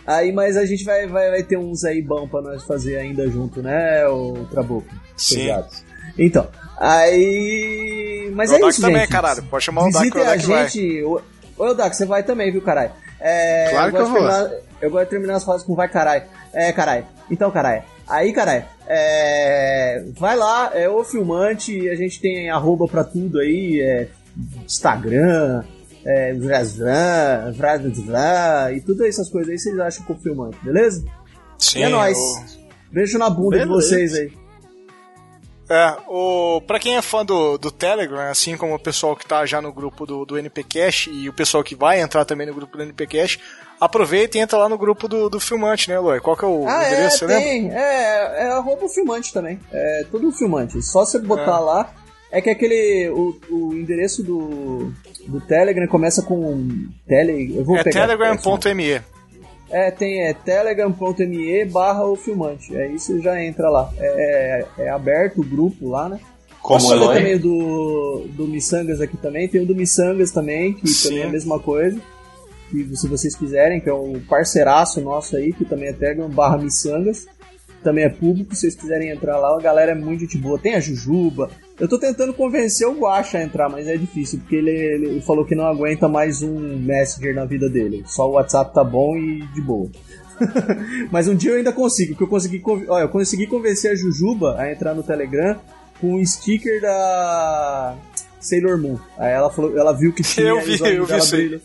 Speaker 5: aí, mas a gente vai, vai, vai ter uns aí bom pra nós fazer ainda junto, né, o Trabuco?
Speaker 6: Sim.
Speaker 5: Obrigado. Então, aí. Mas
Speaker 6: o
Speaker 5: é
Speaker 6: Dak
Speaker 5: isso,
Speaker 6: também,
Speaker 5: gente.
Speaker 6: caralho. Pode chamar o Dak que
Speaker 5: Visitem
Speaker 6: o
Speaker 5: a
Speaker 6: Dak vai.
Speaker 5: gente. Ô, ô, Dak, você vai também, viu, caralho? É,
Speaker 2: Claro
Speaker 5: gosto
Speaker 2: que eu
Speaker 5: de
Speaker 2: vou.
Speaker 5: terminar- eu gosto de terminar as frases com vai, caralho. É, caralho. Então, caralho. Aí, caralho. É, vai lá, é o filmante. A gente tem arroba pra tudo aí. É, Instagram, é, Vraslan, Vraslan, e todas essas coisas aí vocês acham com o filmante, beleza?
Speaker 6: Sim,
Speaker 5: E é nóis.
Speaker 6: o-
Speaker 5: Beijo na bunda de
Speaker 2: Beleza.
Speaker 5: vocês aí.
Speaker 6: É, o, pra quem é fã do, do Telegram, assim como o pessoal que tá já no grupo do, do NPcast e o pessoal que vai entrar também no grupo do NPcast, aproveita e entra lá no grupo do, do filmante, né, Eloy? Qual que é o
Speaker 5: Ah, é,
Speaker 6: endereço, né?
Speaker 5: tem. É, é arroba o filmante também. É tudo filmante. Só você botar
Speaker 6: É.
Speaker 5: lá. É que aquele. O, o endereço do, do Telegram começa com. um Tele, eu vou
Speaker 6: É
Speaker 5: pegar.
Speaker 6: telegram.me.
Speaker 5: É, tem é telegram.me barra o filmante. É isso, já entra lá. É, é- é aberto o grupo lá, né?
Speaker 3: Como
Speaker 5: Posso fazer
Speaker 3: Eloy.
Speaker 5: também o do, do Missangas aqui também. Tem o do Missangas também, que
Speaker 6: Sim.
Speaker 5: também é a mesma coisa. E se vocês quiserem, que é um parceiraço nosso aí, que também é Telegram barra Missangas. Também é público, se vocês quiserem entrar lá, a galera é muito gente boa. Tem a Jujuba. Eu tô tentando convencer o Guaxa a entrar, mas é difícil, porque ele, ele falou que não aguenta mais um Messenger na vida dele. Só o WhatsApp tá bom e de boa. Mas um dia eu ainda consigo, porque eu consegui, conv- olha, eu consegui convencer a Jujuba a entrar no Telegram com um sticker da Sailor Moon. Aí ela falou, ela viu que tinha
Speaker 6: Eu
Speaker 5: aí
Speaker 6: vi,
Speaker 5: os olhos
Speaker 6: eu vi
Speaker 5: dela
Speaker 6: isso aí.
Speaker 5: brilhou.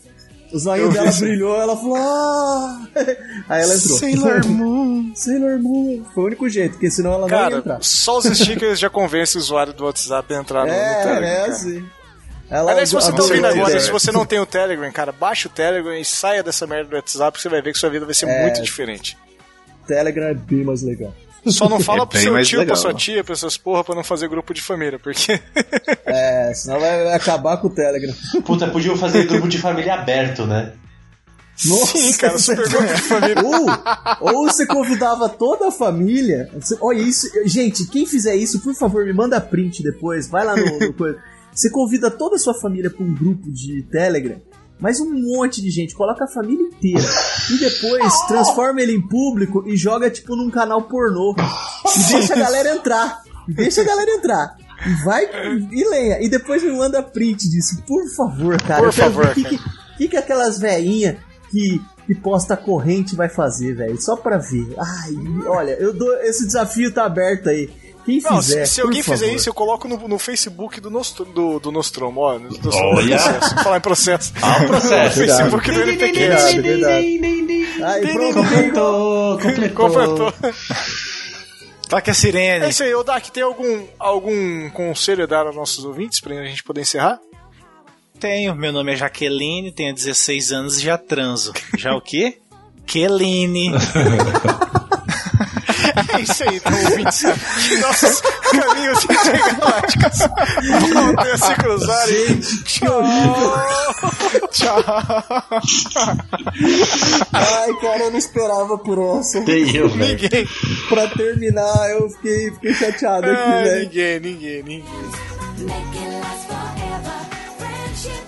Speaker 5: O zoinho
Speaker 6: Eu vi
Speaker 5: dela
Speaker 6: isso aí.
Speaker 5: brilhou, ela falou. Ah! Aí ela entrou.
Speaker 6: Sailor Moon.
Speaker 5: Sailor Moon. Foi o único jeito, porque senão ela não ia entrar.
Speaker 6: Cara, só os stickers já convencem o usuário do WhatsApp a entrar no, no
Speaker 5: É,
Speaker 6: Telegram.
Speaker 5: né,
Speaker 6: cara.
Speaker 5: assim. Ela é.
Speaker 6: Aliás, se você tá
Speaker 5: adorou
Speaker 6: ouvindo
Speaker 5: a
Speaker 6: agora,
Speaker 5: ideia.
Speaker 6: se você não tem o Telegram, cara, baixa o Telegram e
Speaker 5: É.
Speaker 6: saia dessa merda do WhatsApp, que você vai ver que sua vida vai ser muito diferente.
Speaker 5: Telegram é bem mais legal.
Speaker 6: Só não fala
Speaker 2: É
Speaker 6: pro
Speaker 2: bem
Speaker 6: seu
Speaker 2: mais
Speaker 6: tio,
Speaker 2: legal.
Speaker 6: pra sua tia, pra essas porra, pra não fazer grupo de família, porque.
Speaker 5: É, senão vai vai acabar com o Telegram.
Speaker 14: Puta, podiam fazer grupo de família aberto, né?
Speaker 6: Sim, cara, super grupo de família.
Speaker 5: ou, ou você convidava toda a família. Você- olha isso. Gente, quem fizer isso, por favor, me manda print depois. Vai lá no. no coisa. Você convida toda a sua família pra um grupo de Telegram. Mas um monte de gente, coloca a família inteira. E depois transforma ele em público e joga tipo num canal pornô. E deixa a galera entrar. E deixa a galera entrar. E vai e lenha. E depois me manda print disso. Por favor, cara.
Speaker 6: Por
Speaker 5: Eu quero ver
Speaker 6: favor,
Speaker 5: O que, que, que que aquelas veinhas que, que posta corrente vai fazer, velho? Só pra ver. Ai, olha, eu dou. Esse desafio tá aberto aí. Quem
Speaker 6: Não, se-
Speaker 5: fizer.
Speaker 6: se alguém
Speaker 5: por
Speaker 6: fizer
Speaker 5: favor.
Speaker 6: isso, eu coloco no, no Facebook do, Nostro, do, do Nostromo. Ó, do, do,
Speaker 14: Olha.
Speaker 6: processo. Falar em processo.
Speaker 14: Ah, o processo.
Speaker 6: No Facebook do
Speaker 5: Verdade,
Speaker 6: NPQ.
Speaker 5: é verdade. Aí, pronto.
Speaker 3: Completou, completou.
Speaker 6: Completou.
Speaker 2: Toque a
Speaker 6: É
Speaker 2: sirene.
Speaker 6: isso aí, Odak, tem algum, algum conselho a dar aos nossos ouvintes pra gente poder encerrar?
Speaker 2: Tenho. Meu nome é Jaqueline, tenho 16 anos e já transo. Já o quê? Queline.
Speaker 6: É isso aí, então, ouvintes. Que nossos caminhos intergalácticos voltem a se cruzarem.
Speaker 5: Ai, cara, eu não esperava por essa.
Speaker 14: Tem eu, velho.
Speaker 6: Ninguém,
Speaker 5: Pra terminar, eu fiquei, fiquei chateado aqui,
Speaker 6: ah,
Speaker 5: velho.
Speaker 6: ninguém, ninguém, ninguém.
Speaker 8: Make it last forever. Friendship